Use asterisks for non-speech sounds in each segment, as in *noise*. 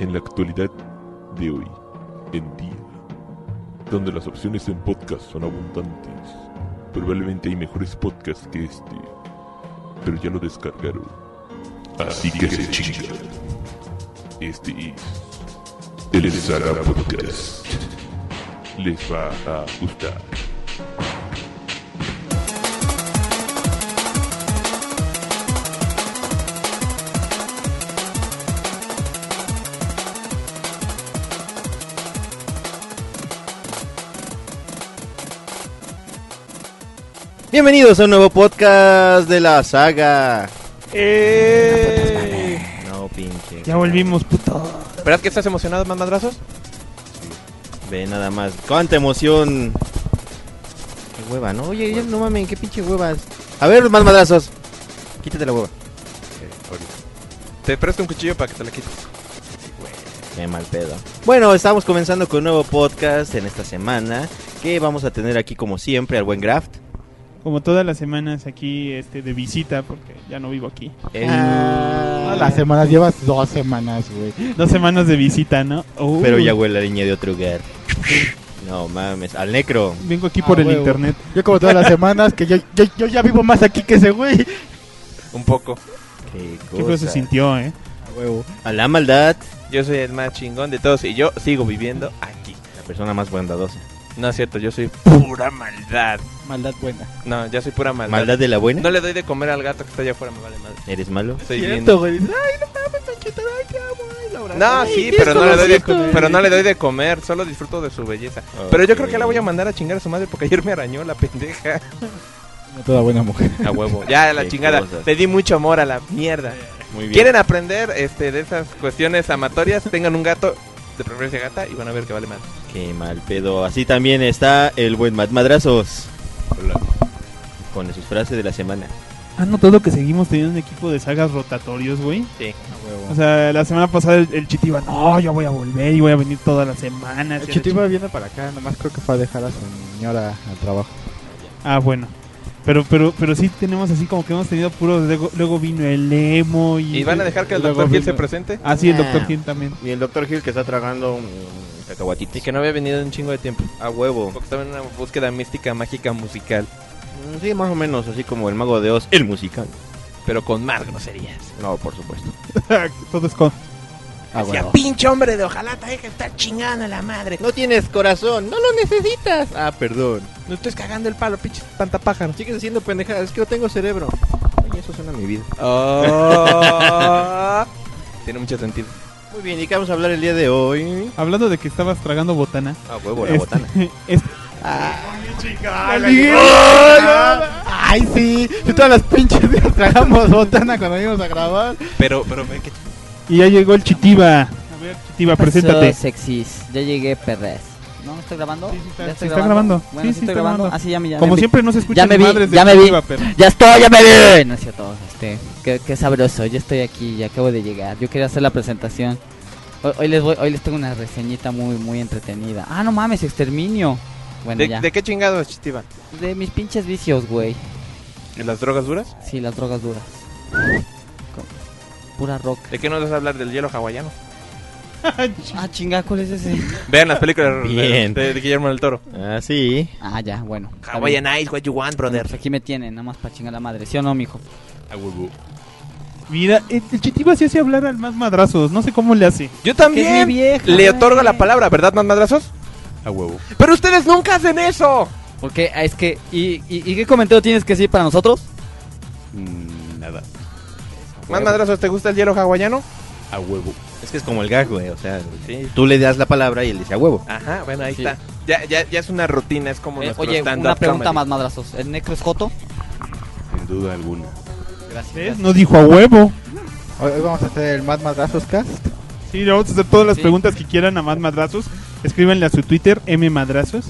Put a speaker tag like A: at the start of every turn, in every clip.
A: la actualidad de hoy en día, donde las opciones en podcast son abundantes. Probablemente hay mejores podcasts que este, pero ya lo descargaron. Así, que, se chinga. Este es el Sara Podcast. Les va a gustar.
B: Bienvenidos a un nuevo podcast de la saga.
C: ¡Eh!
B: No, pinche.
C: Ya volvimos, puto.
D: ¿Verdad que estás emocionado, más madrazos?
B: Ve nada más. ¡Cuánta emoción! Qué hueva, ¿no? Oye, ya no mames, qué pinche huevas. A ver, más madrazos. Quítate la hueva.
D: Te presto un cuchillo para que te la quites.
B: Qué mal pedo. Bueno, estamos comenzando con un nuevo podcast en esta semana. Que vamos a tener aquí, como siempre, al buen Graft.
C: Como todas las semanas aquí este, de visita, porque ya no vivo aquí.
B: El-
E: Ah, las semanas, llevas dos semanas, güey.
C: Dos semanas de visita, ¿no? Oh.
B: Pero ya huele la niña de otro hogar. No mames, al necro.
C: Vengo aquí por
E: Ah,
C: el
E: huevo.
C: internet.
E: Yo como todas las semanas, que yo, yo, yo ya vivo más aquí que ese güey.
D: Un poco.
B: Qué
C: Qué feo se
B: cosa.
C: sintió, ¿eh?
E: A huevo.
B: A la maldad.
D: Yo soy el más chingón de todos y yo sigo viviendo aquí.
B: La persona más bondadosa.
D: No es cierto, yo soy pura maldad.
E: Maldad buena.
D: No, ya soy pura maldad.
B: Maldad de la buena.
D: No le doy de comer al gato que está allá afuera, me vale madre.
B: ¿Eres malo?
D: Soy bien-
E: Cierto, güey. Dices, Ay, no mames, Panchito, ay, te amo, ay, la verdad.
D: No,
E: Ay,
D: sí,
E: es
D: pero no, le doy de
E: conocido.
D: comer, pero no le doy de comer, solo disfruto de su belleza. Pero yo creo que la voy a
B: mandar.
D: mandar a chingar a su madre porque ayer me arañó la pendeja.
E: Como Toda buena mujer.
B: *laughs*
D: A huevo. Ya, la
B: Pues, Qué
D: chingada.
B: cosas.
D: Le di mucho amor a la mierda.
B: Muy bien.
D: ¿Quieren aprender este, de esas cuestiones amatorias? Tengan un gato, de preferencia gata, y van a ver que vale más.
B: Qué mal pedo. Así también está el buen Mat Madrazos. Con sus frases de la semana.
C: Ah, no, todo que seguimos teniendo un equipo de sagas rotatorios, güey.
D: Sí.
C: O
E: A Ah, huevo.
C: sea, la semana pasada el, el Chiti iba, no, yo voy a volver y voy a venir todas las semanas.
E: El
C: y la
E: chito iba viendo para acá, nomás creo que fue a dejar a su señora al trabajo.
C: ching- Ah, bueno. Pero, pero, pero sí tenemos así como que hemos tenido puros. Luego, luego vino el emo y.
D: ¿Y van a dejar que el
C: luego
D: doctor Phil se
C: vino-
D: presente?
C: Ah, sí, el
B: Nah.
C: doctor Phil también. *laughs*
B: Y el doctor Gil que está tragando mm, cacahuatitos.
D: Y que no había venido en un chingo de tiempo.
B: A huevo.
D: Porque estaba en una búsqueda mística, mágica, musical.
B: Mm, Sí, más o menos, así como el mago de Oz, el musical.
D: Pero con más groserías.
B: No, por supuesto.
C: Todo es con.
E: Ah,
D: Decía,
E: huevo.
D: pinche hombre de ojalá te deje estar chingando a la madre.
B: No tienes corazón, no lo necesitas. Ah, perdón.
D: No estés cagando el palo, pinche pantapájaro.
B: Sigues haciendo pendejadas, es que no tengo cerebro. Oye, eso suena a mi vida.
D: Oh. *laughs* Tiene mucho sentido.
B: Muy bien, ¿y qué vamos a hablar el día de hoy?
C: Hablando de que estabas tragando botana.
B: A huevo, la
C: Este- *laughs*
B: botana.
C: este-
E: ¡Ay, Miguel! ¡Ay, sí! Yo todas las pinches días tragamos botana cuando íbamos a grabar.
D: Pero, pero, ve que
C: Y ya llegó el Chitiba. A ver, Chitiba,
F: ¿Qué pasó,
C: preséntate.
F: Pues sexys. Ya llegué, perras. ¿No me estoy grabando?
C: Sí, sí está-
F: ¿Ya estoy
C: sí está grabando. Sí,
F: Bueno, sí,
C: sí
F: estoy
C: está
F: grabando.
C: grabando.
F: Así ya me ya
C: Como
F: me vi.
C: siempre, no se escuchan
F: Ya me vi,
C: madres de
F: ya me vi.
C: Chitiba, pero- *laughs*
F: Ya estoy, ya me vi. No es cierto, este. Qué, qué sabroso. Yo estoy aquí, ya acabo de llegar. Yo quería hacer la presentación. Hoy, hoy les voy, hoy les tengo una reseñita muy, muy entretenida. Ah, no mames, exterminio. Bueno,
D: ¿De,
F: ya.
D: de qué chingados, Chitiva?
F: De mis pinches vicios, güey.
D: ¿De las drogas duras?
F: Sí, las drogas duras. Con- Pura rock.
D: ¿De qué nos vas a hablar del hielo hawaiano?
F: Ah, chinga, ¿cuál es ese?
D: Vean las películas de-
B: Bien.
D: De, de Guillermo del Toro.
B: Ah, sí.
F: Ah, ya, bueno. está bien.
D: Hawaiian Ice, what you want,
F: Bueno,
D: brother.
F: pues aquí me tienen, nada más para chingar la madre. ¿Sí o no, mijo?
B: A huevo.
C: Mira, el, el Chitiba sí hace hablar al más madrazos. No sé cómo le hace.
D: Yo
F: Que es mi
D: también
F: vieja,
D: le
F: güey.
D: otorgo la palabra, ¿verdad, más madrazos?
B: A huevo.
D: Pero ustedes nunca hacen eso.
F: Porque ah, es que. ¿Y, y, y qué comentario tienes que decir para nosotros?
B: Mm, nada.
D: Más madrazos, ¿te gusta el hielo hawaiano?
B: A huevo. Es que es como el gag, güey. O sea, tú le das la palabra y él dice a huevo.
D: Ajá, bueno, ahí
F: Sí.
D: está. Ya, ya, ya es una rutina, es como
F: Eh,
D: nuestro
F: oye,
D: stand-up
F: una pregunta
D: comedy.
F: más, madrazos. ¿El necro es Joto?
B: Sin duda alguna.
F: Gracias.
C: ¿Ves? No dijo a huevo.
E: Hoy, hoy vamos a hacer el Mad Madrazos Cast.
C: Sí, le vamos a hacer todas las
F: Sí.
C: preguntas que quieran a más madrazos. Escríbanle a su Twitter, M Madrazos.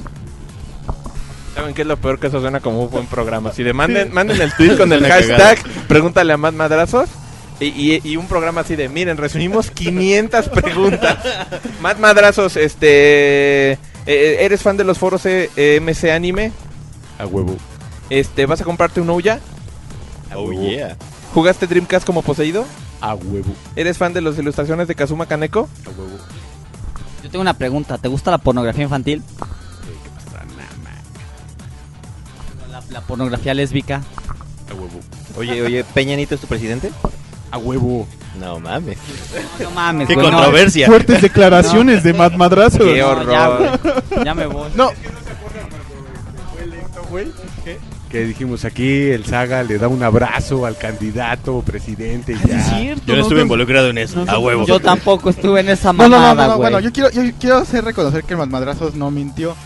D: ¿Saben qué es lo peor que eso suena como un buen programa? Si demanden, manden el tweet *laughs* con el hashtag, pregúntale a más madrazos. Y, y- y un programa así de, miren, resumimos *laughs* 500 preguntas. Más madrazos, este... eh, ¿Eres fan de los foros eh, eh, MC Anime?
B: A huevo.
D: Este, ¿Vas a comprarte un Ouya?
B: Oh, yeah.
D: ¿Jugaste Dreamcast como poseído?
E: A huevo.
D: ¿Eres fan de las ilustraciones de Kazuma Kaneko?
E: A huevo.
F: Yo tengo una pregunta. ¿Te gusta la pornografía infantil? La, la pornografía lésbica.
E: A huevo.
B: Oye, oye, Peñanito es tu presidente.
E: A huevo.
B: No mames.
F: No, no mames,
B: Qué
F: güey, no.
B: controversia.
C: Fuertes declaraciones de Mad Madrazo.
D: Qué
F: No, ya,
D: horror.
F: güey, ya me voy.
E: No. Que dijimos aquí, el Saga le da un abrazo al candidato presidente y ya.
B: Yo no estuve involucrado en eso. A huevo. Ah,
F: Yo tampoco estuve en esa
E: No, no, no, no,
F: mamada,
E: no,
F: güey.
E: bueno, yo quiero, yo quiero hacer reconocer que el Madrazos no mintió.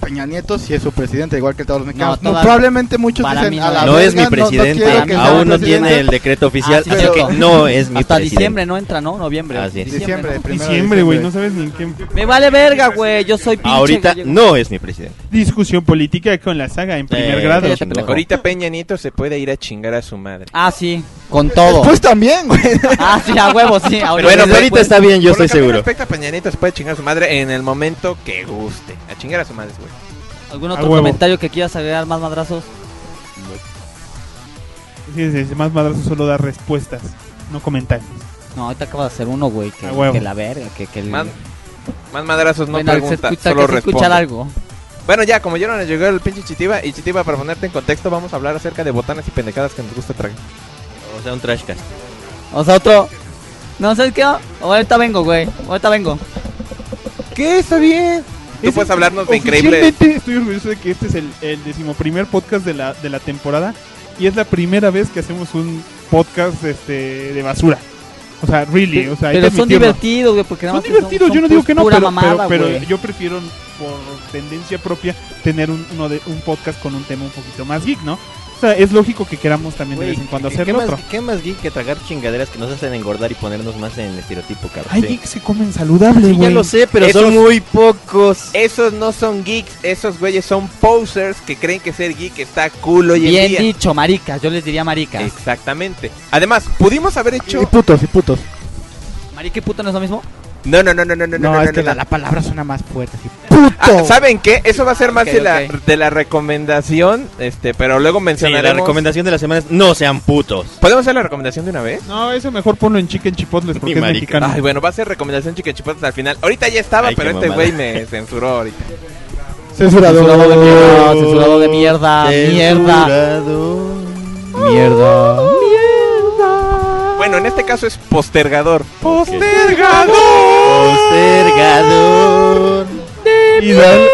E: Peña Nieto sí es su presidente, igual que todos los mexicanos.
F: No, todas-
E: probablemente muchos
F: para
E: dicen
F: mí
E: a
F: no.
E: la
B: No
E: verga,
B: es mi
E: quiero
B: presidente.
E: que sea
B: Aún no
E: presidente".
B: tiene el decreto oficial,
F: Ah, sí,
B: así
E: cierto.
B: que no es mi
F: Hasta
B: presidente.
F: diciembre no entra, ¿no? Noviembre.
B: Así es.
E: Diciembre,
F: ¿no?
E: primero de
C: Diciembre, güey, no
E: diciembre.
C: sabes ni en qué
F: Me vale verga, güey. Yo soy pinche.
B: Ahorita
F: gallego.
B: no es mi presidente.
C: discusión política con la saga en primer
B: Eh,
C: grado.
F: cállate, pendejo.
D: Ahorita Peña Nieto se puede ir a chingar a su madre.
F: Ah, sí. Con todo.
E: Pues también, güey.
F: Ah, sí, a huevo, sí. Ahorita
B: bueno, pero
F: después-
B: ahorita está bien, yo
D: Por lo
B: estoy
D: que a mí
B: seguro.
D: respecta a Peña Nieto se puede chingar a su madre en el momento que guste. A chingar a su madre, güey.
F: ¿Algún
C: A
F: otro
C: huevo.
F: comentario que quieras agregar más madrazos?
C: Sí, sí, sí, Mad Madrazo solo da respuestas, no comentarios.
F: No, ahorita acaba de hacer uno, güey. Que,
C: A huevo.
F: que la verga, que, que el.
D: Más, más madrazos no
F: Bueno,
D: pregunta,
F: se escucha-
D: solo
F: que se escuchar
D: responde.
F: algo.
D: Bueno, ya, como ya no nos llegó el pinche Chitiba, y Chitiba, para ponerte en contexto, vamos a hablar acerca de botanas y pendejadas que nos gusta traer.
B: O sea, un trashcast.
F: O sea, otro. No, ¿sabes qué? Ahorita vengo, güey. Ahorita vengo.
D: ¿Qué? Está bien. Tú
C: Es-
D: puedes hablarnos de increíble.
C: Oficialmente estoy orgulloso de que este es el, el decimoprimer podcast de la, de la temporada y es la primera vez que hacemos un podcast este, de basura. O sea, really, o sea, hay
F: pero
C: que
F: son
C: admitirlo.
F: divertidos, güey. Porque nada
C: Son
F: más. que
C: divertidos,
F: son
C: yo no digo
F: pus-
C: que no,
F: pura
C: pero,
F: mamada,
C: pero- pero
F: güey.
C: yo prefiero por tendencia propia tener un, uno de, un podcast con un tema un poquito más geek, ¿no? O sea, es lógico que queramos también de vez en cuando
B: ¿qué,
C: hacer
B: más,
C: otro.
B: ¿Qué más geek que tragar chingaderas que nos hacen engordar y ponernos más en el estereotipo, cabrón?
C: Hay
B: Sí.
C: geeks que comen saludable,
B: Sí, ya
C: güey.
B: lo sé, pero
D: Esos- Eh,
B: son muy pocos.
D: Esos no son geeks, esos güeyes son posers que creen que ser geek está cool hoy en
F: Bien
D: día.
F: dicho, maricas. Yo les diría maricas.
D: Exactamente. Además, pudimos haber
E: Y
D: hecho.
E: putos, y putos.
F: ¿Marica y puta no es lo mismo?
D: No, no, no, no, no, no, no,
E: No, es
D: no,
E: que
D: no,
E: *laughs* la,
D: no.
E: la palabra suena más fuerte. así,
D: Ah,
E: ¡Puto!
D: ¿Saben qué? Eso va a ser más
F: Ok,
D: de, la,
F: ok.
D: de la recomendación, este, pero luego
B: Sí, la
D: mencionaremos.
B: recomendación de la semana es no sean putos.
D: ¿Podemos hacer la recomendación de una vez?
C: No, eso mejor ponlo en chicken chipotles porque es
B: marica.
C: mexicano.
D: Ay, bueno, va a ser recomendación chiquichipatas al final. Ahorita ya estaba,
B: Ay,
D: pero
B: qué
D: este
B: mamada.
D: güey me censuró ahorita.
E: Censurador.
F: Censurado de mierda, censurado de mierda, mierda, mierda.
D: Bueno, en este caso es postergador.
B: Postergador.
C: Y dale-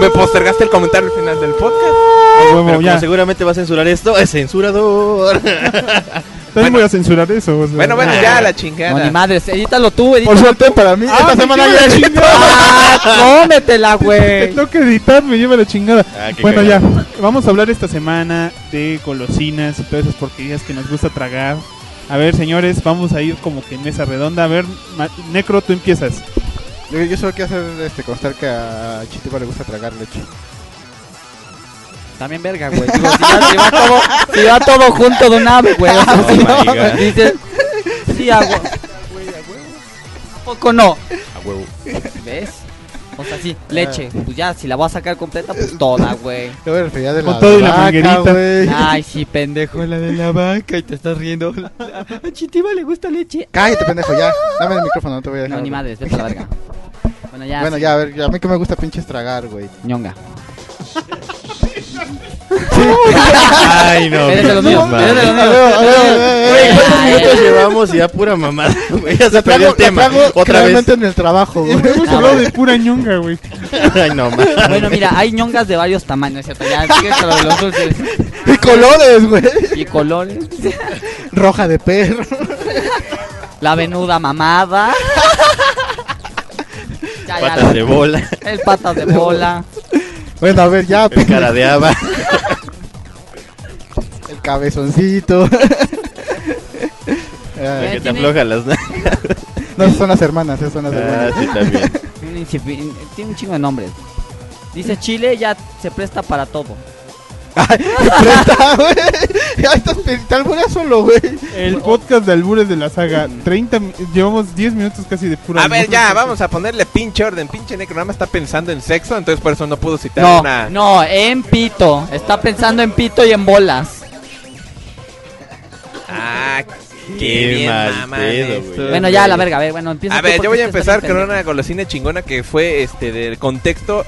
D: Me postergaste el comentario al final del podcast.
C: a huevo,
B: Pero
C: ya.
B: como seguramente va a censurar esto, es censurador. *laughs*
C: También voy a censurar eso. o sea.
D: Bueno, bueno, ya la
C: *laughs*
F: No, ni
D: chingada.
F: madres, edítalo tú,
E: Por
F: edítalo.
E: suerte para mí, esta semana ya es
F: *laughs* ¡Ah! ¡Cómetela,
C: Te
F: güey!
C: *laughs* tengo que editar, me lleva la chingada.
B: Ah, qué
C: Bueno, ya.
B: cagado.
C: Vamos a hablar esta semana de golosinas y todas esas porquerías que nos gusta tragar. A ver, señores, vamos a ir como que en mesa redonda. A ver, Ma- Necro, tú empiezas.
E: Yo, yo solo quiero hacer este, constar que a Chitiba le gusta tragar leche.
F: También verga, güey. Digo, Si, va- si va todo- si va todo junto de un ave, güey. O sea, *laughs*
B: Oh
F: si
B: my
F: no,
B: God.
F: dices, sí, a huevo. Tampoco no.
B: A huevo.
F: ¿Ves? O sea, sí, leche. Pues ya, si la voy a sacar completa, pues toda, güey.
E: Te voy a referir de
C: Con
E: la
C: todo y la
E: vaca,
C: manguerita.
E: güey.
F: Ay, sí, pendejo, la de la vaca y te estás riendo. *laughs* A Chitiba le gusta leche.
E: Cállate, pendejo, ya. Dame el micrófono, no te voy a dejar.
F: No, ni
E: hablar.
F: madres, vete a la verga. Bueno, ya.
E: Bueno,
F: sí,
E: ya, a ver, a mí que me gusta pinches tragar, güey.
F: Ñonga.
B: Ay, no.
F: Eres de los míos,
B: mames.
F: eres de los míos.
E: eh,
B: Güey, ¿cuántos
F: Ay,
B: minutos
F: ay.
B: llevamos y ya pura mamada, güey? Ya se perdió
E: Trago,
B: el tema. Otra vez.
E: realmente en el trabajo, güey.
C: Hemos hablado de pura ñonga, güey.
B: *laughs* Ay, no, mames.
F: Bueno, mira, hay ñongas de varios tamaños, ¿es ¿cierto? Ya, sigue con lo de los dulces
E: Y colores, güey.
F: y colores.
E: Roja de perro.
F: La venuda mamada. Ya, ya,
B: Patas de bola,
F: El patas
D: *laughs*
F: de bola.
E: Bueno, a ver, ya.
B: el cara de haba.
E: El cabezoncito. Ay,
B: Que te
F: tiene-
B: afloja las nalgas.
E: no, son las hermanas, esas son las
B: Ah,
E: hermanas.
B: sí, también.
F: Tiene un insipi- tiene un chingo de nombres. Dice Chile, ya se presta para todo.
E: Presta, güey. Ay, estás pedita alguna solo, güey.
C: El podcast de albures de la saga. 30, mi- llevamos 10 minutos casi de pura
D: A ver,
C: albur.
D: ya, vamos a ponerle pinche orden. Pinche Necro nada más está pensando en sexo, entonces por eso no pudo citar
F: No,
D: una.
F: no, en pito. Está pensando en pito y en bolas.
D: Ah,
B: Qué mal
D: mamada
B: pedo,
D: esto.
B: güey.
F: Bueno, ya, la verga, a ver, bueno, empieza
D: A
F: tú
D: ver,
F: porque
D: yo voy a
F: este
D: empezar
F: está
D: con
F: bien
D: una golosina chingona que fue este del contexto.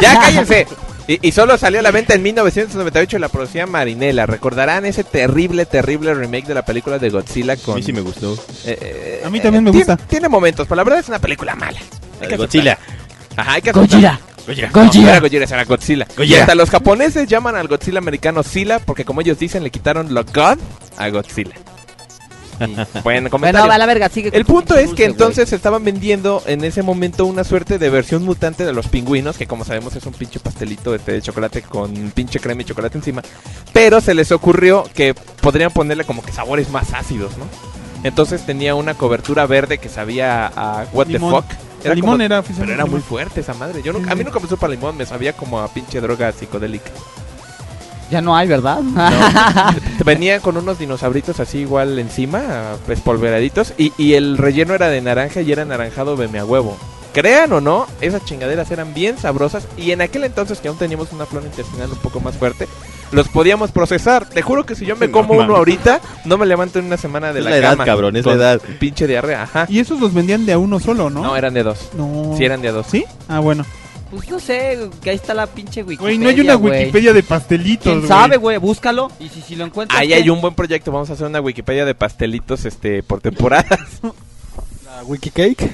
D: ¡Ya cállense! Y, y solo salió a la venta en 1998 y la producía Marinela. ¿Recordarán ese terrible, terrible remake de la película de Godzilla
B: A
D: con...
B: mí sí me gustó.
D: eh, eh,
C: A mí también me
D: tiene-
C: gusta.
D: Tiene, momentos, pero la verdad es una película mala.
B: La de Godzilla.
D: Ajá, hay que
F: pendejo.
D: aceptar-
F: Gojira.
B: Godzilla.
D: No,
F: Godzilla.
D: no era Godzilla, era Godzilla.
B: Godzilla.
D: Hasta los japoneses llaman al Godzilla americano Sila porque como ellos dicen le quitaron lo God a Godzilla. Y, bueno,
F: Bueno,
D: comentario.
F: va a la verga, sigue.
D: El
F: con-
D: punto
F: con
D: es que
F: dulce,
D: entonces se estaban vendiendo en ese momento una suerte de versión mutante de los pingüinos, que como sabemos es un pinche pastelito este de chocolate con pinche crema y chocolate encima, pero se les ocurrió que podrían ponerle como que sabores más ácidos, ¿no? Entonces tenía una cobertura verde que sabía a what
C: Limón.
D: the fuck.
C: El limón
D: como-
C: era
D: pero
C: oficialmente
D: era muy
C: limón.
D: fuerte esa madre. Yo nunca-
C: Sí,
D: a mí
C: sí.
D: nunca me supo a limón, me sabía como a pinche droga psicodélica.
F: güey. Ya no hay, ¿verdad?
D: Venía con unos dinosauritos así igual encima, espolveraditos, y, y el relleno era de naranja y era naranjado beme a huevo. Crean o no, esas chingaderas eran bien sabrosas y en aquel entonces que aún teníamos una flora intestinal un poco más fuerte, los podíamos procesar. Te juro que si yo me
B: No
D: como uno
B: mames.
D: ahorita, no me levanto en una semana de
B: Es
D: la,
B: la edad,
D: cama.
B: cabrón, es la
D: Con
B: edad.
D: Pinche diarrea, ajá.
C: Y esos los vendían de a uno solo, ¿no?
D: No, eran de dos.
C: No.
D: Sí, eran de a dos.
C: ¿Sí? Ah, bueno.
F: Pues no sé, que ahí está la pinche Wikipedia.
C: Güey, no hay una
F: güey.
C: Wikipedia de pastelitos,
F: ¿Quién sabe, güey? Búscalo. Y si, si lo encuentras.
D: Ahí
F: ¿qué?
D: *laughs* hay un buen proyecto, vamos a hacer una Wikipedia de pastelitos este por *laughs* temporadas.
E: La Wikicake.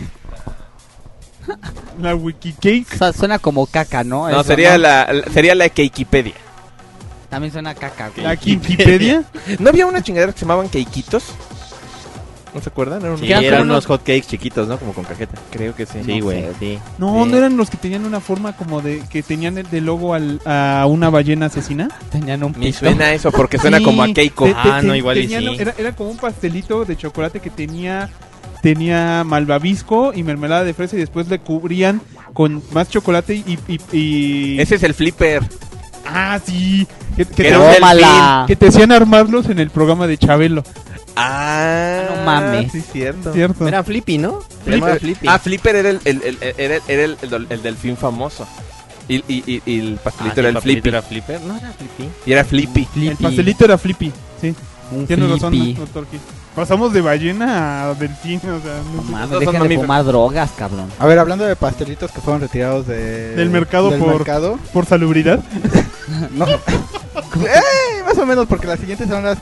C: La Wikicake.
F: O sea, suena como caca, ¿no?
D: No,
F: Eso,
D: sería la, la- sería la Keikipedia.
F: También suena caca, güey.
C: La Wikipedia.
D: ¿No había una chingadera que se llamaban queiquitos? ¿No se acuerdan? Era un-
B: Sí,
F: Quedan como
B: eran
F: unos-
B: unos hotcakes chiquitos, ¿no? Como con cajeta.
D: Creo que sí.
B: Sí,
F: no
B: güey.
F: sé.
B: sí.
C: No,
B: Sí.
C: no eran los que tenían una forma como de. que tenían el de logo al, a una ballena asesina.
F: Tenían un
D: Me
F: pito.
D: suena eso porque suena
C: Sí,
D: como a Keiko.
C: te- te-
B: Ah,
C: te-
B: no, igual y
C: tenían-
B: sí.
C: Era, era como un pastelito de chocolate que tenía tenía malvavisco y mermelada de fresa y después le cubrían con más chocolate y... y- y-
D: Ese es el flipper.
C: Ah, sí. Que, que
D: Que
C: te,
D: era un delfín.
F: Tómala.
C: que te hacían armarlos en el programa de Chabelo.
D: Ah,
F: No mames.
D: Sí, cierto.
C: ¿Cierto?
B: Era Flippy, ¿no? Se llamaba Flippy.
D: Ah, flipper era el, el- el- era el- era el- el dol- el delfín famoso. Y, y- y- y el
B: Ah,
D: pastelito
B: sí,
D: era el
B: papelito
D: flippy.
B: Era Flipper. No, era Flippy.
D: Y era flippy.
F: Flippy.
C: El pastelito era Flippy, sí.
F: Un
C: Tienes razón,
F: flippy.
C: doctor Gil. Pasamos de ballena a delfín, o sea... no
F: No
C: sé.
D: Los dos
F: mames,
D: son
F: dejen de
D: mamíferos.
F: fumar drogas, cabrón.
E: A ver, hablando de pastelitos que fueron retirados de,
C: Del mercado
E: del
C: por- *laughs*
E: mercado,
C: Por salubridad.
E: no. *laughs* Eh, más o menos, porque las siguientes son las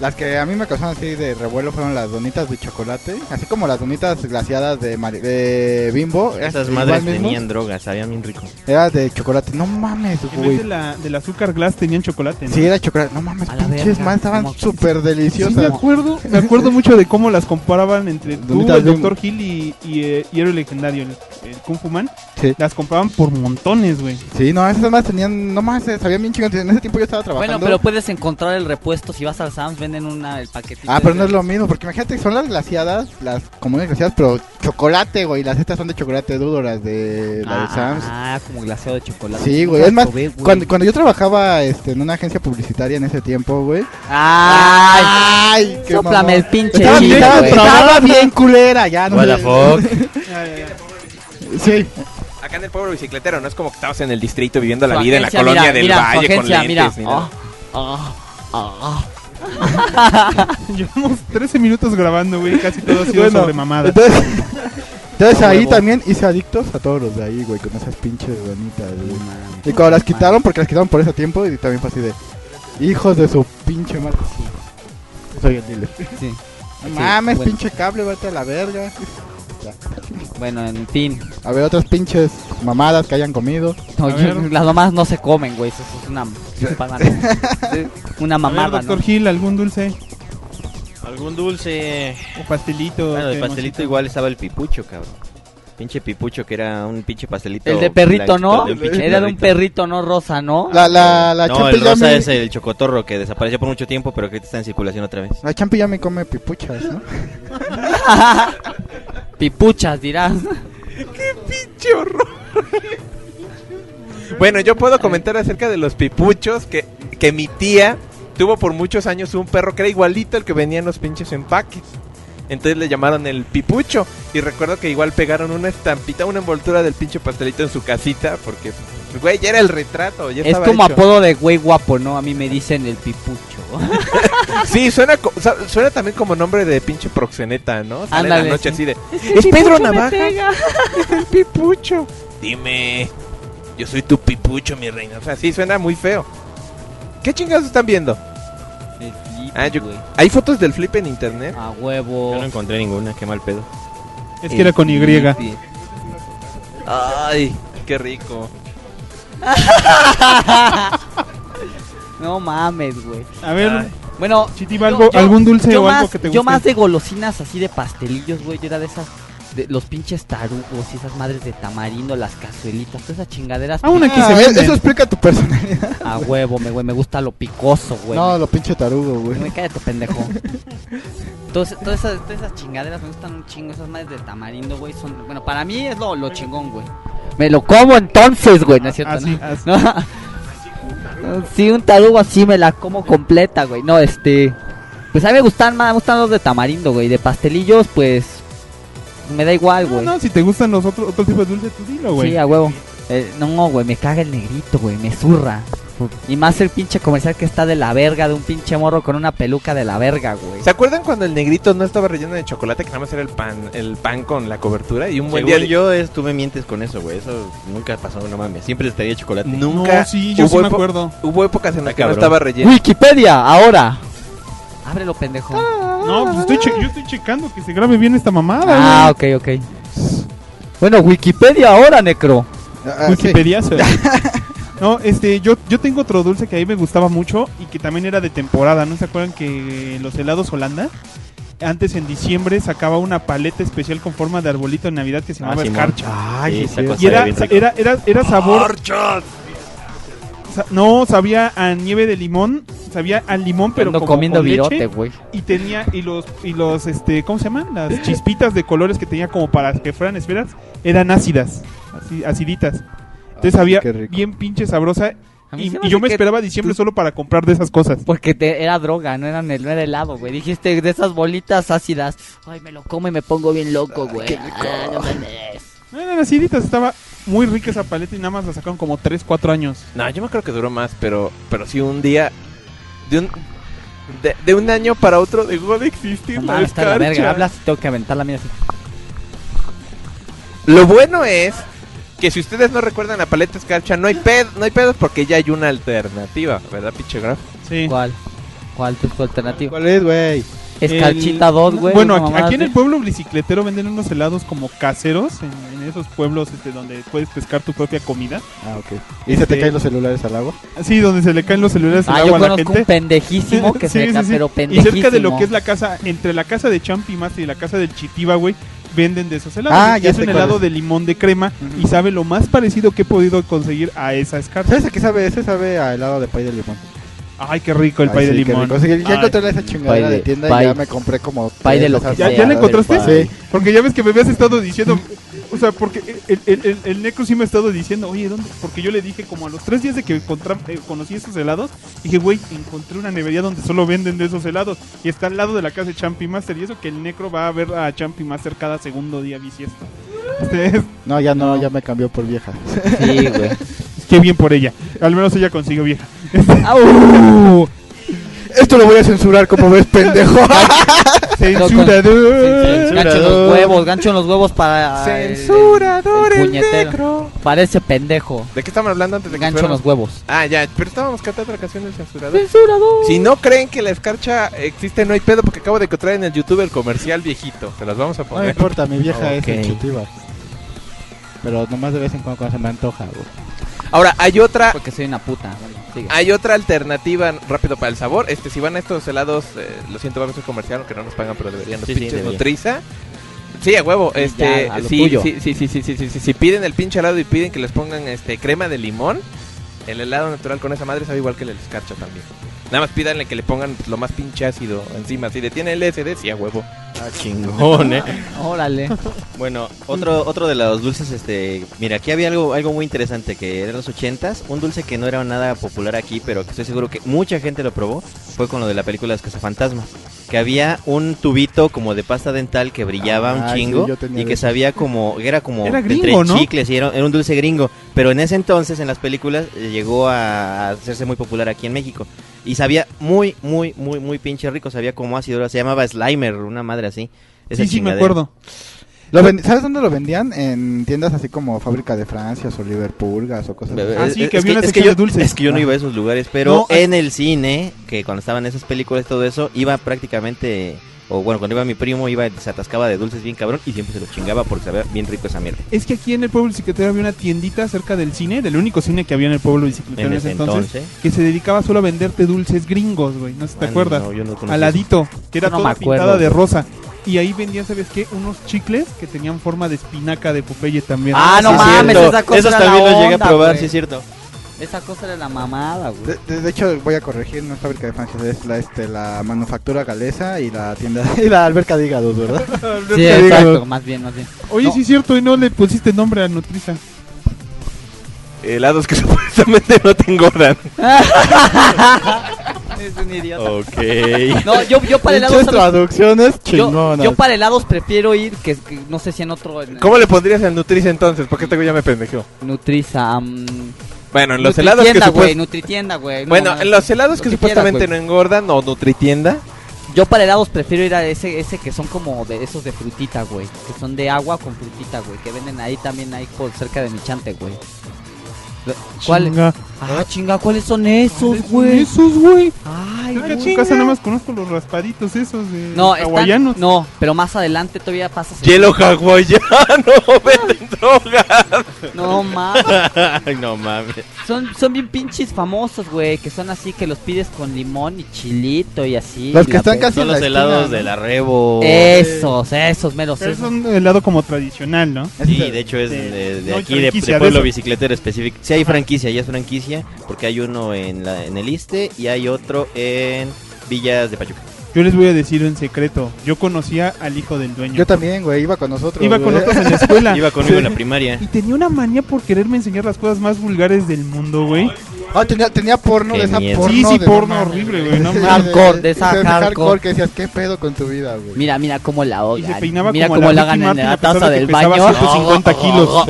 E: las que a mí me causaron así de revuelo fueron las donitas de chocolate, así como las donitas glaciadas de, Mari- de Bimbo. eran
B: Esas
E: igual
B: madres
E: mismos,
B: tenían drogas, sabían bien rico.
E: Era de chocolate, no mames,
C: En vez de
E: güey.
C: la, del azúcar glass tenían chocolate, ¿no?
E: Sí, era chocolate, no mames,
F: A la
E: pinches
F: verga,
E: más, estaban
F: como-
E: súper
C: Sí, me
E: deliciosas.
C: acuerdo, me acuerdo mucho de cómo las comparaban entre tú,
E: Donitas
C: el
E: Bimbo.
C: Dr. Hill y, y, eh, y Héroe Legendario, el, el Kung Fu Man.
E: Sí.
C: Las compraban por montones, güey.
E: Sí, no, esas más tenían, no mames, sabían bien chingones. En ese tiempo yo estaba trabajando.
F: Bueno, pero puedes encontrar el repuesto. Si vas al Sam's, venden una, el paquetito.
E: Ah, pero no
F: de-
E: es lo mismo, porque imagínate que son las glaciadas, las comunes glaciadas, pero chocolate, güey. Las estas son de chocolate duro, las de, la de Sam's.
F: Ah, como glaseado de chocolate.
E: Sí, güey,
F: Nunca
E: es más,
F: probé, güey.
E: Cuando, cuando yo trabajaba este, en una agencia publicitaria en ese tiempo, güey.
F: Ay,
E: qué
F: Sóplame el
E: mamón.
F: pinche
E: Estaba,
F: chile,
E: bien,
F: güey.
E: estaba bien culera, ya. Ah, No
B: What the
E: sé.
B: fuck.
E: *laughs* Sí,
D: Acá en el pueblo bicicletero, no es como que estabas en el distrito viviendo la
F: Su
D: vida en la
F: agencia,
D: colonia
F: mira,
D: del
F: mira, su
D: valle con
F: agencia,
D: lentes.
F: mira.
D: ni nada.
F: Ah, ah, ah.
C: *laughs* Llevamos 13 minutos grabando, güey. Casi todo ha sido
E: *laughs* Bueno,
C: sobre mamadas.
E: *laughs* entonces. Entonces
F: A
E: ahí
F: huevo.
E: también hice adictos a todos los de ahí, güey, con esas pinches bonitas, güey. Y cuando las quitaron, porque las quitaron por ese tiempo, y también fue así de. Hijos de su pinche madre. Soy el dealer.
F: Sí.
E: No
F: Sí,
E: mames,
F: bueno.
E: pinche cable, vete a la verga.
F: Bueno, en fin.
E: A ver, otras pinches mamadas que hayan comido.
F: No,
C: A
F: yo-
C: ver.
F: las mamás no se comen, güey. Eso es una,
D: *laughs*
F: es una- una
C: A ver,
F: mamada,
C: Dr.
F: ¿no?
C: Hill, algún dulce
B: Algún dulce.
C: o pastelito.
B: Bueno,
C: que
B: el pastelito igual estaba el pipucho, cabrón. Pinche pipucho que era un pinche pastelito.
F: El de perrito, ¿no?
B: blanquito, un pinche
F: Era de un
B: perrito.
F: perrito, ¿no? Rosa, ¿no?
C: *laughs*
E: La, la, la
B: no,
E: Champi
B: el
E: ya
B: rosa
E: me-
B: es el chocotorro que desapareció por mucho tiempo, pero que ahorita está en circulación otra vez.
E: La champi ya me come pipuchas, ¿no?
F: Pipuchas, dirás.
D: ¡Qué horror! *laughs* bueno, yo puedo comentar acerca de los pipuchos que, que mi tía tuvo por muchos años un perro que era igualito al que venía en los pinches empaques. Entonces le llamaron el pipucho. Y recuerdo que igual pegaron una estampita, una envoltura del pinche pastelito en su casita. Porque, pues, güey, ya era el retrato. Ya
F: Es
D: estaba
F: como
D: hecho.
F: apodo de güey guapo, ¿no? A mí me dicen
C: *laughs*
F: el pipucho.
D: Sí, suena, co- sa- suena también como nombre de pinche proxeneta, ¿no? Sale en la
F: Ándale,
D: noche
F: sí.
D: así de.
F: Es,
D: el ¿Es Pedro Pipucho me Navaja? pega". El pipucho. Dime, yo soy tu pipucho, mi reina. O sea, sí, suena muy feo. ¿Qué chingados están viendo? Ah, yo- ¿Hay fotos del flip en internet?
F: A
B: Yo
F: huevo.
B: no encontré ninguna, qué mal pedo.
C: este, Es que era con Y.
F: Flippy.
D: Ay, qué rico.
F: No mames, güey.
C: A ver,
D: Ay.
F: Bueno,
C: Chitiba, algo- algún dulce
F: yo
C: o algo
F: más-
C: que te
F: Yo
C: guste.
F: más de golosinas así de pastelillos, güey. Yo era de esas. De los pinches tarugos y esas madres de tamarindo, las cazuelitas, todas esas chingaderas.
C: Ah, una
F: pi-
C: que se
E: Ah,
C: vende.
E: Eso explica tu personalidad.
F: *laughs* A Ah, huevo, me, güey. Me gusta lo picoso, güey.
E: No, lo pinche tarugo,
F: Me- Me
E: güey.
F: cállate,
E: *laughs*
F: pendejo. Entonces, todas esas, todas esas chingaderas me gustan un chingo. Esas madres de tamarindo, güey. Son, bueno, para mí es lo, lo chingón, güey. Me lo como entonces, güey. No es
E: Ah,
F: cierto,
C: Así,
F: ¿no?
C: así.
F: No. *laughs* Sí, un tarugo así me la como completa, güey. No, este. Pues a mí me gustan más, me gustan los de tamarindo, güey. De pastelillos, pues. Me da igual,
C: No,
F: güey.
C: no, si te gustan los otros otros tipos de dulce, tú dilo, güey.
F: sí, a huevo. Eh, no, güey, me caga el negrito, güey. Me zurra. Y más el pinche comercial que está de la verga, de un pinche morro con una peluca de la verga, güey.
D: ¿Se acuerdan cuando el negrito no estaba relleno de chocolate, que nada más era el pan, el pan con la cobertura? Y un buen
B: Según
D: día de-
B: yo, es, tú me mientes con eso, güey. Eso nunca pasó, no mames. Siempre estaría chocolate.
D: nunca
C: No, sí, yo sí
D: hubo,
C: me
D: epo-
C: acuerdo.
D: hubo épocas en las
B: Está
D: que no
B: cabrón.
D: estaba relleno.
F: Wikipedia, ahora. Ábrelo, pendejo.
C: No, pues estoy che- yo estoy checando que se grabe bien esta mamada.
F: Ah, ok, ok. Bueno, Wikipedia ahora, necro.
E: Ah, sí.
C: Wikipediazo.
E: *laughs*
C: No, este, yo, yo tengo otro dulce que a mí me gustaba mucho y que también era de temporada. ¿No se acuerdan que los helados Holanda? Antes en diciembre sacaba una paleta especial con forma de arbolito de Navidad que se
B: Ah,
C: llamaba
B: Simón.
C: escarcha.
B: Sí,
E: Ay,
B: esa
E: sí,
B: cosa
C: Y era,
B: bien rica.
C: era, era, era sabor. Sa- no, sabía a nieve de limón, sabía al limón, pero
F: Ando
C: como
F: comiendo
C: con leche,
F: virote, güey.
C: y tenía y los y los este cómo se llaman
E: *laughs*
C: las chispitas de colores que tenía como para que fueran esferas eran ácidas así aciditas entonces había
E: qué rico.
C: bien pinche sabrosa
F: A mí
C: y,
F: se
C: y
F: hace
C: yo me
F: que- Pues
C: esperaba diciembre solo para comprar de esas cosas
F: Porque te, era droga, no, eran, el- no era helado, güey. Dijiste de esas bolitas ácidas. Ay, me lo como y me pongo bien loco, güey. Ah, no mames.
C: no eran aciditas estaba muy rica esa paleta y nada más la sacaron como 3, 4 años
D: No, yo me creo que duró más, pero, pero sí un día. De un, de, de un año para otro dejó de existir
F: No
D: la
F: mames, está de la verga.
D: escarcha.
F: Hablas y tengo que aventar la mía así.
D: Lo bueno es que si ustedes no recuerdan la paleta escarcha, no hay, ped, no hay pedos porque ya hay una alternativa, ¿verdad, pinche Graf?
C: sí
F: ¿Cuál? ¿Cuál tu, tu alternativa?
E: ¿Cuál es, güey?
F: Escarchita
C: El-
F: 2, güey.
C: Bueno,
F: una
C: aquí,
F: mamada
C: aquí en
F: así.
C: el pueblo bicicletero venden unos helados como caseros, en, en esos pueblos este, donde puedes pescar tu propia comida.
E: Ah, ok. ¿Y se
C: Este-
E: te caen los celulares al agua?
C: Sí, donde se le caen los celulares al
F: Ah, yo
C: agua a la
F: conozco
C: gente.
F: un pendejísimo que
C: Sí,
F: se
C: sí,
F: deja,
C: sí.
F: pero
C: Y
F: pendejísimo.
C: cerca de lo que es la casa, entre la casa de Champi Master y la casa del Chitiba, güey, venden de esos helados.
E: Ah,
C: Y
E: ya
C: es
E: sé
C: un
E: cuál
C: helado
E: es.
C: de limón de crema
E: Ujú.
C: y sabe lo más parecido que he podido conseguir a esa escarcha.
E: ¿Sabes a qué sabe? Ese sabe a helado de pay de limón.
C: Ay, qué rico el
E: Ay,
C: pay de
E: sí, qué
C: limón.
E: rico. Sí, ya
C: Ay.
E: encontré esa chingadera
F: Pay
E: de,
F: de-
E: tienda
F: pay.
E: y ya me compré como.
F: Pay de
E: tres
F: lo
E: esas
F: que
C: ¿Ya,
F: sea.
C: ya la
E: madres.
C: encontraste?
E: Sí.
C: Porque ya ves que me habías estado diciendo. O sea, porque el, el, el, el Necro sí me ha estado diciendo, oye, ¿dónde? Porque yo le dije, como a los tres días de que encontra- eh, conocí esos helados, dije, güey, encontré una nevería donde solo venden de esos helados. Y está al lado de la casa de Champi Master. Y eso que el Necro va a ver a Champi Master cada segundo día bisiesto. Este es-
E: No, ya no, ya me cambió por vieja.
C: *laughs*
F: Sí, güey.
C: Qué bien por ella. Al menos ella
B: *laughs*
C: consiguió vieja.
F: Ah, ¡Au!
E: Esto lo voy a censurar, como *laughs* ves, pendejo.
C: Censurador.
F: Gancho en los huevos, gancho en los huevos para. el-
D: Censurador
F: el
D: el
F: puñetero.
D: negro.
F: Parece pendejo.
D: ¿De qué estaban hablando antes de que
F: Gancho en
D: fuéramos?
F: los huevos.
D: Ah, ya, pero estábamos cantando la canción del censurador.
F: ¡Censurador!
D: Si no creen que la escarcha existe, no hay pedo porque acabo de encontrar en el YouTube el comercial viejito. Se las vamos a
E: No me
D: poner.
E: importa, mi vieja
B: Ok.
E: es enchutiva. Pero nomás de vez en cuando, cuando se me antoja, güey.
D: Ahora, hay otra
F: Porque soy una puta. Bueno, sigue.
D: hay otra alternativa rápido para el sabor. Este, si van a estos helados, eh, lo siento, vamos a ser comercial, aunque no nos pagan, pero deberían los
B: Sí, sí,
D: pinches
B: debería.
D: Nutriza. Sí, a huevo,
F: Sí,
D: este,
F: ya, a lo
D: sí,
F: tuyo.
D: sí, sí, sí, sí, sí, sí, sí, si piden el pinche helado y piden que les pongan este crema de limón, el helado natural con esa madre sabe igual que el escarcha también. Nada más pídanle que le pongan pues, lo más pinche ácido encima, si detiene LSD, sí a huevo.
B: Ah, chingón, eh.
F: Órale.
B: Bueno, otro, otro de los dulces, este, mira, aquí había algo, algo muy interesante que era en los ochentas, un dulce que no era nada popular aquí, pero que estoy seguro que mucha gente lo probó, fue con lo de la película Las Cazafantasmas, que había un tubito como de pasta dental que brillaba
E: Ah,
B: un
E: sí,
B: chingo
E: yo tenía
B: y
E: de
B: que
E: eso.
B: sabía como era como
C: Era
B: entre
C: gringo, ¿no?
B: chicles y era, era un dulce gringo, pero en ese entonces en las películas eh, llegó a hacerse muy popular aquí en México y sabía muy muy muy muy pinche rico, sabía como ácido, se llamaba Slimer, una madre así. esa
C: Sí, sí, me
B: chingadera.
C: acuerdo.
E: Lo ven- ¿Sabes dónde lo vendían? En tiendas así como Fábrica de Francia o Liverpurgas o cosas así.
C: Ah, sí, que había una
B: es
C: sección
B: yo,
C: de dulces.
B: Es que yo no
C: Ah.
B: iba a esos lugares, pero
C: No, es-
B: en el cine, que cuando estaban esas películas y todo eso, iba prácticamente, o bueno, cuando iba mi primo, iba se atascaba de dulces bien cabrón y siempre se lo chingaba porque sabía bien rico esa mierda.
C: Es que aquí en el pueblo bicicletero había una tiendita cerca del cine, del único cine que había en el pueblo bicicletero
B: En
C: en
B: ese
C: ese entonces,
B: entonces.
C: que se dedicaba solo a venderte dulces gringos, güey. No sé si te
B: Ah,
C: acuerdas.
B: no, yo no conocí
C: Aladito, que era
F: No me
C: toda
F: acuerdo,
C: pintada de
F: güey.
C: rosa. Y ahí vendían, ¿sabes qué? Unos chicles que tenían forma de espinaca de Popeye también.
F: Ah, no
B: es
F: mames,
B: cierto.
F: esa cosa
B: Esos
F: era
B: también
F: la
B: los llegué a
F: onda,
B: probar,
F: güey.
B: sí es cierto.
F: Esa cosa era la mamada, güey.
E: De, de- de hecho, voy a corregir, no es Fábrica de Francia, es la, este, la manufactura galesa y la tienda *laughs* y la alberca de hígados, ¿verdad?
F: Sí, exacto, más bien, más bien.
C: Oye,
F: No.
C: sí es cierto, y no le pusiste nombre a Nutriza.
D: Helados que *laughs* supuestamente no te engordan.
F: es un
C: *laughs*
F: idiota.
B: Ok.
F: No, yo, yo para helados.
E: Pinches
F: ¿sabes?
E: traducciones
F: Yo,
E: chingonas.
F: yo para helados prefiero ir que, que no sé si en otro. en-
D: ¿Cómo le pondrías al Nutriza entonces? Porque este güey ya me pendejeó.
F: Nutriza. am,
D: Bueno, en los helados que
F: Nutritienda, güey.
D: supuestamente...
F: Nutritienda, güey. no
D: Bueno,
F: mames.
D: en los helados
F: Lo
D: que,
F: que quieras,
D: supuestamente
F: güey.
D: no engordan o Nutritienda.
F: Yo para helados prefiero ir a ese, ese que son como de esos de frutita, güey. Que son de agua con frutita, güey. Que venden ahí también, ahí por cerca de mi chante, güey. Lo- ¿Cuál?
C: Chinga.
F: Ah, chinga, ¿cuáles son esos,
C: ¿Cuáles son
F: güey?
C: Esos, güey.
F: Ay,
C: Yo que
F: güey.
C: en casa nada más conozco los raspaditos esos de
F: No,
C: hawaianos.
F: están, no, pero más adelante todavía pasas. el-
D: Hielo
B: *laughs*
D: hawaiano, venden drogas.
F: No mames.
B: Ay, no mames.
F: Son, son bien pinches famosos, güey. Que son así que los pides con limón y chilito y así.
E: Los que
F: la
E: están
F: pe-
E: casi
B: Son
E: en la
B: los helados de
E: esquina, ¿no?
B: la Rebo.
F: Esos, esos, meros.
C: Pero es
F: Esos.
C: un helado como tradicional, ¿no?
E: Es
B: Sí,
E: de-
B: de hecho es
C: de-
B: de, de
C: no,
B: aquí, de,
C: franquicia
B: de
C: de
B: Pueblo
C: eso.
B: Bicicletero específico. Sí, hay
C: Ajá.
B: franquicia, ya es franquicia, porque hay uno en, la, en el Iste y hay otro en Villas de Pachuca.
C: Yo les voy a decir en secreto. Yo conocía al hijo del dueño.
E: Yo también, güey, iba con nosotros.
C: Iba con
E: güey.
C: nosotros en la escuela.
B: Iba conmigo en la
C: *laughs*
B: primaria.
C: Y tenía una manía por quererme enseñar las cosas más vulgares del mundo, güey.
E: Ah, tenía, tenía porno
B: Qué
E: de esa
B: miedo.
E: porno.
C: Sí, sí,
E: de-
C: porno horrible, güey,
F: *laughs*
C: no
E: Sí,
C: mames.
F: Hardcore, de esa hardcore.
E: que decías, ¿qué pedo con tu vida, güey?
F: Mira, mira cómo la
C: Y se
F: ahogan.
C: peinaba
F: Mira
C: como
F: cómo la
C: la
F: hagan
C: Ricky
F: en la
C: Martin, a pesar
F: taza
C: de que
F: del
C: pesaba
F: *laughs* baño.
C: 150
F: *laughs*
C: kilos.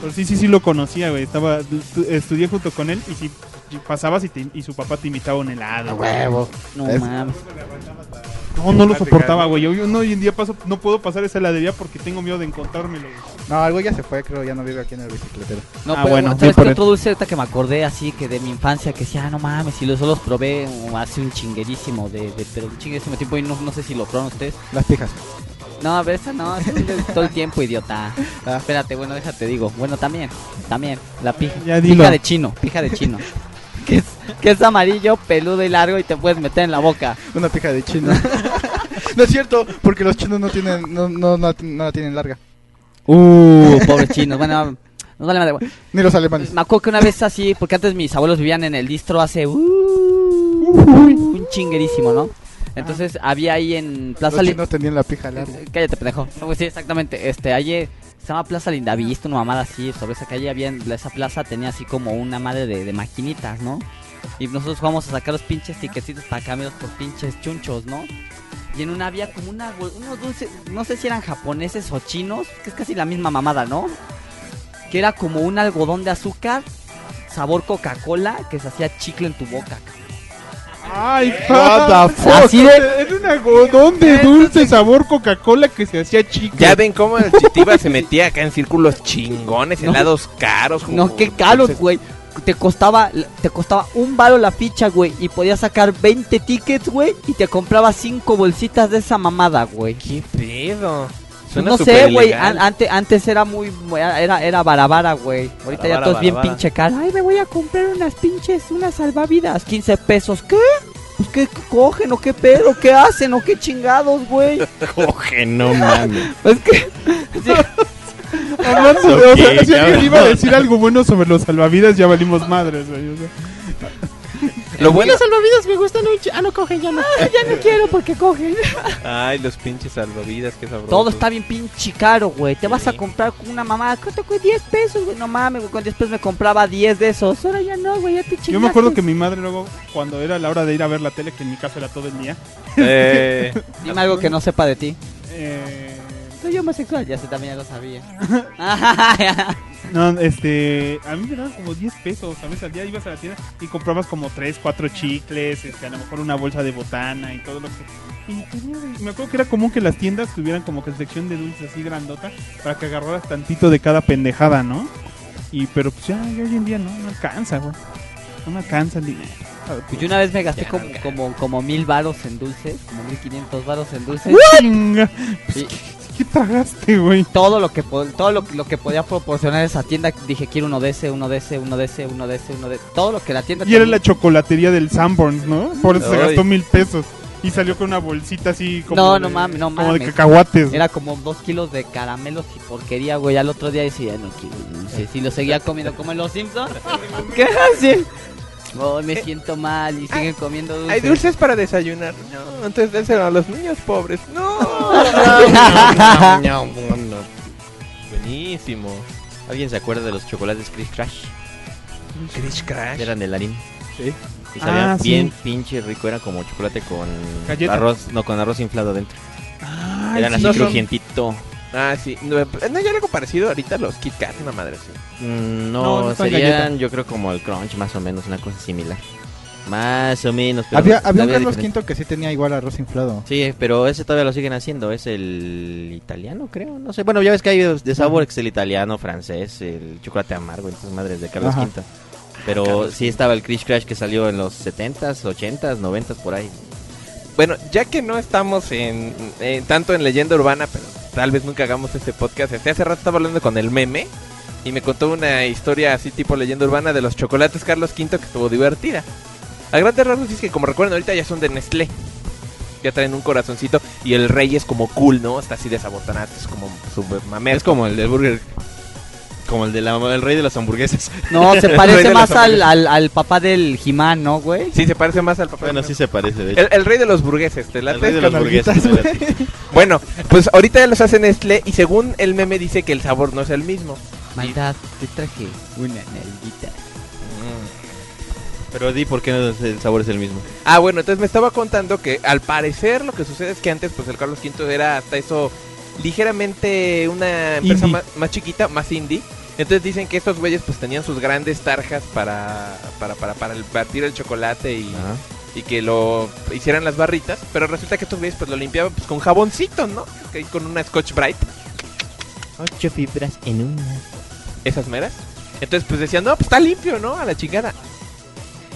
C: Pero sí, sí, sí lo conocía, güey. Estaba, tu- estudié junto con él y si pasabas y, te- y su papá te invitaba un helado.
F: Ah,
C: güey.
F: No
C: Ah,
E: Es-
F: mames.
C: No, no lo soportaba, güey. Yo, yo no, hoy en día paso, no puedo pasar esa heladería porque tengo miedo de encontrármelo. güey.
E: No, el güey ya se fue, creo, ya no vive aquí en el bicicletero.
F: No,
C: Ah,
F: pero
C: bueno, bien
F: ¿sabes
C: por
F: qué
C: él.
F: otro dulce ahorita que me acordé así que de mi infancia que decía, ah, no mames, y los los probé um, hace un chinguerísimo de, de- pero un chinguerísimo tiempo y no, no sé si lo probaron ustedes.
E: Las tijas.
F: No, a ver, esa no, esa es de todo el tiempo, idiota.
E: Ah.
F: Espérate, bueno, déjate digo. Bueno, también, también, la pija,
C: Ya dilo.
F: pija de chino, pija
C: *laughs*
F: de chino. que es que es amarillo, peludo y largo y te puedes meter en la boca.
E: Una pija de chino. *laughs* no es cierto, porque los chinos no tienen, no, no, no, no la tienen larga.
F: Uh, pobre chino. Bueno, no vale madre.
E: Ni los alemanes.
F: Me acuerdo que una vez así, porque antes mis abuelos vivían en el distro hace uh, un chinguerísimo, ¿no? Entonces había ahí en Plaza
E: Los
F: Linda.
E: chinos tenían la pija larga.
F: Cállate, pendejo. No, pues sí, exactamente. Este, allí se llama Plaza Lindavista, una mamada así. Sobre esa calle había, en esa plaza tenía así como una madre de, de maquinitas, ¿no? Y nosotros jugamos a sacar los pinches tiquecitos para cambiarlos por pinches chunchos, ¿no? Y en una había como una, bol- unos dulces, no sé si eran japoneses o chinos, que es casi la misma mamada, ¿no? Que era como un algodón de azúcar, sabor Coca-Cola, que se hacía chicle en tu boca, cabrón.
C: Ay, *laughs*
E: What the fuck?
F: Así de...
C: Era un algodón
F: *laughs*
C: de dulce sabor Coca-Cola que se hacía chica.
D: Ya ven cómo el Chitiba se metía acá en círculos chingones,
F: *laughs* No.
D: helados caros.
F: No,
D: jugo-
F: qué caros, güey. Te costaba, te costaba un baro la ficha, güey. Y podías sacar 20 tickets, güey. Y te compraba 5 bolsitas de esa mamada, güey.
D: ¿Qué pedo?
F: No sé, güey. an- ante- antes era muy. Era, era barabara, güey. Ahorita ya
D: Barabara,
F: todos bien
D: barabara.
F: pinche cara. Ay, me voy a comprar unas pinches, unas salvavidas. 15 pesos. ¿Qué? Pues, ¿Qué qué cogen o qué pedo? ¿Qué hacen o qué chingados, güey?
D: *laughs*
B: Coge, no mames.
F: Es que. sí.
C: Hablando de- o sea,
B: Ok,
C: si alguien
B: cabrón.
C: iba a decir algo bueno sobre los salvavidas, ya valimos madres, güey. o sea.
D: Lo bueno.
G: salvavidas me gustan mucho. Ah, no cogen, ya no. ya no quiero porque cogen.
D: Ay, los pinches salvavidas, qué sabroso.
F: Todo está bien pinche caro, güey. Te vas a
D: Sí.
F: comprar con una mamada. ¿Cuánto cuesta? 10 pesos, güey. No mames, güey. Con 10 pesos me compraba 10 de esos.
G: Ahora ya no, güey, ya te chingaste.
C: Yo me acuerdo que mi madre luego, cuando era la hora de ir a ver la tele, que en mi casa era todo el día,
F: *laughs*
D: Eh,
F: Dime algo que no sepa de ti.
C: eh,
G: Soy homosexual.
F: Ya sé, también ya lo sabía. *laughs*
C: no, este, a mí me daban como 10 pesos, a veces al día ibas a la tienda y comprabas como 3, 4 chicles, este, a lo mejor una bolsa de botana y todo lo que... Y tenía de- me acuerdo que era común que las tiendas tuvieran como que sección de dulces así grandota para que agarraras tantito de cada pendejada, ¿no? Y pero pues ya, ya hoy en día no, no alcanza, güey. No me alcanza el dinero.
F: Pues yo una vez me gasté
D: Ya,
F: como,
D: ya.
F: como, como mil varos en dulces, como 1500 varos en dulces.
C: ¡Chinga! Pues,
F: Y
C: ¿Qué tragaste, güey?
F: todo lo que po- todo lo, que- lo que podía proporcionar esa tienda, dije quiero uno de ese, uno de ese, uno de ese, uno de ese, uno de todo lo que la tienda
C: Y era
F: tenía.
C: la chocolatería del Sanborns, ¿no? Por eso se
D: Ay.
C: gastó mil pesos. Y salió con una bolsita así como
F: No,
C: de,
F: no mames, no
C: como de
E: *laughs*
F: mames.
C: cacahuates.
F: Era como dos kilos de caramelos y porquería, güey. Al otro día decía, no quiero dulces. Y lo seguía comiendo como en los Simpsons. *laughs* ¿Qué hacen? Oh, me siento mal y siguen comiendo dulces.
D: Hay dulces para desayunar. No, entonces déselo a los niños pobres.
F: *laughs*
D: No. Buenísimo.
B: ¿Alguien se acuerda de los chocolates Cris Crash?
D: Crash Crash.
B: Eran de Larín.
D: Sí.
B: Y sabían
C: Ah, sí.
B: bien pinche rico, era como chocolate con
C: Galleta.
B: arroz, no, con arroz inflado adentro.
C: Ay,
B: Eran así
D: no son-
B: crujientito.
D: Ah, sí. No, no, ya algo parecido ahorita a los Kit Kat, una madre así.
B: Mm,
C: No,
B: No,
C: no son
B: serían yo creo como el crunch más o menos, una cosa similar. Más o menos. pero
E: Había, había un
B: todavía
E: Carlos
B: diferente.
E: V que sí tenía igual arroz inflado.
B: Sí, pero ese todavía lo siguen haciendo, es el italiano creo, no sé. Bueno, ya ves que hay de de sabor, que es el italiano, francés, el chocolate amargo, entonces madres de Carlos
E: Ajá.
B: V. Pero sí estaba el Crash Crash que salió en los 70s, 80s, 90s, por ahí.
D: Bueno, ya que no estamos en, en- tanto en leyenda urbana, pero tal vez nunca hagamos este podcast. Este hace rato estaba hablando con el meme y me contó una historia así tipo leyenda urbana de los chocolates Carlos V que estuvo divertida. A grandes rasgos es que como recuerdan ahorita ya son de Nestlé. Ya traen un corazoncito y el rey es como cool, ¿no? Está así de sabotanate, es como super mamé.
B: Es como el del burger. Como el, de la, el rey de las hamburguesas.
F: No,
E: *laughs*
F: se
D: Rey
F: parece
D: de
F: más
D: las
F: al, al, al papá del Jimán, ¿no, güey?
D: Sí, se parece más al
B: *laughs*
D: papá.
B: Bueno, sí se parece, de hecho.
D: El, el rey de los burgueses, te late
B: El rey de los
D: con
B: burgueses. *laughs*
D: alguitas, güey? Bueno, pues ahorita ya los hacen Nestlé y según el meme dice que el sabor no es el mismo.
F: Maldad, te traje una nalguita.
B: Pero di por qué no es- el sabor es el mismo.
D: Ah, bueno, entonces me estaba contando que al parecer lo que sucede es que antes pues el Carlos V era hasta eso ligeramente una empresa
C: Indie.
D: más, más chiquita, más indie. Entonces dicen que estos güeyes pues tenían sus grandes tarjas para para, para, para el- partir el chocolate y, y que lo hicieran las barritas, pero resulta que estos güeyes pues lo limpiaban pues con jaboncito, ¿no? Que- Con una Scotch Brite.
B: Ocho fibras en una.
D: esas meras. Entonces, pues decían, no, pues está limpio, ¿no? A la chingada.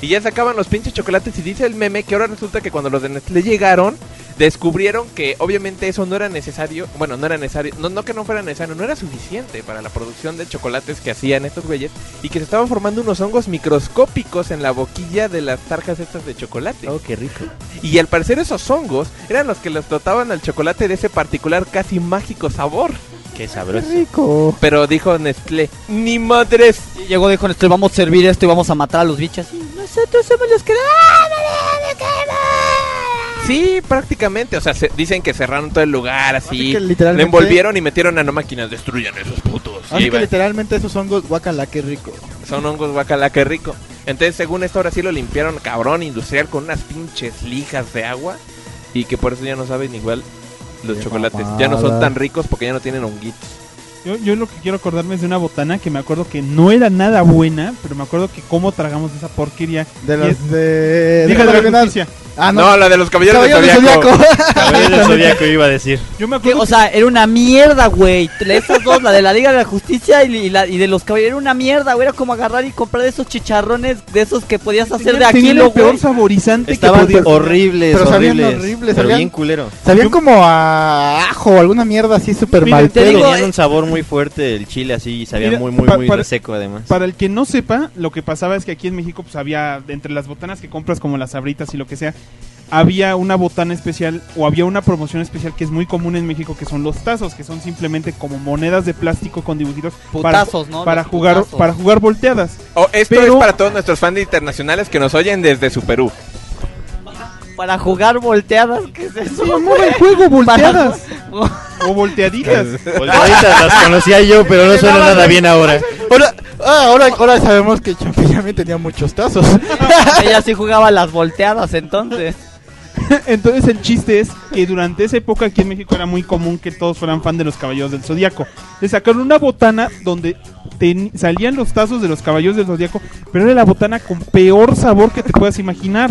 D: Y ya sacaban los pinches chocolates y dice el meme que ahora resulta que cuando los de Nestlé llegaron, descubrieron que obviamente eso no era necesario, bueno, no era necesario, no, no que no fuera necesario, no era suficiente para la producción de chocolates que hacían estos güeyes y que se estaban formando unos hongos microscópicos en la boquilla de las tarjas estas de chocolate.
B: Oh, qué rico.
D: Y al parecer esos hongos eran los que los dotaban al chocolate de ese particular casi mágico sabor.
B: Qué sabroso.
E: Rico.
D: Pero dijo Nestlé, ni madres.
F: Y llegó dijo, esto vamos a servir esto y vamos a matar a los bichos. Y nosotros somos los que...
B: ¡Ah,
D: Sí, prácticamente. O sea, se- dicen que cerraron todo el lugar
E: Así
D: así.
E: que
D: Le
E: literalmente.
D: envolvieron y metieron nanomáquinas. Destruyan esos putos.
E: Así
D: Y
E: que
D: iban.
E: literalmente esos hongos, guacala, qué rico.
D: Son hongos guacala, qué rico. Entonces, según esto, ahora sí lo limpiaron cabrón industrial con unas pinches lijas de agua. Y que por eso ya no saben igual los
E: Qué
D: chocolates. Ya no son
E: mamada.
D: tan ricos porque ya no tienen honguitos.
C: Yo, yo lo que quiero acordarme es de una botana que me acuerdo que no era nada buena, pero me acuerdo que cómo tragamos esa porquería.
E: De
C: Y
E: los
C: es-
E: de. de
C: Liga de la
E: Caballeros-
C: Justicia.
E: Ah,
D: no,
E: no.
D: la de los caballeros del
E: Caballeros del
D: Zodiaco.
E: Zodiaco.
B: Cabello zodiaco iba a decir.
C: Yo me
F: Que,
C: acuerdo
F: o sea, era una mierda, güey. La- Esas dos, la de la Liga de la Justicia y, y la, y de los caballeros, era una mierda, güey. Era como agarrar y comprar esos chicharrones de esos que podías
C: que
F: hacer de
C: tenía- tenía
F: aquí,
C: el
F: lo
C: peor
F: güey.
C: saborizante
B: Estaban
C: que podía.
B: horribles,
E: Pero sabían
B: horribles.
E: horribles,
B: pero
E: sabían-
B: bien culero.
E: Sabían como a ajo, alguna mierda así súper
C: Miren,
E: mal.
F: te digo,
B: Tenían
F: eh,
B: un sabor muy fuerte el chile así y sabía
C: Mira,
B: muy, muy,
C: pa-
B: muy
C: para-
B: seco además.
C: Para el que no sepa, lo que pasaba es que aquí en México pues había entre las botanas que compras como las sabritas y lo que sea, había una botana especial o había una promoción especial que es muy común en México, que son los tazos, que son simplemente como monedas de plástico con dibujitos para,
F: Putazos, ¿no?
C: para
F: Los
C: jugar
F: putazos.
C: para jugar volteadas.
F: *laughs*
D: Oh, esto
C: Pero-
D: es para todos nuestros fans internacionales que nos oyen desde su Perú.
F: Para jugar volteadas, ¿qué es eso?
C: el
F: *laughs*
C: juego volteadas o volteaditas.
B: Volteaditas las conocía yo, pero no suena nada bien ahora.
E: Ahora, ah, ahora, ahora sabemos que Champillame tenía
B: *laughs*
E: muchos tazos.
F: Ella sí jugaba las
D: *laughs*
F: volteadas entonces.
C: *laughs* Entonces el chiste es que durante esa época aquí en México era muy común que todos fueran fan de los Caballeros del Zodíaco. Le sacaron una botana donde ten- salían los tazos de los Caballeros del Zodíaco, pero era la botana con peor sabor que te puedas imaginar.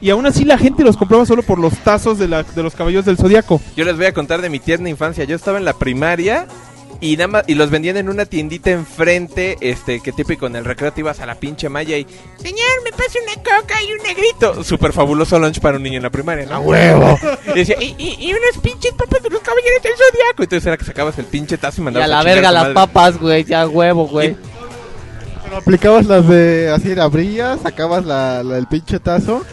C: Y aún así la gente los compraba solo por los tazos de, la- de los Caballeros del Zodíaco.
D: Yo les voy a contar de mi tierna infancia. Yo estaba en la primaria y nada más, y los vendían en una tiendita enfrente, este, que típico en el recreo te ibas a la pinche malla y señor, me pasa una coca y un negrito. Súper fabuloso lunch para un niño en la primaria, ¿no?
E: huevo!
D: Y decía, y, y- y unos pinches papas de los caballeros del zodiaco. Entonces era que sacabas el pinche tazo y
F: Y a
D: mandabas
F: la
D: chingar
F: verga
D: tu
F: las
D: madre.
F: papas, güey, ya huevo, güey.
E: Pero aplicabas las de así la abrías, sacabas la, la- el pinche tazo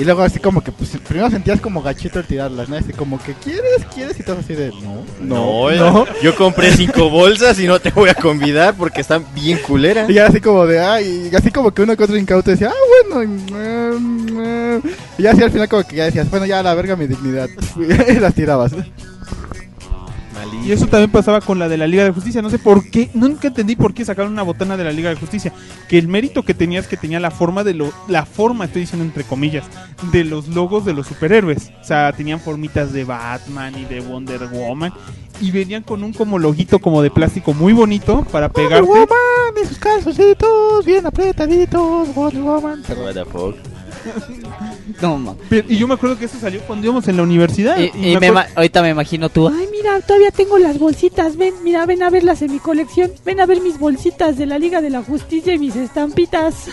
E: y luego así como que pues, primero sentías como gachito el tirarlas, ¿no? Así como que quieres, quieres y todo así de no, no,
B: eh,
E: no.
B: Yo compré cinco bolsas y no te voy a convidar porque están bien culeras.
E: Y ya así como de ay, y así como que uno que otro incauto decía, ah, bueno, mm, mm". y ya así al final como que ya decías, bueno, ya a la verga mi dignidad. y las tirabas.
C: Y eso también pasaba con la de la Liga de Justicia. No sé por qué, nunca entendí por qué sacaron una botana de la Liga de Justicia. Que el mérito que tenía es que tenía la forma de lo, la forma, estoy diciendo entre comillas, de los logos de los superhéroes. O sea, tenían formitas de Batman y de Wonder Woman. Y venían con un como loguito como de plástico muy bonito para pegarte.
E: Woman y sus calzoncitos bien apretaditos, Wonder Woman. Perdón.
F: No, ma-
C: Pero- Y yo me acuerdo que eso salió cuando íbamos en la universidad.
F: Y, y
C: me
F: me
C: acuerdo-
F: ma- ahorita me imagino tú.
G: Ay, mira, todavía tengo las bolsitas. Ven, mira, ven a verlas en mi colección. Ven a ver mis bolsitas de la Liga de la Justicia y mis estampitas.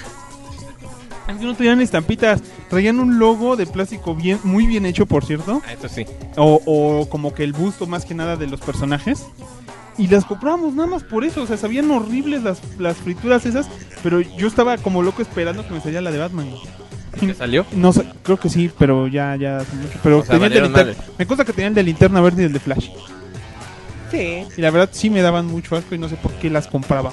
C: Ay, no tenían estampitas, traían un logo de plástico bien, muy bien hecho, por cierto.
D: Ah, eso sí.
C: o, o como que el busto más que nada de los personajes. Y las compramos nada más por eso, o sea, sabían horribles las, las frituras esas, pero yo estaba como loco esperando que me saliera la de Batman.
D: ¿Te salió?
C: No sé, creo que sí, pero ya, ya hace mucho. Pero
D: O sea,
C: tenía el de
D: valieron
C: linterna- Me consta que tenía el de linterna verde y el de Flash.
D: Sí.
C: Y la verdad sí me daban mucho asco y no sé por qué las compraba.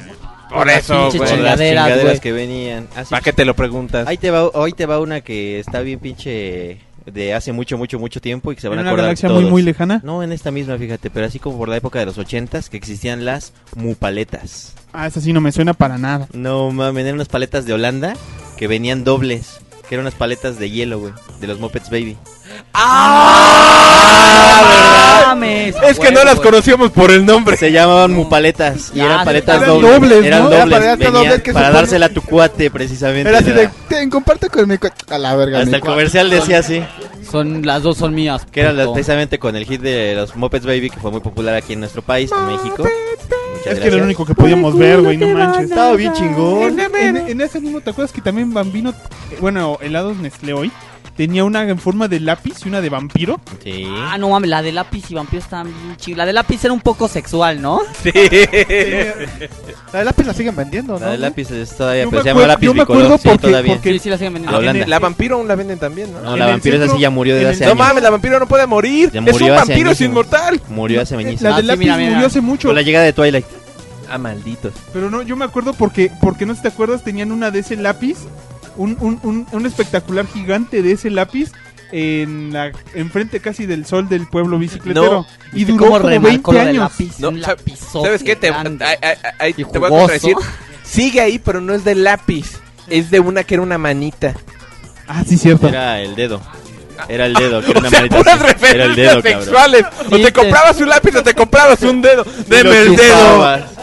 D: Por
F: Las
D: eso,
F: pinches
D: güey.
B: Por las
F: chingaderas,
B: chingaderas
F: güey.
B: que venían. Ah, sí.
D: ¿Para qué te lo preguntas?
B: Ahí te va, hoy te va una que está bien pinche de hace mucho, mucho, mucho tiempo y que se
C: En
B: van a
C: una
B: acordar
C: galaxia
B: todos.
C: muy, muy lejana.
B: No, en esta misma, fíjate, pero así como por la época de los ochentas que existían las mupaletas.
C: Ah, esa sí no me suena para nada.
B: No mames, eran unas paletas de Holanda que venían dobles. Que eran unas paletas de hielo, güey, de los Muppets Baby.
D: ¡Ah!
F: Mames,
D: Es que no las
F: huevo.
D: conocíamos por el nombre.
B: Se llamaban mupaletas y
F: Ah,
B: eran
F: sí,
B: paletas
E: eran
B: dobles.
E: dobles, ¿no?
B: Eran
E: Eran
B: dobles,
E: paletas
B: venían
E: dobles que
B: para
E: suponen-
B: dársela a tu cuate, precisamente.
E: Era así de,
B: era-
E: ten, comparte con mi cua- A la verga,
B: Hasta
E: mi
B: el
E: cua-
B: comercial decía así,
F: Son, las dos son mías.
B: que era la-
F: puto.
B: precisamente con el hit de los Muppets Baby que fue muy popular aquí en nuestro país, en México. Muchas
C: es que era
B: gracias.
C: lo único que podíamos ver, güey, no manches.
B: Estaba bien chingón.
C: En, en- en ese mismo, ¿te acuerdas que también Bambino, eh, bueno, helados Nestlé hoy, tenía una en forma de lápiz y una de vampiro?
B: Sí.
F: Ah, no mames, la de lápiz y vampiro estaban bien chidas. La de lápiz era un poco sexual, ¿no?
E: La de lápiz la siguen vendiendo, ¿no?
B: La de lápiz es todavía,
C: Yo
B: pero
C: me
B: se llama
C: acuer-
B: lápiz
C: yo me
B: bicolor,
C: acuerdo
B: sí,
C: porque-
B: todavía.
C: porque-
F: Sí, sí, la siguen vendiendo.
B: A Holanda.
D: La vampiro aún la venden también, ¿no?
B: No,
C: en
B: la
C: el
B: vampiro es
C: centro-
B: así, ya murió
C: en
B: desde
C: el
B: hace
D: No
B: años.
D: mames, la vampiro no puede morir.
B: este Ya
D: es un
B: murió hace
D: vampiro, es
B: añísimo.
D: inmortal.
B: Murió hace años.
C: La
F: Ah,
C: de
F: sí,
C: lápiz
F: mira, mira.
C: murió hace mucho,
B: Con la llegada de Twilight.
D: Ah, malditos.
C: pero no, yo me acuerdo porque, porque no sé si te acuerdas, tenían una de ese lápiz, un, un, un, un espectacular gigante de ese lápiz en la enfrente casi del sol del pueblo bicicletero.
D: No.
C: y
F: ¿Viste
C: duró
F: cómo
C: como 20
F: remarcó lo del
C: años.
F: lápiz?
D: No,
F: Un
D: sab-
F: lapizote
D: ¿Sabes qué? Te,
F: grande.
D: ay, ay, ay,
F: Y
D: te voy a contradecir.
F: jugoso.
D: Sigue ahí, pero no es de lápiz. Es de una que era una manita.
C: Ah, sí, cierto.
B: Era el dedo. Era el dedo. que era
D: Ah. *laughs* O
B: una
D: sea,
B: manita
D: puras
B: así. Era el
D: referencias
B: dedo, cabrón.
D: sexuales. O
F: Sí, te-
D: te comprabas un lápiz o te comprabas un dedo. Deme el dedo.
B: Chupabas.
D: Mm,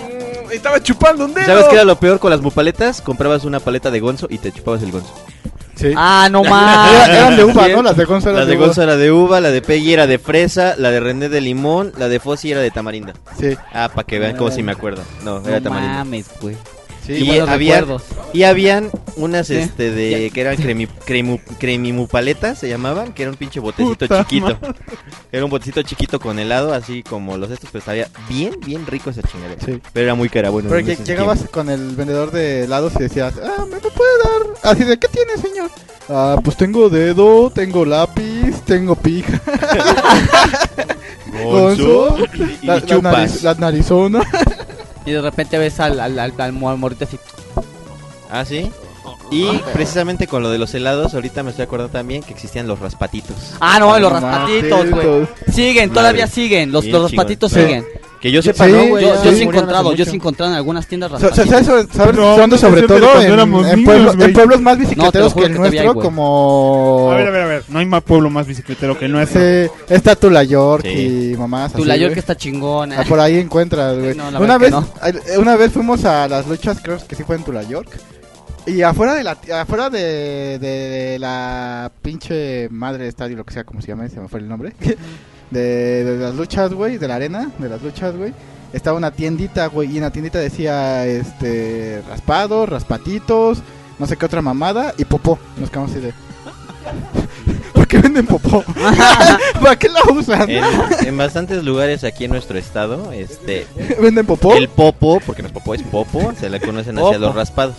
D: Estaba chupando un dedo.
B: ¿Sabes qué era lo peor con las mupaletas? Comprabas una paleta de gonzo y te chupabas el gonzo.
E: Sí.
F: Ah, no
E: Era- *laughs*
F: mames.
E: eran de uva, ¿no? Las de Gonzo eran
B: La de
E: uva.
B: gonzo era de uva, la de Peggy era de fresa, la de René de limón, la de Fossi era de tamarinda.
E: Sí,
D: Ah.
B: Ah, para que vean cómo si me acuerdo. No, era de
F: No
B: tamarinda.
F: mames, güey.
E: sí, Sí,
F: y
B: Y
F: buenos
B: había-
F: recuerdos.
B: Y habían unas
F: Sí.
B: este de que eran cremi, cremu- cremimupaletas, se llamaban, que era un pinche botecito
C: Puta
B: chiquito. Era un botecito chiquito con helado, así como los estos, pero sabía bien, bien rico esa chingadera.
E: Sí.
B: Pero era muy cara, bueno.
E: Pero
B: en
E: que
B: ese
E: llegabas
B: tiempo.
E: con el vendedor de helados y decías, ah, ¿me me puede dar? Así de, ¿qué tiene, señor? Ah, pues tengo dedo, tengo lápiz, tengo pija,
B: Gonzo,
E: gonzo,
B: y- y,
E: la, la
B: chupas.
E: nariz- la narizona. *laughs*
F: Y de repente ves al, al, al, al mo- al morrito así.
B: Ah, sí. Y precisamente con lo de los helados, ahorita me estoy acordando también que existían los raspatitos.
F: Ah, no, los
E: Ah,
F: raspatitos, güey.
E: ciertos.
F: Siguen,
B: Madre.
F: todavía siguen. Los,
B: Bien
F: los
B: chingón.
F: raspatitos
B: Claro.
F: siguen.
B: Que yo sepa,
E: Sí,
B: no, güey.
F: Yo,
E: ya,
F: yo
E: sí,
F: sí he
E: murieron hace
F: encontrado, yo
E: mucho.
F: sí he encontrado en algunas tiendas
E: So- so-
F: raspatitos.
E: ¿Sabes sobre, sabes
C: No,
E: dónde
C: pues, es
E: sobre
C: de
E: todo?
C: cuando
E: En,
C: éramos
E: en
C: niños,
E: pueblos, en
C: güey.
E: pueblos más
F: No, te lo
E: bicicleteros
F: juro
E: que el
F: que todavía hay,
E: nuestro,
F: güey.
E: como
C: A ver, a ver, a ver. No hay más pueblo más bicicletero que el nuestro.
E: ese- esta Tula York
B: Sí.
E: y mamás.
F: Tu
E: así,
F: layor
E: güey.
F: que está ¿eh? chingona.
E: Ah, por ahí encuentras, güey.
F: No, la
E: una
F: verdad que
E: vez,
F: no.
E: eh, una vez fuimos a las luchas, creo que sí fue en Tula York. Y afuera de la afuera de, de, de la pinche madre de estadio, lo que sea, como se llama, se me fue el nombre. *laughs* De, de las luchas, güey, de la arena, de las luchas, güey. Estaba una tiendita, güey, y en la tiendita decía, este, raspados, raspatitos, no sé qué otra mamada, y popó. Nos quedamos así de... *laughs* ¿Por qué venden
F: *laughs*
E: popó? *laughs* ¿Para qué la usan?
B: En, en bastantes lugares aquí en nuestro estado, este,
E: ¿Venden popó?
B: el popo, porque no es popo, es popo, se le conocen hacia
F: Popo.
B: los raspados.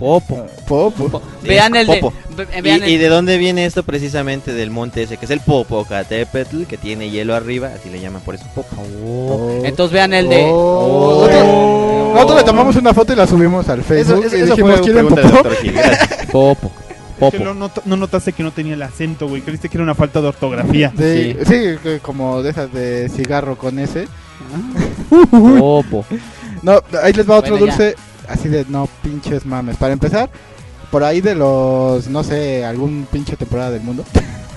F: Popo.
E: Popó.
B: Sí,
F: Vean el de.
B: popo.
F: ve-
B: ¿Y,
F: vean el-
B: y de dónde viene esto precisamente del monte ese? Que es el Popocatépetl, que tiene hielo arriba, así le llaman por eso Popo.
F: Oh. Entonces vean el de.
E: Oh. Nosotros, nosotros le tomamos una foto y la subimos al Facebook.
B: Eso- eso-
E: y
B: eso
E: dijimos,
B: fue
E: ¿quieren
B: pregunta del
E: popó?
B: doctor Gil, *laughs* gracias.
F: Popo.
C: Que no, not- no notaste que no tenía el acento, güey. Creíste que era una falta de ortografía.
F: *laughs*
E: Sí, sí, que como de esas de cigarro con ese.
F: Popo.
E: No, ahí les va otro
F: Bueno, ya.
E: dulce. Así de, no pinches mames. Para empezar, por ahí de los, no sé, algún pinche temporada del mundo. *laughs*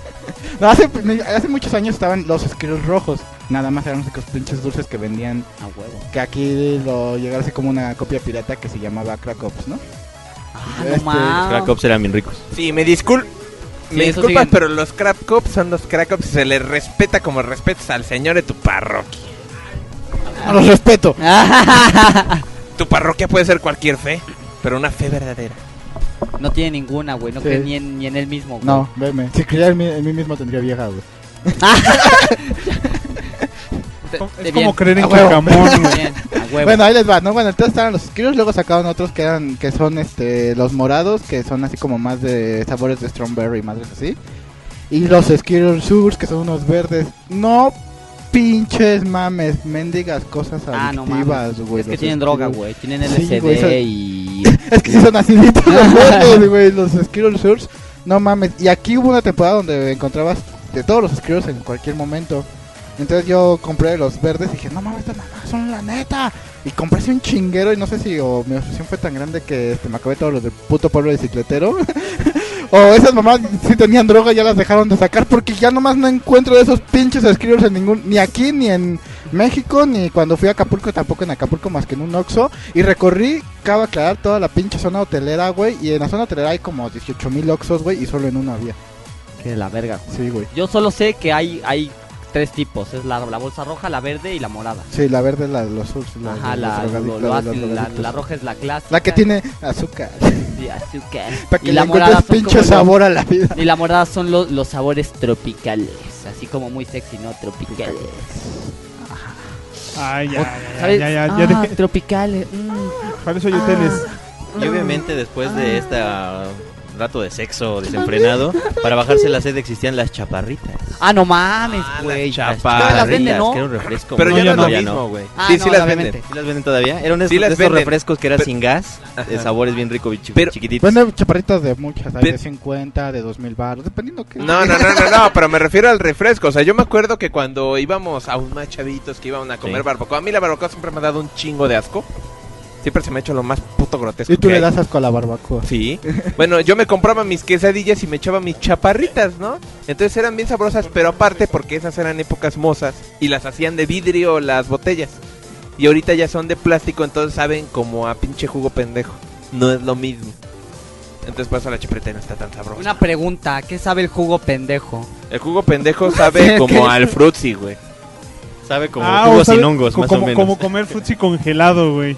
E: No, hace, hace muchos años estaban los esquiros rojos. Nada más eran los pinches dulces que vendían
F: A huevo.
E: que aquí lo llegara así como una copia pirata que se llamaba Crack Ops, ¿no?
F: Ah,
E: Este,
F: no mames.
B: Cracops eran bien ricos.
D: Sí, me discul...
F: Sí,
D: me
F: eso
D: disculpas,
F: siguen.
D: pero los crap cops son los crap cops y se les respeta como respetas al señor de tu parroquia.
F: Ah.
E: Los respeto.
D: Tu parroquia puede ser cualquier fe, pero una fe verdadera.
F: *laughs* No tiene ninguna, güey. No
E: Sí.
F: cree ni en, ni en él mismo, güey.
E: No, veme. Si creyera en mí, en mí mismo tendría vieja, güey.
F: Te-
C: Es
F: te
C: como
F: bien,
C: creer en
E: A huevo.
C: Chacamón, güey.
F: bien, a huevo.
E: Bueno, ahí les va, ¿no? Bueno, entonces estaban los Skittles, luego sacaron otros que eran, que son este, los morados, que son así como más de sabores de strawberry, madres así. Y los Skittles Sours, que son unos verdes. No pinches mames, mendigas cosas
F: Ah, no
E: adictivas, güey.
F: es que
E: los
F: tienen
E: Skittles.
F: droga, güey. Tienen
E: Sí,
F: LCD
E: güey, eso-
F: y. *laughs*
E: *laughs* Es que sí son aciditos los verdes, güey, los Skittles Sours. No mames. Y aquí hubo una temporada donde encontrabas de todos los Skittles en cualquier momento. Entonces yo compré los verdes y dije, no mames, estas mamadas son la neta. Y compré así un chinguero y no sé si o mi obsesión fue tan grande que este, me acabé todos los del puto pueblo bicicletero. *laughs* o esas mamás si tenían droga ya las dejaron de sacar porque ya nomás no encuentro de esos pinches Skittles en ningún, ni aquí ni en México, ni cuando fui a Acapulco, tampoco en Acapulco más que en un Oxxo. Y recorrí, cabe aclarar, toda la pinche zona hotelera, güey. Y en la zona hotelera hay como 18 mil Oxxos, güey, y solo en uno había.
F: Que la verga, güey.
E: Sí, güey.
F: Yo solo sé que hay, hay tres tipos: es la, la bolsa roja, la verde y la morada.
E: Sí, la verde es la de los sur, la, de
F: Ajá,
E: los
F: la,
E: drogadic- la de
F: lo- lo
E: los
F: ácida, la,
E: drogadictos.
F: la roja es la clásica.
E: La que tiene
F: *laughs*
E: azúcar.
F: Sí, azúcar.
E: Para que
F: y
E: le
F: la morada
E: encuentres
F: son
E: pinche
F: como los-
E: sabor a la vida.
F: Y la morada son los, los sabores tropicales. Así como muy sexy, ¿no? Tropicales.
C: Ay, ya, ya,
F: ¿Sabes?
C: ya, ya, ya,
F: ah,
C: dejé-
F: tropicales. mm.
C: Para eso hay hoteles.
B: Y obviamente después de este uh, rato de sexo desenfrenado, *laughs* para bajarse la sed existían las chaparritas.
F: Ah, no mames,
D: Ah,
F: güey.
D: las
F: Las chaparritas las venden, ¿no?
B: que era un refresco.
D: Pero
B: ¿no?
D: ya no,
B: No,
D: es
B: ya
D: lo
B: no.
D: mismo, güey.
F: Ah,
D: sí,
F: no,
D: sí las
F: la
D: venden.
F: venden.
B: ¿Sí las venden todavía? Eran esos,
D: Sí las
B: esos
D: venden.
B: refrescos que eran
D: Pero-
B: sin gas, de
D: Ajá.
B: sabores bien ricos, y
D: Pero-
B: chiquititos.
E: Venden chaparritas de muchas, hay
D: Pe-
E: de 50, de 2000 baros, dependiendo que.
D: No, no, no, no, no, pero me refiero al refresco. O sea, yo me acuerdo que cuando íbamos a un más chavitos que iban a comer
B: Sí.
D: barbacoa, a mí la barbacoa siempre me ha dado un chingo de asco. Siempre se me ha hecho lo más puto grotesco.
E: Y tú
D: que
E: le
D: hay.
E: das asco a la barbacoa. *laughs*
D: Sí. Bueno, yo me compraba mis quesadillas y me echaba mis chaparritas, ¿no? Entonces eran bien sabrosas, pero aparte porque esas eran épocas mozas y las hacían de vidrio las botellas. Y ahorita ya son de plástico, entonces saben como a pinche jugo pendejo. No es lo mismo. Entonces por eso la chaparrita no está tan sabrosa.
F: Una pregunta: ¿qué sabe el jugo pendejo?
D: El jugo pendejo
F: *laughs*
D: sabe como al frutzi, güey.
B: Sabe como
C: Ah, o
B: jugos
C: sabe-
B: sin hongos,
C: co-
B: más
C: como,
B: o menos.
C: como comer frutzi congelado, güey.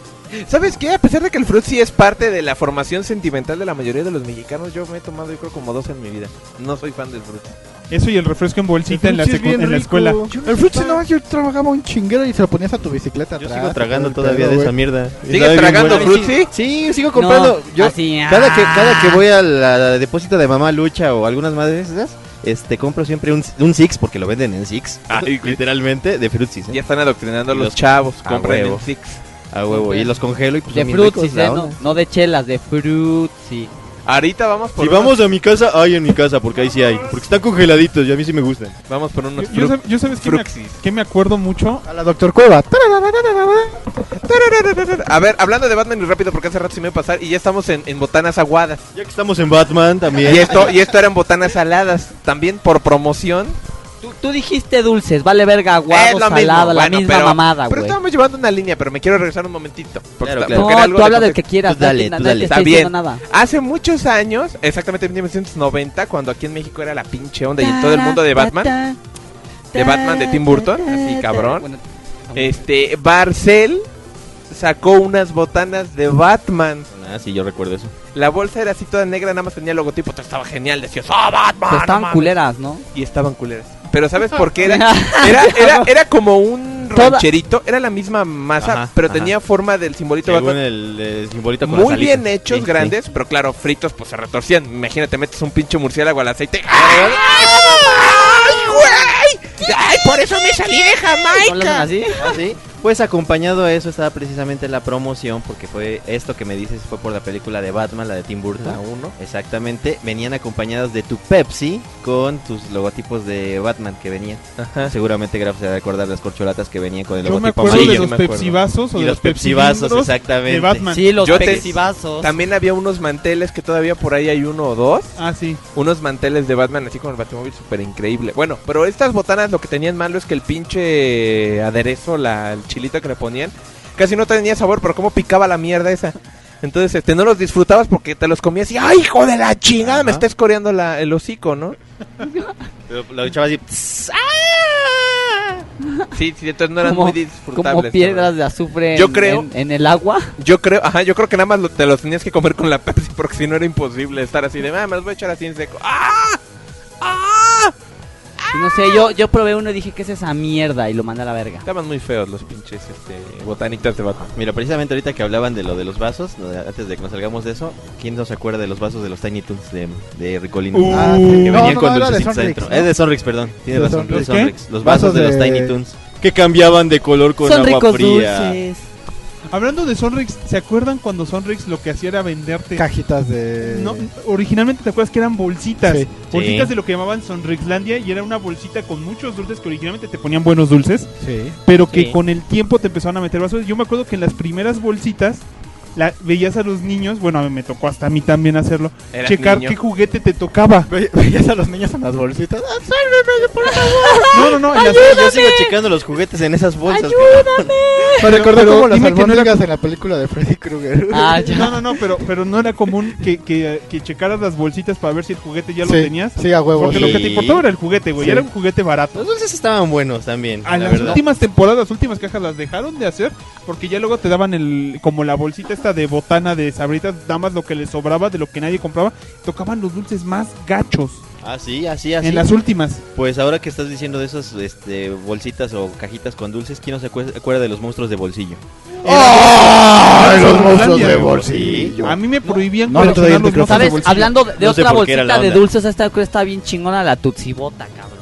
D: ¿Sabes qué? A pesar de que el Fruit sí es parte de la formación sentimental de la mayoría de los mexicanos, yo me he tomado, yo creo, como dos en mi vida. No soy fan del Fruit.
C: Eso y el refresco en bolsita *laughs* en la, secu- en la escuela.
E: El Fruitsy no, yo trabajaba un chinguero y se lo ponías a tu bicicleta
B: Yo
E: atrás.
B: sigo tragando
E: todo el
B: todavía
E: pedo,
B: de
E: güey.
B: esa mierda.
D: ¿Sigues
B: Sabe bien
D: tragando
B: bueno.
D: Fruit, sí?
B: Sí, sigo comprando.
F: No,
B: yo
F: así,
B: cada que
F: ah.
B: cada que voy a la, la depósito de mamá lucha o algunas madres esas, este compro siempre un, un six porque lo venden en six.
D: Ay, güey.
B: literalmente de frutis,
D: Ya están adoctrinando a los
B: Los-
D: chavos,
B: a
D: compren
B: huevo.
D: el Six.
B: a huevo y los congelo y pues
F: De
B: son bien
F: frutis,
B: ricos, la
F: ¿eh?
B: onda.
F: no, no de chelas, de frutis.
D: Ahorita vamos por
B: Si
D: unos-
B: vamos a mi casa, hay en mi casa, porque ahí sí hay. Porque están congeladitos y a mí sí me gustan.
D: vamos por unos
C: Yo, yo
D: Fruit-
C: sab- yo sabes que me,
D: Fruxis.
C: que me acuerdo mucho.
B: Ah,
E: A la Doctor Cueva.
D: A ver, hablando de Batman y rápido, porque hace rato se me iba a pasar y ya estamos en, en botanas aguadas.
B: Ya que estamos en Batman también.
D: Y esto, y esto eran botanas saladas. También por promoción.
F: Tú, tú dijiste dulces, vale verga,
D: Es
F: aguado,
D: lo mismo,
F: salado, la
D: bueno,
F: misma
D: pero-
F: mamada,
D: Pero
F: Ah, güey.
D: estábamos llevando una línea, pero me quiero regresar un momentito. Porque,
B: Claro,
D: está-
B: claro.
F: No,
D: porque era algo
F: tú
D: de Pues
F: habla del
D: contexto.
F: que quieras.
B: Tú dale,
F: nadie-
B: tú
F: nadie
B: dale.
F: te
D: Está
F: está diciendo
D: bien.
F: nada.
D: Hace muchos años, exactamente en 1990, cuando aquí en México era la pinche onda y en todo el mundo de Batman, de Batman de Tim Burton, así cabrón.
F: Bueno, pues
D: Este, Barcel sacó unas botanas de Batman.
B: Ah, sí, yo recuerdo eso.
D: La bolsa era así toda negra, nada más tenía el logotipo, todo estaba genial, decías, ¡ah, Batman!
F: pero
D: no
F: estaban
D: mames".
F: culeras, ¿no?
D: Y estaban culeras. Pero ¿sabes por qué
F: *laughs*
D: era? Era, era, era como un
F: Toda-
D: rancherito, era la misma masa,
B: Ajá,
D: pero
B: ajá.
D: tenía forma del simbolito
B: Según
D: Batman.
B: el, eh, simbolito con
D: Muy
B: las
D: bien
B: alitas.
D: hechos,
B: Sí,
D: grandes, pero claro, fritos pues se retorcían. Imagínate, metes un pinche murciélago al aceite. ¡Ay, güey! ¡Ay, por eso me salí de
F: ¿No lo hacen
D: Jamaica!
C: *laughs*
F: así?
B: sí. Ah, sí. Pues acompañado a eso estaba precisamente la promoción, porque fue esto que me dices, fue por la película de Batman, la de Tim Burton.
D: uno.
B: Exactamente, venían acompañados de tu Pepsi con tus logotipos de Batman que venían. Seguramente Graf se va a acordar las corcholatas que venían con el
C: Yo me
B: logotipo
C: acuerdo de
B: amarillo.
C: los
D: me acuerdo.
C: pepsivazos o
B: Y
C: de
B: los
C: los
B: pepsivazos,
C: pepsilindros
B: exactamente.
C: de Batman.
F: Sí, los
D: Yo te-
F: pepsivazos.
D: También había unos manteles que todavía por ahí hay uno o dos.
C: Ah, sí.
D: Unos manteles de Batman así con el Batimóvil súper increíble. Bueno, pero estas botanas lo que tenían malo es que el pinche aderezo, la, el chilito que le ponían, casi no tenía sabor, pero cómo picaba la mierda esa. Entonces, este, no los disfrutabas porque te los comías y ¡ay, hijo de la chingada! Me
B: Ajá.
D: está escoreando la- el hocico, ¿no?
B: Lo, lo echaba así. "Tss, ah".
D: Sí, sí, entonces no eran
F: Como-
D: muy
F: Como
D: disfrutables. ¿no?
F: piedras de azufre en-
D: Yo creo-
F: en, en el agua.
D: Yo creo, ajá, yo creo que nada más lo- te los tenías que comer con la *laughs* Pepsi porque si no era imposible estar así de, ah, me los voy a echar así en seco. ¡Ah! ¡Ah!
F: No sé, yo, yo probé uno y dije, ¿qué es esa mierda? Y lo mandé a la verga.
D: Estaban muy feos los pinches este, botanitas de Batman.
B: Mira, precisamente ahorita que hablaban de lo de los vasos, lo de- antes de que nos salgamos de eso, ¿quién no se acuerda de los vasos de los Tiny Toons de, de Ricolino?
C: Uh,
E: Ah,
B: que
E: sí.
B: venían
E: No, no,
B: con
E: no, era de
B: dulcecitos
E: Sonrix,
B: adentro.
E: ¿no?
B: Es de Sonrix, perdón. Tiene
E: ¿De
B: razón, de
C: Sonrix?
B: Sonrix. Los vasos
E: Vasos
B: de los
E: de-
B: Tiny Toons que cambiaban de color con
F: Son
B: agua
F: ricos
B: fría.
F: dulces.
C: Hablando de Sonrix, ¿se acuerdan cuando Sonrix lo que hacía era venderte?
E: Cajitas de.
C: No, originalmente te acuerdas que eran bolsitas.
E: Sí.
C: Bolsitas
B: Sí.
C: de lo que llamaban Sonrixlandia y era una bolsita con muchos dulces que originalmente te ponían buenos dulces,
E: Sí.
C: pero que
F: Sí.
C: con el tiempo te empezaron a meter vasos. Yo me acuerdo que en las primeras bolsitas la, veías a los niños, bueno, a mí me tocó hasta a mí también hacerlo,
D: Eras
C: checar
D: niño.
C: qué juguete te tocaba.
E: Ve- Veías a los niños en las bolsitas. Ah,
C: No, no, no, en las-
B: Yo sigo checando los juguetes en esas bolsas.
C: *laughs*
E: Me recordó
C: pero
E: como las
C: dime que no era-
E: albóndigas en la película de Freddy Krueger.
F: Ah, ya.
C: No, no, no, pero, pero no era común que, que, que checaras las bolsitas para ver si el juguete ya lo
E: Sí,
C: tenías.
E: Sí, a huevo.
C: Porque
E: sí.
C: lo que te importaba era el juguete, güey.
E: Sí.
C: Era un juguete barato.
B: Los dulces estaban buenos también,
C: A
E: Ah,
B: la
C: las
B: verdad.
C: últimas temporadas, las últimas cajas las dejaron de hacer porque ya luego te daban el como la bolsita esta de botana de sabritas, nada más lo que les sobraba de lo que nadie compraba, tocaban los dulces más gachos
B: Así, así,
E: ¿Ah,
B: así.
C: en las últimas.
B: ah, Pues ahora que estás diciendo de esas este, bolsitas o cajitas con dulces, ¿quién no se acue- acuerda de los monstruos de bolsillo?
E: ¡Ay, los monstruos
C: Sonrixlandia.
E: de bolsillo!
C: A mí me prohibían
E: no, no te doy el
C: coleccionar los mocos
E: micrófono.
C: de
F: ¿Sabes?
C: bolsillo.
F: Hablando de de
B: No sé
F: otra
B: por qué era la
F: bolsita de
B: onda.
F: dulces, esta creo está bien chingona la tutsibota, cabrón.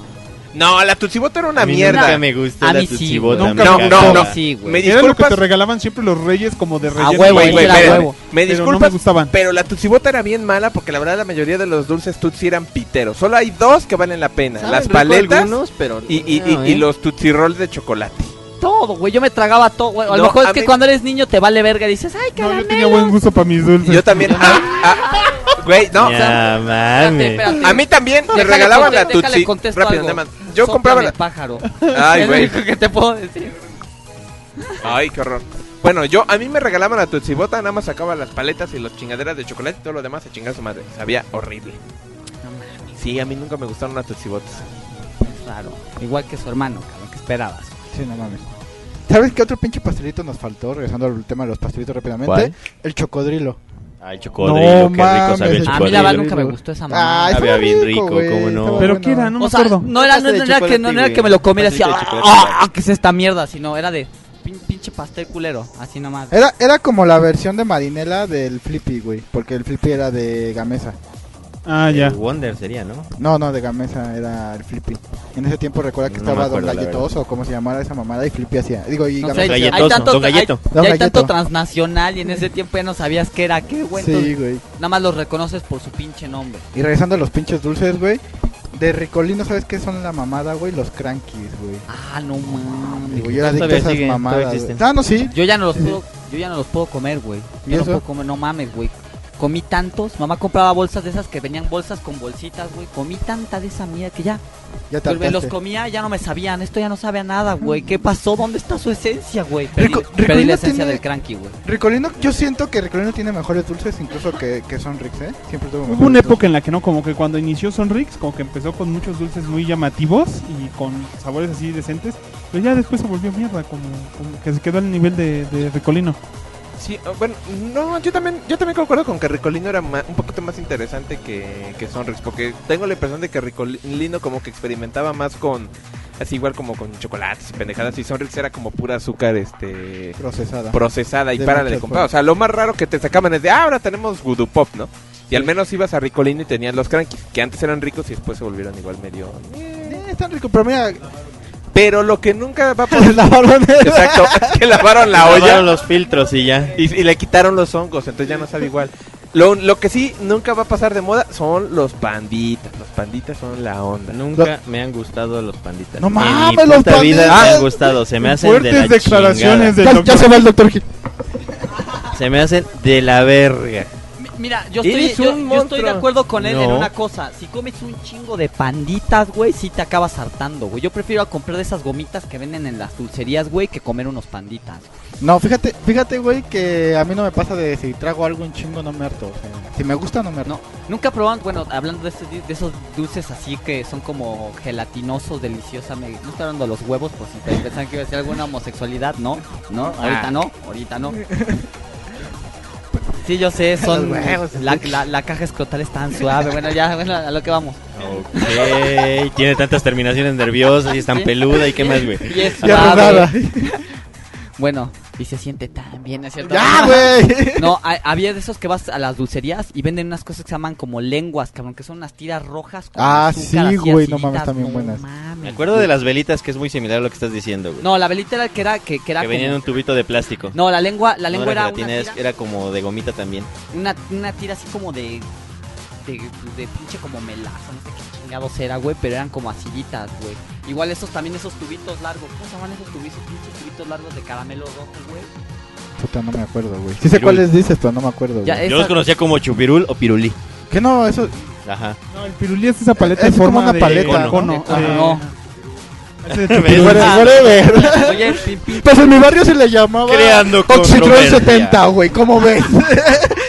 D: No, la Tutsibota era una
B: A mí
D: mierda.
B: Nunca me gustó
F: A
B: la
F: mí sí,
B: tutsibota,
C: güey.
B: me
D: Nunca-
B: cagaba.
D: No, no, no.
F: Sí,
D: Me
F: güey.
C: Era lo que te
D: disculpas.
C: regalaban siempre los reyes como de relleno.
F: huevo,
D: Güey, güey,
F: era
D: espérame.
F: huevo.
D: Me
C: Pero no
D: disculpas,
C: me gustaban.
D: pero la Tutsibota era bien mala porque la verdad la mayoría de los dulces Tutsi eran piteros. Solo hay dos que valen la pena.
B: Saben
D: Las
B: rico
D: paletas
B: algunos, pero
D: y, y,
B: no,
D: y- y
B: ¿eh?
D: los Tutsi Rolls de chocolate.
F: Todo, güey. Yo me tragaba todo, güey. A lo
D: No,
F: mejor
D: a
F: es que
D: mí-
F: cuando eres niño te vale verga y dices, ay,
C: No, yo
F: caramelo.
C: tenía buen gusto para mis dulces.
B: *laughs*
D: Yo también... ah, ah, Güey, no.
B: Ya,
F: Espérate,
B: mames.
F: espérate.
D: A mí también me
F: Déjale
D: regalaban la
F: conte- déjale
D: Tutsi.
F: contesto
D: Rápido,
F: algo.
D: nada más. Yo
F: Sóplame,
D: compraba la...
F: pájaro.
B: *laughs*
D: Ay,
F: es lo
D: güey.
F: único que te puedo decir.
D: Ay, qué horror. Bueno, yo a mí me regalaban la Tutsibota, nada más sacaba las paletas y las chingaderas de chocolate y todo lo demás a chingar su madre. Sabía horrible. Sí, a mí nunca me gustaron las Tutsibotas.
F: Es raro. Igual que su hermano, cabrón, que esperabas.
E: Sí, no mames. ¿Sabes qué otro pinche pastelito nos faltó? Regresando al tema de los pastelitos rápidamente.
B: ¿Cuál?
E: El chocodrilo.
B: Ah, el chocodrilo,
E: No
B: qué rico
E: mames,
B: sabía el
E: el-
F: A mí la verdad
B: chocodrilo.
F: nunca me gustó esa
E: Ah,
F: mamá.
E: estaba
B: Sabía bien rico,
E: güey,
B: cómo no.
E: estaba
C: ¿Pero
E: bueno.
C: qué era? No me
F: o sea,
C: acuerdo.
F: no era, no,
B: Pastel de
F: no era que,
B: chocolate,
F: no era
B: güey.
F: que me lo comiera así,
B: Pastelito de
F: ah,
B: chocolate.
F: ah, ah, que es esta mierda, sino era de pin- pinche pastel culero, así nomás.
B: Eh,
E: Era, era como la versión de Marinela del Flippy, güey. Porque el Flippy era de Gamesa.
C: Ah, ya.
B: El Wonder sería, ¿no?
E: No, no, de Gamesa era el Flippy. En ese tiempo recuerda que
B: No me
E: estaba
B: acuerdo, la
E: Don Galletos o como se llamara esa mamada y Flippy hacía. Digo, y
F: No sé,
E: Gamesa-
B: Galletoso,
F: hay tanto,
B: Don
F: hay-
B: Galleto.
E: Don
F: ya hay tanto
E: Galleto.
F: transnacional y en ese tiempo ya no sabías qué era qué, güey.
E: Sí,
F: entonces
E: güey.
F: Nada más los reconoces por su pinche nombre.
E: Y regresando a los pinches dulces, güey. De Ricolino, ¿sabes qué son la mamada, güey? Los crankies, güey.
F: Ah, no
E: Digo,
F: mames.
E: yo era adicto a
B: Todavía
E: esas
B: siguen, todavía
E: mamadas. güey.
B: existen.
E: Ah, no, sí.
F: Yo ya no los
E: Sí, sí.
F: puedo, yo ya no los puedo comer, güey.
E: ¿Y
F: Yo no
E: eso?
F: puedo comer, no mames, güey. Comí tantos, mamá compraba bolsas de esas que venían bolsas con bolsitas, güey. Comí tanta de esa mierda que ya
E: Ya te
F: pues, me los
E: hartaste.
F: comía y ya no me sabían. Esto ya no sabe a nada, güey. ¿Qué pasó? ¿Dónde está su esencia, güey? Perdí,
E: Rico-
F: perdí
E: Ricolino
F: la esencia
E: tiene-
F: del cranky, güey.
E: Ricolino, yo siento que Ricolino tiene mejores dulces incluso que, que son Rix, ¿eh? Siempre tuvo mejores
C: Hubo una
E: dulces.
C: época en la que no, como que cuando inició Sonrix, como que empezó con muchos dulces muy llamativos y con sabores así decentes, pero ya después se volvió mierda, como, como que se quedó al nivel de, de Ricolino.
D: Sí, ah, bueno, no, yo también, yo también concuerdo con que Ricolino era ma- un poquito más interesante que, que Sonrix, porque tengo la impresión de que Ricolino como que experimentaba más con, así igual como con chocolates y pendejadas, y Sonrix era como pura azúcar, este,
E: procesada.
D: procesada y
E: De
D: para de
E: muchas
D: comprar. O sea, lo más raro que te sacaban es de, ah, ahora tenemos Voodoo Pop, ¿no? Y al menos ibas a Ricolino y tenías los crankies, que antes eran ricos y después se volvieron igual medio...
E: Eh, están ricos, pero mira,
D: Pero lo que nunca va a poder... *laughs*
E: la balonera.
D: Exacto, es que lavaron la olla.
B: Lavaron los filtros y ya.
D: Y, y le quitaron los hongos, entonces ya no sabe igual. Lo, lo que sí nunca va a pasar de moda son los panditas. Los panditas son la onda.
B: Nunca me han gustado los panditas.
E: No
B: En
E: mames,
B: mi
E: los
B: puta vida me
E: panditas.
B: han gustado. Se me hacen de
C: Fuertes
B: la chingada.
C: declaraciones del
E: Ya,
C: doctor.
E: ya se va el doctor Gil.
B: Se me hacen de la verga.
F: Mi- Mira, yo estoy,
B: Eres
F: yo,
B: un
F: yo estoy de
B: monstruo.
F: acuerdo con él en
B: No.
F: una cosa. Si comes un chingo de panditas, güey, sí te acabas hartando, güey. Yo prefiero a comprar de esas gomitas que venden en las dulcerías, güey, que comer unos panditas.
E: No, fíjate, fíjate, güey, que a mí no me pasa de si trago algo un chingo no me harto. o sea, si me gusta no me harto.
F: No, nunca probaron, bueno, hablando de, estos di- de esos dulces así que son como gelatinosos, deliciosamente. No estoy hablando de los huevos, por si te pensaban que iba a decir alguna homosexualidad, ¿no? ¿No?
E: Ah.
F: Ahorita no, ahorita no. Sí, yo sé,
E: *laughs*
F: son.
E: Los huevos.
F: La, la- la caja escrotal es tan suave. Bueno, ya, bueno, a lo que vamos.
B: Ok. Tiene tantas terminaciones nerviosas y es tan
F: Sí.
B: peluda. ¿Y qué más,
F: *laughs*
B: güey?
F: Y es
E: Ya rodada.
F: suave. *laughs* Bueno, y se siente tan bien, ¿no es cierto?
E: Ya, güey.
F: *laughs* No, hay- había de esos que vas a las dulcerías y venden unas cosas que se llaman como lenguas, cabrón, que son unas tiras rojas. Con
E: Ah,
F: azúcar,
E: sí,
F: así
E: güey, no
F: aciditas.
E: mames, también
F: No
E: buenas.
F: mames,
B: Me acuerdo de las velitas que es muy similar a lo que estás diciendo, güey.
F: No, la velita era el que era que, que era
B: que venía en
F: como-
B: un tubito de plástico.
F: No, la lengua, la
B: No
F: lengua
B: era
F: era,
B: gelatina,
F: una,
B: es-
F: tira,
B: era como de gomita también.
F: una, una tira así como de, de de pinche como melaza, no sé qué chingados era, güey, pero eran como aciditas, güey. Igual esos también esos tubitos largos, ¿cómo se llaman esos tubitos, pinches tubitos largos de caramelo rojo, güey?
E: Puta, no me acuerdo, güey. Sí sé cuáles dices, pero no me acuerdo,
F: Ya,
E: güey.
F: Esa-
B: Yo los conocía como chupirul o pirulí.
E: Que no, eso...
B: Ajá.
C: No, el pirulí es esa paleta
E: Es
C: en forma
E: como una
C: de
E: paleta,
B: ¿no?
C: cono, Este,
F: Ah,
C: de-
F: no.
C: ese de tu-
E: Whatever, *laughs*
F: Ah,
B: *laughs*
E: whatever.
F: Oye, pin- pin-
E: Pues en mi barrio se le llamaba...
B: Creando
E: Oxitron
B: controversia.
E: 70, güey, ¿cómo ves?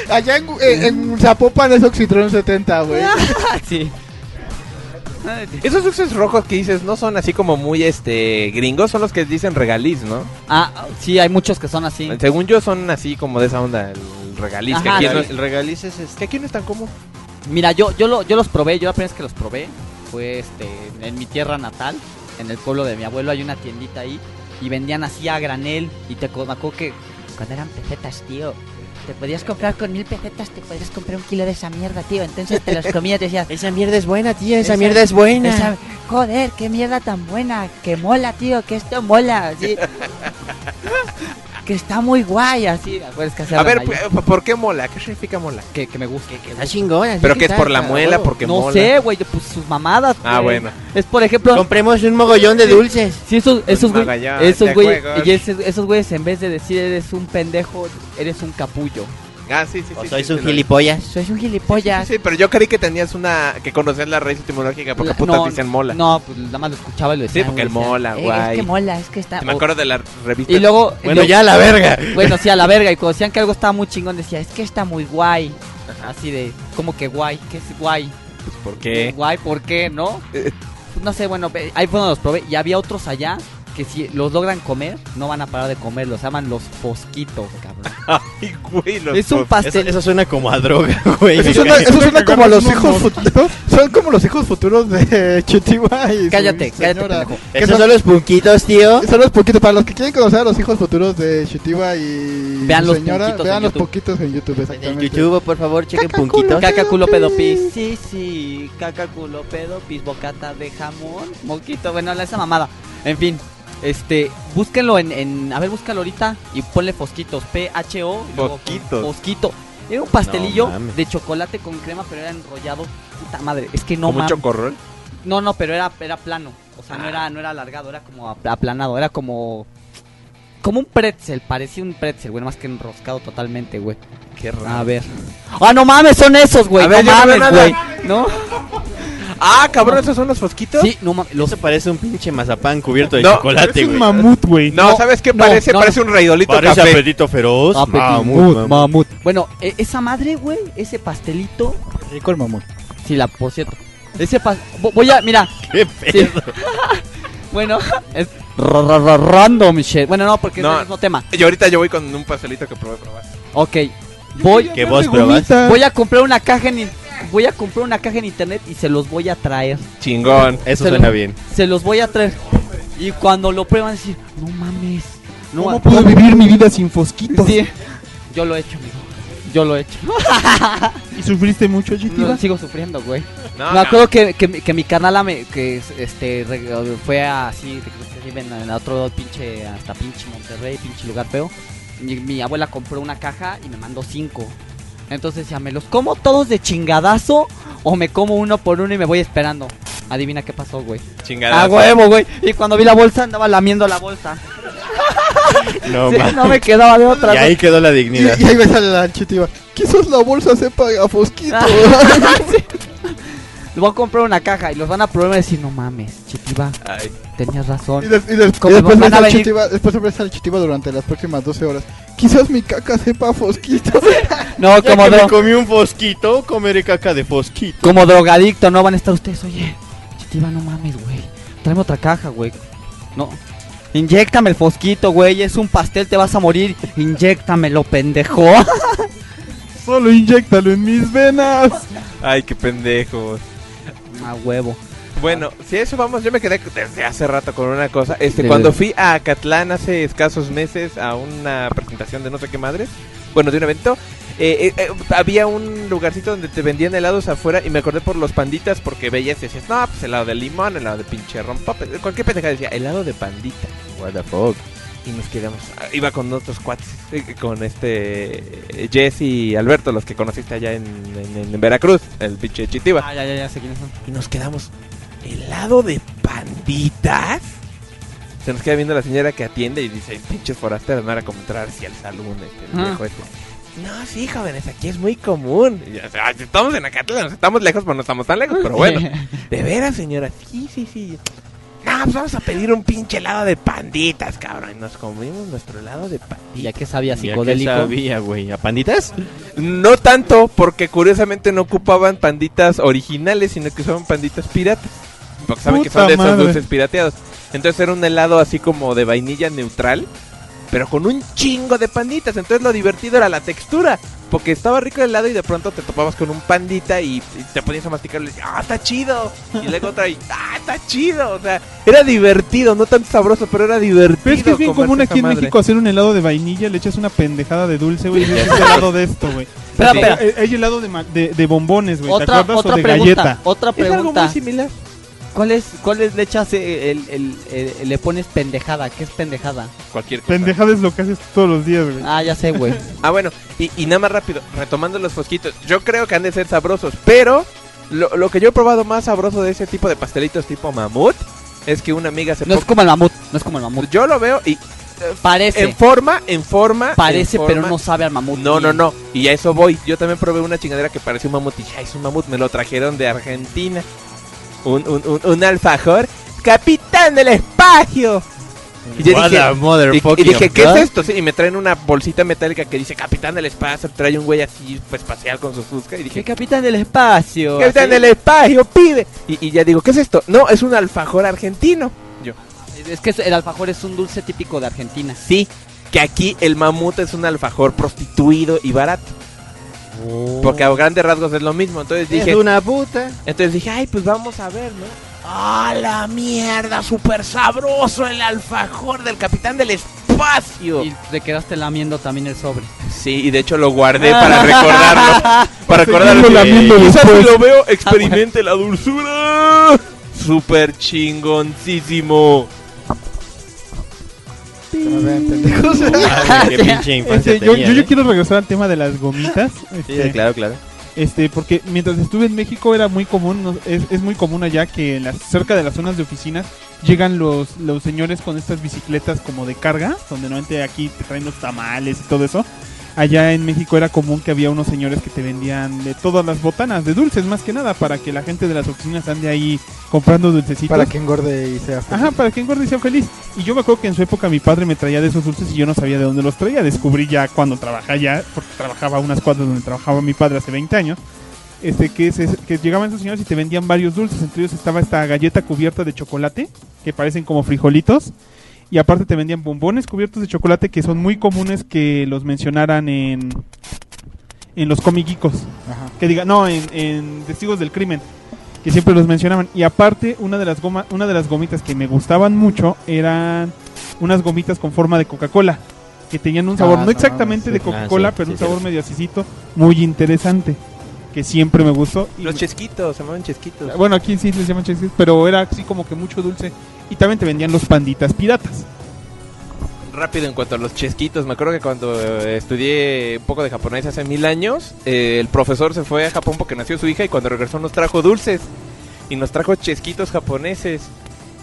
E: Allá en, en- ah, eh, en Zapopan es Oxitron 70,
F: *laughs*
E: güey.
F: sí.
D: Esos dulces rojos que dices no son así como muy este gringos, son los que dicen regaliz, ¿no?
F: Ah, sí, hay muchos que son así.
D: Según yo son así como de esa onda, el regaliz. que,
F: Ajá,
D: aquí
F: sí.
D: no,
B: El regaliz es este.
D: que aquí no es tan común.
F: Mira, yo, yo, lo, yo los probé, yo la primera vez que los probé fue este, en mi tierra natal, en el pueblo de mi abuelo, hay una tiendita ahí y vendían así a granel y te co- me acuerdo que cuando eran pesetas, tío, te podías comprar con mil pesetas, te podías comprar un kilo de esa mierda, tío, entonces te los comías y decías,
H: Esa mierda es buena, tía, esa,
F: Esa-
H: mierda es buena.
F: esa- joder, qué mierda tan buena, que mola, tío, que esto mola, así. que está muy guay, así, acuerdas que hacía
D: A
F: la
D: ver,
F: mayor-
D: pu- ¿por qué mola? ¿Qué significa mola?
F: que, que me gusta. que me
H: Está
F: gusta.
H: chingona. sí
D: Pero que es
H: está,
D: por la
H: está
D: muela,
H: huevo.
D: porque
F: no
D: mola.
F: sé, güey, pues sus mamadas.
D: Ah,
F: güey.
D: bueno.
F: Es por ejemplo,
H: Compremos un mogollón de dulces.
F: Si esos, esos, güey-
D: Magallón,
F: esos,
D: pues, de
F: güey-
D: juegos.
F: y esos, esos güeyes en vez de decir eres un pendejo, eres un capullo.
D: Ah, sí, sí,
B: O
D: sí.
B: sois
D: sí,
B: un
D: sí, lo-
B: gilipollas.
F: Soy un gilipollas.
D: Sí, pero yo creí que tenías una que conocías la raíz etimológica porque
F: La-
D: putas
F: no,
D: dicen mola.
F: No, pues nada más lo escuchaba y lo decía.
D: Sí, porque
F: güey,
D: el
F: decía,
D: mola,
F: "Eh,
D: guay. *laughs*
F: Es que mola, es que está.
D: Me
F: o-
D: acuerdo de la revista.
F: Y luego.
B: Bueno,
F: y
B: ya a
F: *laughs*
B: la verga.
F: luego- Bueno, sí, a la verga. Y cuando decían que algo estaba muy chingón, decía, es que está muy guay. Así de, como que guay, que es guay.
D: ¿Por qué?
F: Guay, ¿por qué? ¿No?
D: Eh.
F: Pues No sé, bueno, ve- ahí fue donde los probé. Y había otros allá que si los logran comer, no van a parar de comer. Los llaman los posquitos, cabrón.
D: Ay, güey, los
F: es
D: pos-
F: un
B: Eso,
F: pastel.
B: eso suena como a droga, *laughs* güey.
E: Eso suena, eso suena como los
C: Unos
E: hijos futuros. Son como los hijos futuros de *laughs* Chutiba y. su
F: Cállate, cállate,
E: señora.
F: pendejo.
E: Que
B: Esos
E: son-
B: son los punquitos, tío.
E: Son los poquitos, para los que quieren conocer a los hijos futuros de Chutiba y
F: Vean
E: su
F: los
E: señora,
F: punquitos
E: vean
F: en
E: los
F: YouTube.
E: poquitos en YouTube,
B: En el
E: exactamente.
B: YouTube, por favor, chequen
E: Caca, culo,
B: punquitos.
E: caca.
F: Caca culo
E: pedo,
F: pedo
E: pis.
F: pis. Sí, sí. Caca culo pedo pis, bocata de jamón, moquito. Bueno, la- esa mamada. En fin, este, búsquenlo en, en a ver, búscalo ahorita y ponle posquitos, P H O, y luego
D: Posquitos.
F: Posquito. Era un pastelillo
B: No mames.
F: de chocolate con crema, pero era enrollado. Puta madre, es que no
D: como
F: mames.
D: chocorrol.
F: No, no, pero era era plano. O sea, no era no era alargado, era como apl- aplanado, era como como un pretzel, parecía un pretzel, güey, más que enroscado totalmente, güey.
D: Qué
F: A ver. ¡Ah, no mames! Son esos, güey.
D: A
F: No
D: ver, yo no veo
F: mames,
D: nada.
F: güey. No.
D: Ah, cabrón, esos son los fosquitos.
F: Sí, no mames. Los...
B: Eso parece un pinche mazapán cubierto de
D: No,
B: chocolate,
C: Es un
B: güey.
C: mamut, güey.
D: No,
F: No,
D: ¿sabes qué
F: no,
D: parece?
F: no,
D: parece un raidolito
B: Parece
D: café.
B: apetito feroz.
C: Ah,
F: Apetito.
B: Mamut, mamut.
F: Ah, Bueno, e- esa madre, güey, ese pastelito.
E: Rico el mamut.
F: Sí, la, por cierto. Ese pas... vo- Voy a, mira.
B: Qué pedo.
F: Bueno, *laughs* es ra- ra- ra- random shit. Bueno, no, porque
D: No.
F: es el mismo tema.
D: Y ahorita yo voy con un pastelito que probé probar.
F: Ok. Voy,
B: Que vos probás.
F: voy a comprar una caja en... in- Voy a comprar una caja en internet y se los voy a traer.
D: Chingón.
B: Eso
F: Se lo-
B: suena bien.
F: Se los voy a traer. Y cuando lo prueban, decir, no mames. No,
C: ¿Cómo puedo vivir mi vida sin fosquitos?
F: Pues Sí. Yo lo he hecho, amigo. Yo lo he hecho.
C: ¿Y sufriste mucho,
F: No,
C: Chitiba?
F: sigo sufriendo, güey.
D: No,
F: pues me
D: no.
F: acuerdo que, que, mi- que mi carnala me, que es- este re- fue así, de que ustedes viven en otro pinche, hasta pinche Monterrey, pinche lugar feo. Mi, mi abuela compró una caja y me mandó cinco. Entonces ya me los como todos de chingadazo o me como uno por uno y me voy esperando. Adivina qué pasó, güey.
D: Chingadazo.
F: A huevo, güey. Y cuando vi la bolsa andaba lamiendo la bolsa.
B: No,
F: Sí,
B: mames.
F: no me quedaba de otra.
B: Y ahí quedó la
E: Y,
B: *laughs* dignidad.
E: y ahí ves al, al Chutiba. Quizás la bolsa sepa a
F: *laughs*
E: Fosquito.
F: Le Ah, voy a comprar una caja y los van a probar y decir, no mames, Chitiba,
D: Ay,
F: tenías
E: y,
F: razón.
E: des- y des-
F: Como
E: y después,
F: van
E: ves
F: a
E: al
F: venir-
E: Chutiba, después ves al Chutiba durante las próximas 12 horas. Quizás mi caca sepa a Fosquito.
F: No,
B: Ya
F: como,
B: que me
F: dro-
B: comí un fosquito, comeré caca de fosquito.
F: como drogadicto, no van a estar ustedes, oye, Chitiba, no mames, güey. Tráeme otra caja, güey. No. Inyéctame el fosquito, güey. Es un pastel, te vas a morir. Inyéctamelo, pendejo.
C: Solo inyectalo en mis venas.
D: ay, qué pendejos.
F: A huevo.
D: Bueno,
B: Ah.
D: si a eso vamos, yo me quedé desde hace rato con una cosa. Este,
F: Del-
D: cuando fui a Acatlán hace escasos meses a una presentación de no sé qué madres, bueno, de un evento, eh, eh, eh, había un lugarcito donde te vendían helados afuera y me acordé por los panditas porque veías y decías, no, pues helado de limón, helado de pinche rompa, cualquier pendeja decía, helado de pandita.
B: What the fuck.
D: Y nos quedamos, ah, iba con otros cuates, eh, con este eh, Jess y Alberto, los que conociste allá en, en- en Veracruz, el pinche Chitiba.
F: Ah, ya, ya, ya sé quiénes son.
D: Y nos quedamos, ¿helado de panditas? Se nos queda viendo la señora que atiende y dice, pinches forasteros, no era como entrar si al salón este el
F: Ah.
D: viejo este. No, sí, jóvenes, aquí es muy común. Y ya, "Ay, estamos en Acatlán, estamos lejos, pero no estamos tan lejos, pero bueno. De veras, señora, sí, sí, sí. No, pues vamos a pedir un pinche helado de panditas, cabrón. Y nos comimos nuestro helado de
F: *laughs* Y
D: panditas.
F: ya que sabía
B: ¿Qué
F: psicodélico.
B: sabía, güey? ¿A panditas?
D: No tanto, porque curiosamente no ocupaban panditas originales, sino que usaban panditas piratas. Porque saben que
C: Puta
D: son de esos
C: madre.
D: dulces pirateados. Entonces era un helado así como de vainilla neutral, pero con un chingo de panditas. Entonces lo divertido era la textura. Porque estaba rico el helado y de pronto te topabas con un pandita y, y te ponías a masticarlo y decías, ¡ah, está chido! Y luego otra y ¡ah, está chido! O sea, era divertido, no tan sabroso, pero era divertido.
C: Pero es que es bien
D: comerse
C: común
D: esa
C: aquí en
D: madre.
C: México hacer un helado de vainilla, le echas una pendejada de dulce, güey, y dices, "Es helado de esto, güey.
F: Espera,
D: Sí.
F: espera.
C: Eh, Hay helado de, ma- de, de bombones, güey, ¿te
F: Otra,
C: acuerdas?
F: otra
C: o de
F: pregunta.
C: galleta.
F: Otra
D: Es algo
F: pregunta.
D: muy similar.
F: ¿Cuál es, cuál es le echas eh, el, el- el- le pones pendejada? ¿Qué es pendejada?
D: Cualquier cosa.
C: Pendejada es lo que haces todos los días, güey.
F: Ah, ya sé, güey.
D: Ah, bueno, y, y nada más rápido, retomando los fosquitos, yo creo que han de ser sabrosos, pero lo, lo que yo he probado más sabroso de ese tipo de pastelitos tipo mamut es que una amiga se
F: No es como el mamut, no es como el mamut.
D: Yo lo veo y
F: Parece,
D: en forma, en forma. en
F: parece, pero
D: forma-
F: no sabe al mamut.
D: No, no,
F: bien.
D: no. Y a eso voy. Yo también probé una chingadera que parecía un mamut y dije, "Ay, es un mamut. Me lo trajeron de Argentina. Un, un, un, un alfajor. Capitán del espacio. Y yo
B: What
D: dije,
B: a
D: y,
B: motherfucking
D: y dije, ¿qué es
B: fuck?
D: esto? Sí, y me traen una bolsita metálica que dice Capitán del Espacio. Trae un güey así, pues, espacial con su fusca. Y
F: Que
D: dije,
F: capitán del espacio.
D: Capitán
F: así.
D: del Espacio, pibe. Y, y ya digo, ¿qué es esto? No, es un alfajor argentino. Yo,
F: Es Es que es- el alfajor es un dulce típico de Argentina.
D: Sí, que aquí el mamut es un alfajor prostituido y barato. Porque a grandes rasgos Oh. es lo mismo. Entonces dije,
B: Es una puta.
D: entonces dije, ay, pues vamos a ver, ¿no? ¡Ah, la mierda! ¡Súper sabroso el alfajor del capitán del espacio!
F: Y te quedaste lamiendo también el sobre.
D: Sí, y de hecho lo *laughs* guardé para
F: *laughs*
D: recordarlo. Ah, Para recordarlo.
B: *laughs*
C: seguirlo lamiendo
D: Quizás
C: después.
D: si lo veo, experimente la dulzura. Súper chingoncísimo.
C: *laughs*
E: Que nos vean pendejos.
B: Ah, Qué pinche infancia
C: Este, yo,
B: tenía,
C: yo- yo
B: ¿eh?
C: quiero regresar al tema de las gomitas.
B: Sí,
C: este,
B: claro, claro.
C: este, porque mientras estuve en México era muy común, no- es, es muy común allá que en las, cerca de las zonas de oficinas llegan los, los señores con estas bicicletas como de carga, donde normalmente aquí te traen los tamales y todo eso. Allá en México era común que había unos señores que te vendían de todas las botanas, de dulces más que nada, para que la gente de las oficinas ande ahí comprando dulcecitos.
E: Para que engorde y sea feliz.
C: Ajá, para que engorde y sea feliz. Y yo me acuerdo que en su época mi padre me traía de esos dulces y yo no sabía de dónde los traía. Descubrí ya cuando trabajaba ya, porque trabajaba a unas cuadras donde trabajaba mi padre hace 20 años. Este, que, se- que llegaban esos señores y te vendían varios dulces. Entre ellos estaba esta galleta cubierta de chocolate, que parecen como frijolitos. Y aparte te vendían bombones cubiertos de chocolate que son muy comunes que los mencionaran en, en los comiquicos
E: Ajá.
C: que diga no en, en testigos del crimen que siempre los mencionaban y aparte una de las goma una de las gomitas que me gustaban mucho eran unas gomitas con forma de Coca-Cola que tenían un sabor
E: Ah,
C: no
E: no,
C: exactamente
E: sí.
C: de Coca-Cola
B: Ah, sí,
C: pero
B: sí,
C: un
B: sí.
C: sabor medio acicito muy interesante que siempre me gustó y
D: Los
C: me-
D: chesquitos, se llaman chesquitos.
C: bueno aquí sí les llaman cheesecake pero era así como que mucho dulce y también te vendían los panditas piratas
D: Rápido en cuanto a los chesquitos, me acuerdo que cuando eh, estudié un poco de japonés hace mil años, eh, el profesor se fue a Japón porque nació su hija y cuando regresó nos trajo dulces y nos trajo chesquitos japoneses.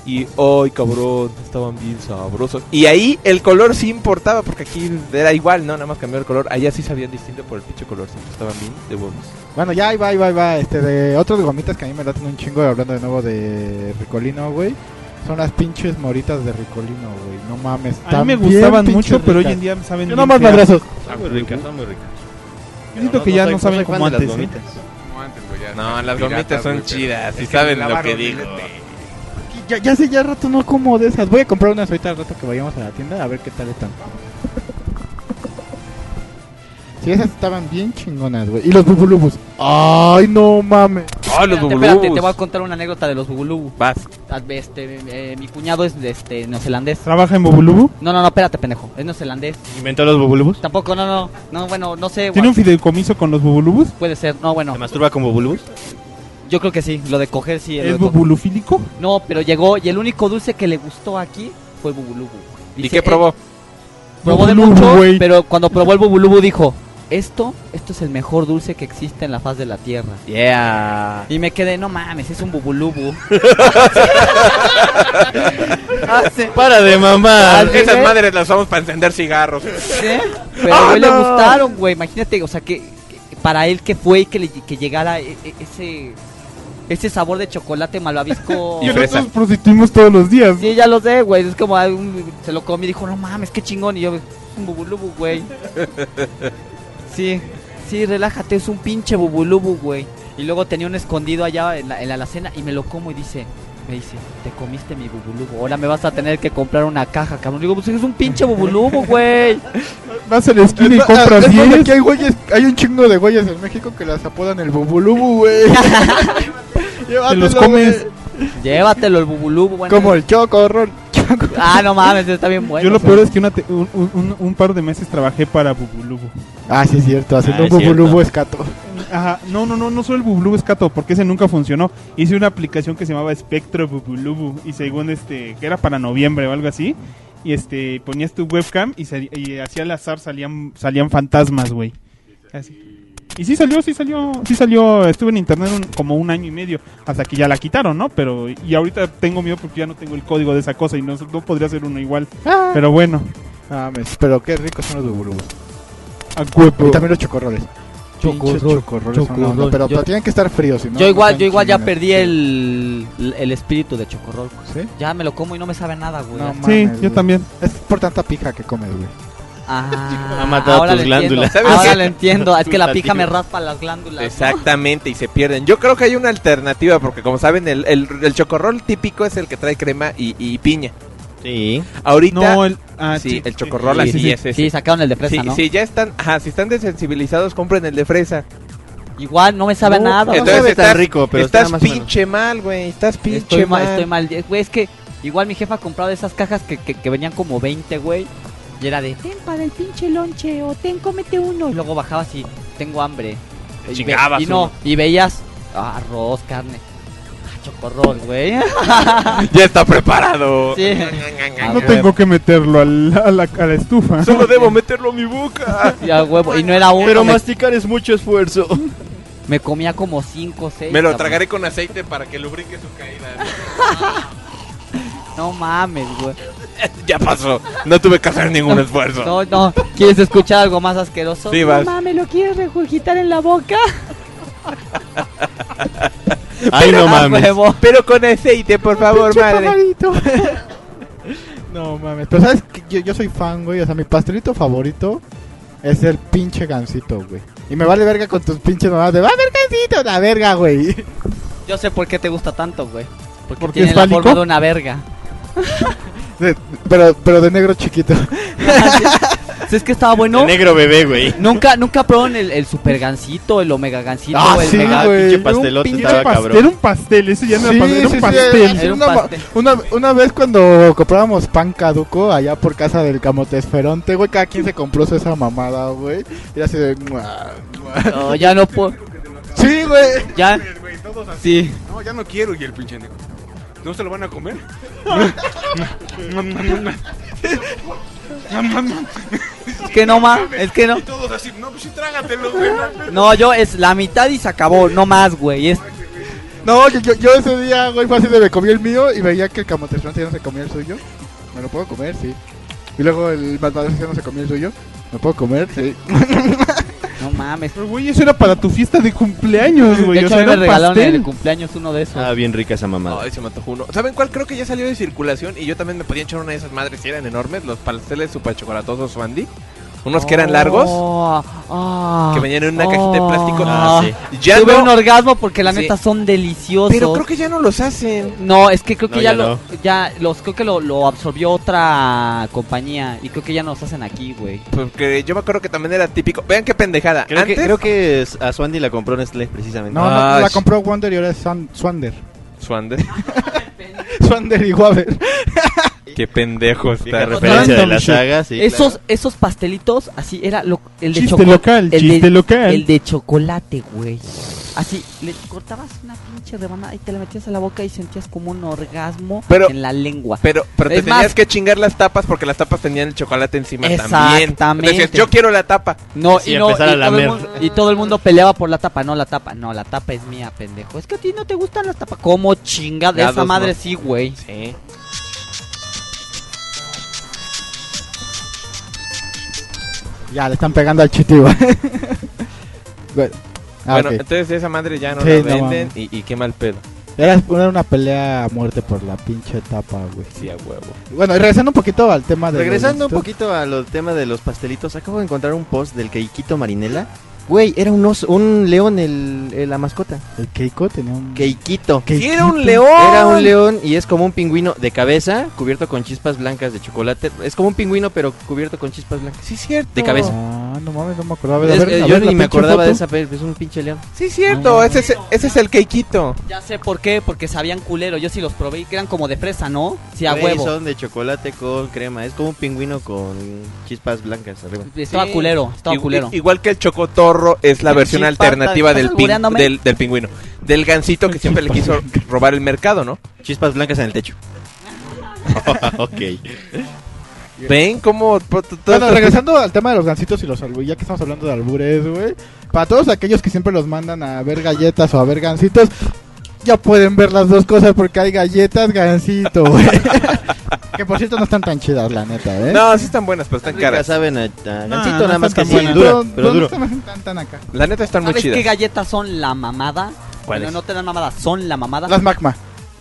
D: Y, ay cabrón, estaban bien sabrosos. Y ahí el color sí importaba porque aquí era igual, ¿no? Nada más cambió el color. Allá sí sabían distinto por el pinche color, siempre estaban bien de huevos.
E: Bueno, ya ahí va, ahí va, ahí va. Este, de otros gomitas que a mí me laten un chingo, hablando de nuevo de Ricolino, güey. Son las pinches moritas de Ricolino, güey. No mames.
C: a mí me
E: también
C: gustaban
E: pinches
C: mucho pero hoy
E: ricas.
C: en día saben
E: Yo
C: bien
E: nada más
C: feas.
E: madrazos.
I: Están muy ricas, están muy ricas.
C: Yo siento que ya no saben como antes ¿eh?
D: No, las gomitas son chidas, y saben lo que digo.
E: Ya, ya sé, ya rato no como de esas. Voy a comprar unas ahorita al rato que vayamos a la tienda a ver qué tal están. Sí, esas estaban bien chingonas, güey. Y los bubulubus. Ay, no mames.
D: ¡Ah, los
F: Espérate, espérate, te voy a
D: bubulubus!
F: contar una anécdota de los bubulubus.
D: Vas.
F: Ah, Este, eh, mi cuñado es de, este, neozelandés.
C: trabaja en Bobulubu
F: No, no, no, espérate, pendejo. Es neozelandés.
B: ¿Inventó los bubulubus?
F: Tampoco, no, no. No, bueno, no sé.
C: tiene un
F: guau,
C: fideicomiso con los Bubulubus
F: Puede ser, no, bueno.
B: ¿Se masturba con bubulubus?
F: Yo creo que sí, lo de coger sí. lo
C: es
F: de co-
C: bubulufílico
F: No, pero llegó y el único dulce que le gustó aquí fue el bubulubu.
D: ¿Y
F: Dice,
D: qué
F: "Eh,
D: probó?
F: probó de
C: Bubulubu,
F: mucho,
C: güey.
F: pero cuando probó el bubulubu dijo, esto, esto es el mejor dulce que existe en la faz de la tierra.
B: Yeah.
F: Y me quedé, no mames, es un bubulubu. Hace-
B: Para de mamar.
D: Esas madres las usamos para encender cigarros.
F: ¿Qué? Pero
D: ¡Ah,
F: güey,
D: no!
F: le gustaron, güey. Imagínate, o sea, que, que para él que fue y que, le, que llegara e- e- ese ese sabor de
D: *laughs*
F: chocolate malvavisco.
C: Y
D: fresa.
C: nosotros prostituimos todos los días.
F: sí, ya lo sé, güey. Es como algún- se lo comí y dijo, no mames, qué chingón. Y yo, es un bubulubu,
E: *laughs*
F: güey. Sí, sí, relájate, es un pinche bubulubu, güey. Y luego tenía un escondido allá en la, en la alacena y me lo como y dice. Me dice, te comiste mi bubulubu, ahora me vas a tener que comprar una caja, cabrón. Digo, pues es un pinche
E: *laughs*
F: bubulubu, güey.
C: Vas a la esquina y
E: Es más,
C: compras
E: es más,
C: 10.
E: Aquí hay güeyes, hay un chingo de güeyes Este, en México que las apodan el bubulubu,
J: *laughs*
E: güey. *laughs*
C: Te los
E: Llévatelo,
C: comes.
E: güey.
F: Llévatelo el bubulubu, bueno.
E: Como el chocorrol.
F: Ah, no mames, está bien bueno.
C: Yo lo peor es que una te- un, un- un- un par de meses trabajé para Bubulubu.
E: Ah, sí, es cierto. Haciendo
B: Ah,
E: un
B: es cierto.
E: bubulubu escato.
C: Ajá, no, no, no, no soy el Bubulubu escato, porque ese nunca funcionó. Hice una aplicación que se llamaba Espectro Bubulubu y según este, que era para noviembre o algo así. Y este, ponías tu webcam y, sal- y así al azar salían, salían fantasmas, güey. Así. Y sí salió, sí salió, sí salió. Estuve en internet un- como un año y medio hasta que ya la quitaron, ¿no? Pero y ahorita tengo miedo porque ya no tengo el código de esa cosa y no, no podría ser uno igual. Pero bueno,
E: Ah, mes, pero qué ricos son los bubulubus.
C: a huevo.
E: Y también los chocorroles.
F: Chocorrol,
E: Pinches chocorroles son la onda,
F: chocorrol.
E: Pero,
F: Yo-
E: pero tienen que estar fríos. si no,
F: Yo
E: no
F: igual,
E: están
F: yo igual ya
E: chingones.
F: perdí el, el espíritu de chocorrol. güey.
E: ¿Sí?
F: Ya me lo como y no me sabe nada, güey.
E: No, ma-
C: Sí,
E: mames,
C: yo
E: güey.
C: también.
E: Es por tanta pija que comes, güey.
F: Ah,
B: Ha matado
F: ahora
B: tus
F: lo entiendo,
B: glándulas.
D: ¿Sabes
F: Ahora
D: qué?
F: lo entiendo. Es que la pija
B: Tus
F: me
B: latidos.
F: raspa las glándulas. ¿no?
D: Exactamente, y se pierden. Yo creo que hay una alternativa, porque como saben, el, el, el chocorrol típico es el que trae crema y, y piña.
B: Sí.
D: Ahorita,
C: No, el. Ah,
D: sí, el chocorrol así
F: sí, sí,
D: es ese.
F: sí, sacaron el de fresa,
D: Sí,
F: ¿no?
D: sí, ya están, ajá, si están desensibilizados, compren el de fresa.
F: Igual no me sabe a nada.
D: entonces
B: no sabe
D: estás-
B: tan rico, pero está
D: estás
B: más o menos.
D: pinche mal, güey, estás pinche
F: Estoy mal,
D: mal.
F: estoy mal. Eh, Güey, es que igual mi jefa ha comprado esas cajas que, que, que venían como 20, güey. Y era de...
G: Ten para el pinche lonche o ten, cómete uno.
F: Y luego bajabas y tengo hambre.
D: Te
F: Y,
D: chingabas
F: y no,
D: uno.
F: y veías ah, arroz, carne. Ah, chocorrol, güey. *laughs*
D: Oh, Ya está preparado.
F: Sí.
C: No tengo que meterlo al- a la, a la estufa.
D: Solo debo meterlo a mi boca.
F: Y, a huevo, y no era uno.
B: Pero
F: me,
B: masticar es mucho esfuerzo.
F: me comía como 5 o 6.
D: Me lo tragaré con aceite para que lubrique su caída.
F: No mames, güey.
D: *laughs* ya pasó. No tuve que hacer ningún esfuerzo.
F: No, no. ¿Quieres escuchar algo más asqueroso? *laughs*
D: Sí,
G: No
D: vas.
G: mames, Ah, lo quieres regurgitar en la boca.
B: Ay, no
F: Ah,
B: mames.
F: huevo.
D: Pero con aceite, por favor, madre.
E: *laughs* No mames, pero sabes que yo, yo soy fan, güey. O sea, mi pastelito favorito es el pinche gansito, güey. Y me vale verga con tus pinches mamadas de va a ver gansito, la verga, güey. *laughs*
F: Yo sé por qué te gusta tanto, güey. Porque,
E: ¿Porque
F: tiene
E: es
F: la
E: fálico?
F: forma de una verga. *laughs*
E: De- pero, pero de negro chiquito.
F: Si es que estaba bueno.
B: El negro bebé, güey.
F: Nunca, nunca probaron el, el super gancito, el omega gancito,
E: Ah,
F: el
E: sí,
F: mega-
E: güey.
B: pinche
E: un
B: pastelote
C: Era
B: estaba
C: un, pastel,
B: cabrón.
C: era un pastel, eso ya no
E: Sí,
C: era pastel, era un
E: sí, sí,
C: pastel.
E: era-
F: Era un
E: una, ma-
F: pastel.
E: una- una vez cuando comprábamos pan caduco allá por casa del camotesferonte, güey, cada quien se compró su esa mamada, güey. Y así de... "Mua, mua".
F: No, ya no puedo.
E: Sí, güey.
F: Ya.
I: Güey, todos así.
F: Sí.
I: No, ya no quiero. Y el pinche negro. ¿No se lo van a comer?
F: Es que no más. Es que no.
I: Y todos así. No, pues sí, trágatelo, güey.
F: No, yo es la mitad y se acabó. No más, güey. Es,
E: No, yo, yo, yo ese día, güey, fue así de me comí el mío y veía que el camotesferonte ya no se comía el suyo. ¿Me lo puedo comer? Sí. Y luego el matadero ya no se comía el suyo. ¿Me puedo comer? Sí.
F: no mames.
C: Pero, güey, eso era para tu fiesta de cumpleaños, Pues, güey.
F: De
C: o
F: hecho, a
C: sea,
F: mí me
C: era un
F: regalaron en
C: pastel.
F: el cumpleaños uno de esos.
B: Ah, bien rica esa mamada.
D: Ay, se me antojó uno. ¿Saben cuál? Creo que ya salió de circulación y yo también me podía echar una de esas madres que eran enormes, los pasteles super chocolatosos Sandy. Unos que eran largos,
F: Oh, ah.
D: que venían en una cajita de plástico.
F: Ah,
D: Ya
F: Tuve
D: no,
F: un orgasmo porque la
D: Sí.
F: neta son deliciosos.
D: pero creo que ya no los hacen.
F: No, es que creo que
B: No,
F: ya,
B: ya
F: lo,
B: no.
F: ya los creo que lo, lo absorbió otra compañía y creo que ya nos hacen aquí, güey.
D: Porque yo me acuerdo que también era típico. Vean qué pendejada.
B: Creo que,
D: Antes-
B: creo que es- a Swandy la compró Nestlé, precisamente.
E: No, no,
D: Ah,
E: la
D: sh-
E: compró Wonder y ahora es Swan- Swander.
D: *laughs* Suande.
E: Swander y
D: *laughs*
E: Waver.
D: Qué pendejo está.
B: Vieja referencia de
C: Random
B: la
C: shit.
B: saga, sí.
F: esos, esos pastelitos, así era lo, el de
C: Chiste
F: choco-
C: local,
F: el
C: chiste
F: de,
C: local.
F: El de chocolate, güey. Así, le cortabas una pinche rebanada y te la metías a la boca y sentías como un orgasmo
D: Pero-
F: en la lengua.
D: Pero, pero te
F: Es
D: tenías
F: más-
D: que chingar las tapas porque las tapas tenían el chocolate encima también.
F: Exactamente.
D: Decías, yo quiero la tapa.
F: No,
B: Sí,
F: y, no
B: empezar a
F: y todo el
B: lamer.
F: mundo, y todo el mundo peleaba por la tapa. No, la tapa, no, la tapa es mía, pendejo. Es que a ti no te gustan las tapas. Como chinga de esa
D: Lados,
F: madre,
D: ¿no?
F: sí, güey.
D: Sí.
E: Ya, le están pegando al chiti, güey. *laughs* Bueno, ah,
D: bueno,
E: ok.
D: entonces esa madre ya no
E: Sí,
D: la
E: no
D: venden
E: mames.
D: y, y qué mal pedo.
E: Era era una pelea a muerte por la pinche etapa, güey.
D: Sí, a huevo.
E: Bueno, y regresando un poquito al tema de...
B: Regresando un poquito al tema de los pastelitos, acabo de encontrar un post del Keikito Marinela. Güey, era un oso, un león el, el- la mascota.
E: El Keiko tenía un...
B: Keikito.
D: ¡Sí, era un león!
B: Era un león y es como un pingüino de cabeza, cubierto con chispas blancas de chocolate. Es como un pingüino, pero cubierto con chispas blancas.
D: Sí, cierto.
B: De cabeza.
E: Ah, no mames, no me acordaba. A ver,
B: Es-
E: a ver,
B: eh,
E: a
B: yo
E: ver la
B: ni me
E: pinche
B: acordaba de
E: foto.
B: esa, pero es un pinche león.
D: Sí, cierto. ese, es, ese es el quequito.
F: Ya sé por qué, porque sabían culero. Yo sí los probé y que eran como de fresa, ¿no? Sí, a
B: Güey,
F: huevo.
B: Son de chocolate con crema. Es como un pingüino con chispas blancas arriba.
F: Estaba
D: Sí.
F: culero, estaba
D: Igu-
F: culero.
D: Igual que el chocotorro es la
F: El
D: versión
F: chispata,
D: alternativa
F: ¿estás
D: del, pin-
F: albureándome?
D: del, del pingüino. Del gansito que siempre le quiso robar el mercado, ¿no?
B: Chispas blancas en el techo. *laughs* ok.
D: ¿Ven cómo...? Pues, po- to- to-
E: Bueno, regresando al tema de los gancitos y los albures, ya que estamos hablando de albures, güey. Para todos aquellos que siempre los mandan a ver galletas o a ver gancitos, ya pueden ver las dos cosas porque hay galletas, gancito, güey. que por cierto no están tan chidas, la neta, ¿eh?
D: No, sí están buenas, pero están caras.
B: saben a, a gansito,
C: no
B: nada
C: están
B: más que
C: tan
B: sí,
C: buenas.
B: duro,
E: No,
B: pero
E: no
B: duro.
E: están tan acá.
D: La neta están muy
F: ¿Sabes qué
D: chidas.
F: galletas son la mamada? Bueno,
D: ¿Cuáles?
F: no te dan mamada, son la mamada.
E: Las magma.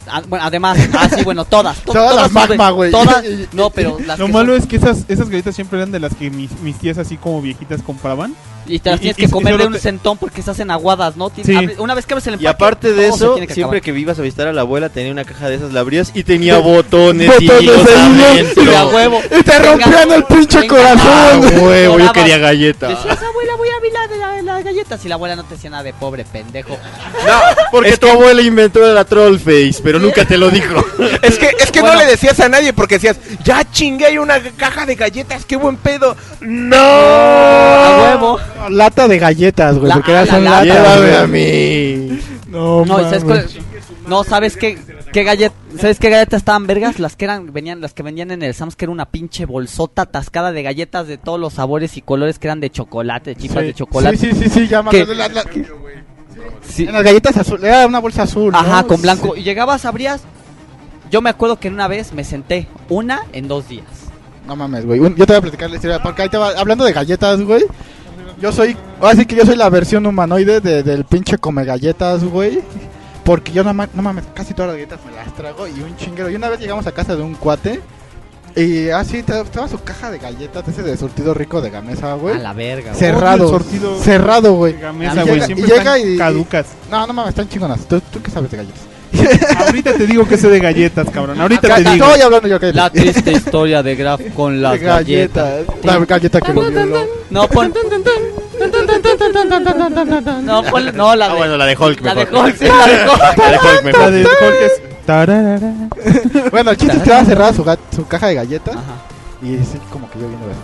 F: Ah, bueno, además, ah, sí, bueno, todas. to-
E: Todas las
F: son de-
E: magma, güey.
F: Todas, no, pero las
C: Lo
F: que
C: malo
F: son-
C: es que esas, esas galletas siempre eran de las que mis, mis tías así como viejitas compraban.
F: Y te las
C: Y-
F: tienes
C: y-
F: que
C: y
F: comer de
C: solo
F: un
C: te-
F: centón porque estás en aguadas, ¿no? Tien-
C: Sí.
F: abre- una vez que abres el empaque,
B: Y aparte de
F: todo Oh, se
B: eso,
F: tiene que
B: siempre
F: acabar.
B: que ibas a visitar a la abuela tenía una caja de esas, la abrías y tenía botones, y
E: Botones
B: hilos
E: de hilo.
B: adentro.
F: De a huevo.
E: Te rompían el pinche
F: venga.
E: corazón.
F: Ah, huevo, yo quería
B: galleta.
F: Decías, abuela, voy a abrir la- la- las galletas. Y la abuela no te decía nada de pobre pendejo.
B: Porque tu abuela inventó la Trollface, pero nunca te lo dijo.
D: Es que, es que
F: Bueno.
D: no le decías a nadie porque decías, ya chingué hay una caja de galletas, qué buen pedo.
C: Ah.
F: A
D: ¡No!
F: huevo.
E: Lata de galletas, güey. *laughs*
F: La-
E: Porque eran
F: la
E: son
F: lata,
E: latas.
F: Llévame
E: güey.
F: a
B: mí.
E: No,
F: No, ¿y
E: mames.
F: ¿sabes cuál- No, ¿sabes qué, qué galleta, ¿sabes qué galletas estaban vergas? Las que eran, venían, las que venían en el Sams, que era una pinche bolsota atascada de galletas de todos los sabores y colores que eran de chocolate, chipas
E: Sí.
F: de chocolate.
E: Sí, sí, sí, sí, ya me
F: ¿Qué?
E: acuerdo, la- la-
F: Sí.
E: En las galletas azul, era una bolsa azul. ¿no?
F: Ajá, con blanco. Y llegabas, abrías. Yo me acuerdo que una vez me senté una en dos días.
E: No mames, güey. Un- Yo te voy a platicar la historia. Porque ahí te va, hablando de galletas, güey. Yo soy. Ahora sí que yo soy la versión humanoide de- del pinche come galletas, güey. Porque yo nada más, no mames, casi todas las galletas me las trago y un chinguero. Y una vez llegamos a casa de un cuate. Y así estaba su caja de galletas, ese de surtido rico de gamesa, güey.
F: A la verga. güey.
E: Sí.
C: Odio
E: Cerrado.
C: el sortido
E: Cerrado,
C: de
E: güey.
C: gamesa,
F: Y
C: güey.
F: llega-
C: Siempre
E: y llega
C: están
E: y-
C: caducas.
E: No, no mames, están chingonas. ¿Tú, tú qué sabes de galletas?
C: Ahorita te digo que sé de galletas, cabrón. Ahorita
E: Ca-
C: te digo.
E: Estoy hablando yo que *laughs*
F: La triste historia de Graf con las
E: de
F: galletas.
E: galletas. La galleta que lo violó.
F: No, pon, no, pon, no, la de,
B: la de Hulk
F: la de Hulk, sí, la de Hulk.
B: La de Hulk
C: La de Hulk es- Tararara.
E: Bueno, el chiste es que
F: *laughs*
E: estaba cerrada su, ga- su caja de galletas.
F: Ajá.
E: Y sí, como que yo viendo las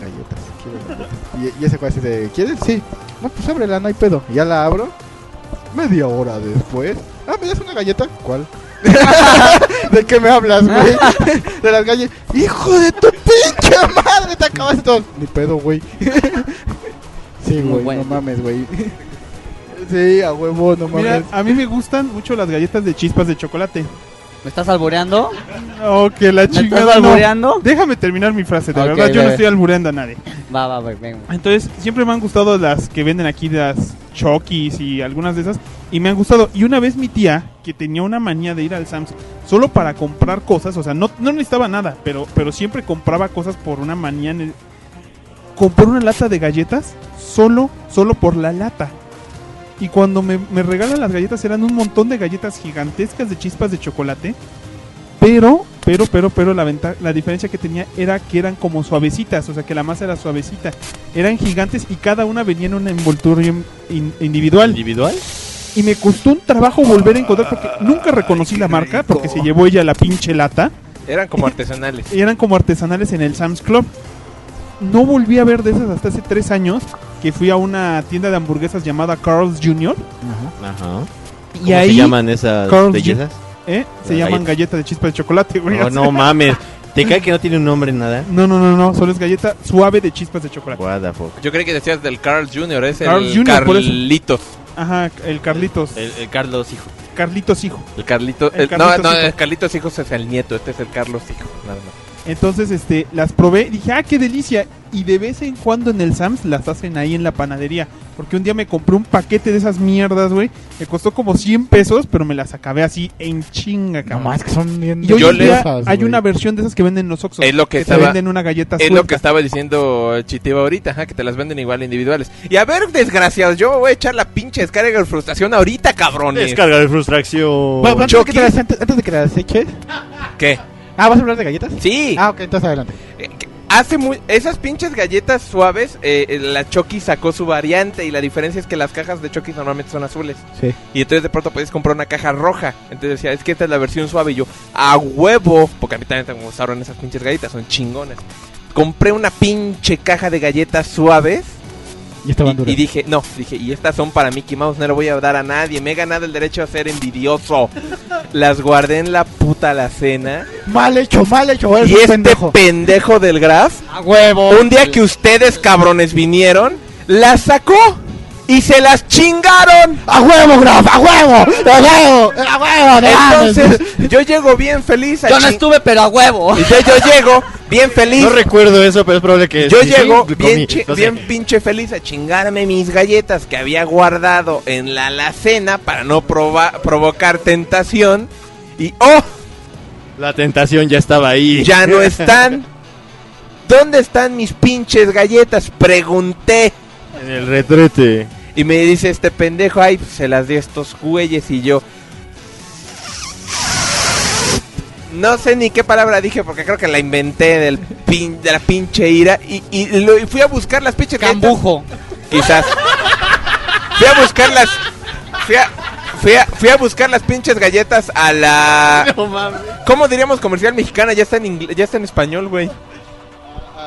E: galletas. quiero galletas. Y, y ese güey así de, ¿quieres? Sí. No, pues ábrela, no hay pedo. Y ya la abro. Media hora después. Ah, ¿me das una galleta? ¿Cuál? *laughs* ¿De qué me hablas,
F: *laughs*
E: güey? De las galletas. ¡Hijo de tu pinche madre! Te acabas todo. Ni pedo,
F: *laughs*
E: güey. Sí,
F: Muy
E: güey,
F: bueno.
E: no mames, güey. Sí, a huevo, no
C: Mira,
E: mames.
C: a mí me gustan mucho las galletas de chispas de chocolate.
F: ¿Me estás alboreando?
C: Oh, que la
F: ¿Me estás
C: chingada no.
F: alboreando?
C: Déjame terminar mi frase, de
F: Ok,
C: verdad. Yo no
F: dale.
C: estoy albureando a nadie.
F: Va, va, va, venga.
C: Entonces, siempre me han gustado las que venden aquí, las Chokis y algunas de esas. Y me han gustado. Y una vez mi tía, que tenía una manía de ir al Sam's solo para comprar cosas, o sea, no, no necesitaba nada, pero, pero siempre compraba cosas por una manía. en el- Compró una lata de galletas solo, solo por la lata. Y cuando me, me regalan las galletas, eran un montón de galletas gigantescas de chispas de chocolate. Pero, pero, pero, pero la, venta- la diferencia que tenía era que eran como suavecitas, o sea que la masa era suavecita. Eran gigantes y cada una venía en una envoltura in- in- individual.
B: ¿Individual?
C: Y me costó un trabajo volver a encontrar porque
B: Ah,
C: nunca reconocí la marca porque se llevó ella la pinche lata.
D: Eran como artesanales.
C: Y eran como artesanales en el Sam's Club. No volví a ver de esas hasta hace tres años que fui a una tienda de hamburguesas llamada Carl's Jr.
B: Ajá.
C: Y
B: ¿Cómo
C: ahí
B: se llaman esas
C: Carl's
B: bellezas?
C: ¿eh? se
B: Las
C: llaman galletas de chispa de chocolate, güey.
D: Oh,
C: *laughs*
B: No, no mames. ¿Te cae que no tiene un nombre nada?
C: No, no, no, no, solo es galleta suave de chispas de chocolate.
B: What the fuck.
D: Yo creí que decías del Carl Jr., es
C: Carl
D: el
C: Jr., por eso.
D: Carlitos.
C: Ajá, el Carlitos.
B: El, el Carlos, hijo.
C: Carlitos hijo.
D: El Carlito,
C: El
D: el- no,
C: Carlitos
D: no,
C: hijo.
D: el Carlitos hijos es el nieto, este es el Carlos hijo, nada más.
C: Entonces, este, las probé y dije, ah, qué delicia. Y de vez en cuando en el Sams las hacen ahí en la panadería. Porque un día me compré un paquete de esas mierdas, güey. Me costó como 100 pesos, pero me las acabé así en chinga,
E: No
C: cabrón.
E: más que son bien
C: y hoy
D: Yo
C: en día
E: deliciosas,
C: hay
E: güey.
C: una versión de esas que venden en los Oxxos.
D: Es lo que
C: te
D: estaba-
C: venden una galleta
D: Es
C: suelta.
D: lo que estaba diciendo Chiteva ahorita, ajá, que te las venden igual individuales. Y a ver, desgraciados, yo voy a echar la pinche descarga de frustración ahorita, cabrones.
B: de frustración.
E: Bueno, antes, de que
D: Chucky.
E: te las- antes- antes de que las eches.
D: ¿Qué?
E: Ah, ¿vas a hablar de galletas?
D: Sí.
E: Ah, ok, entonces adelante.
D: Eh, que Hace muy, esas pinches galletas suaves, eh, eh, la Chucky sacó su variante y la diferencia es que las cajas de Chucky normalmente son azules.
E: Sí.
D: Y entonces de pronto podías comprar una caja roja. Entonces decía, es que esta es la versión suave. Y yo, a huevo, porque a mí también me gustaron esas pinches galletas, son chingonas. Compré una pinche caja de galletas suaves
E: Y estaban
D: y,
E: duras.
D: y dije, no, dije, y estas son para Mickey Mouse, no le voy a dar a nadie. Me he ganado el derecho a ser envidioso. Las guardé en la puta la cena.
E: Mal hecho, mal hecho. Eres
D: Y
E: un
D: este
E: pendejo.
D: pendejo del Graf
F: ¡A huevo!
D: un día que ustedes cabrones vinieron, las sacó y se las chingaron.
E: ¡A huevo, Graf! ¡A huevo! ¡A huevo! ¡A huevo! ¡No mames!
D: Entonces, yo llego bien feliz a
F: Yo no
D: chin-
F: estuve, pero a huevo.
D: Y *laughs* yo, yo llego bien feliz.
B: No recuerdo eso, pero es probable que.
D: yo
B: sí,
D: llego
B: comí,
D: bien, chi-
B: no sé.
D: bien pinche feliz a chingarme mis galletas que había guardado en la alacena para no proba- provocar tentación. Y oh,
B: La tentación ya estaba ahí.
D: ya no
B: *laughs*
D: están. ¿Dónde están mis pinches galletas? Pregunté.
B: En
J: En el retrete.
D: Y me dice este pendejo, ay, se las di a estos güeyes y yo. No sé ni qué palabra dije porque creo que la inventé del pin, de la pinche ira. Y, y lo- y fui a buscar las pinches galletas.
F: Cambujo.
D: Quizás. Fui a buscar las. Fui a, fui a- fui a buscar las pinches galletas a la.
J: *laughs* No mames.
D: ¿Cómo diríamos comercial mexicana? Ya está en, ingle- ya está en español, güey.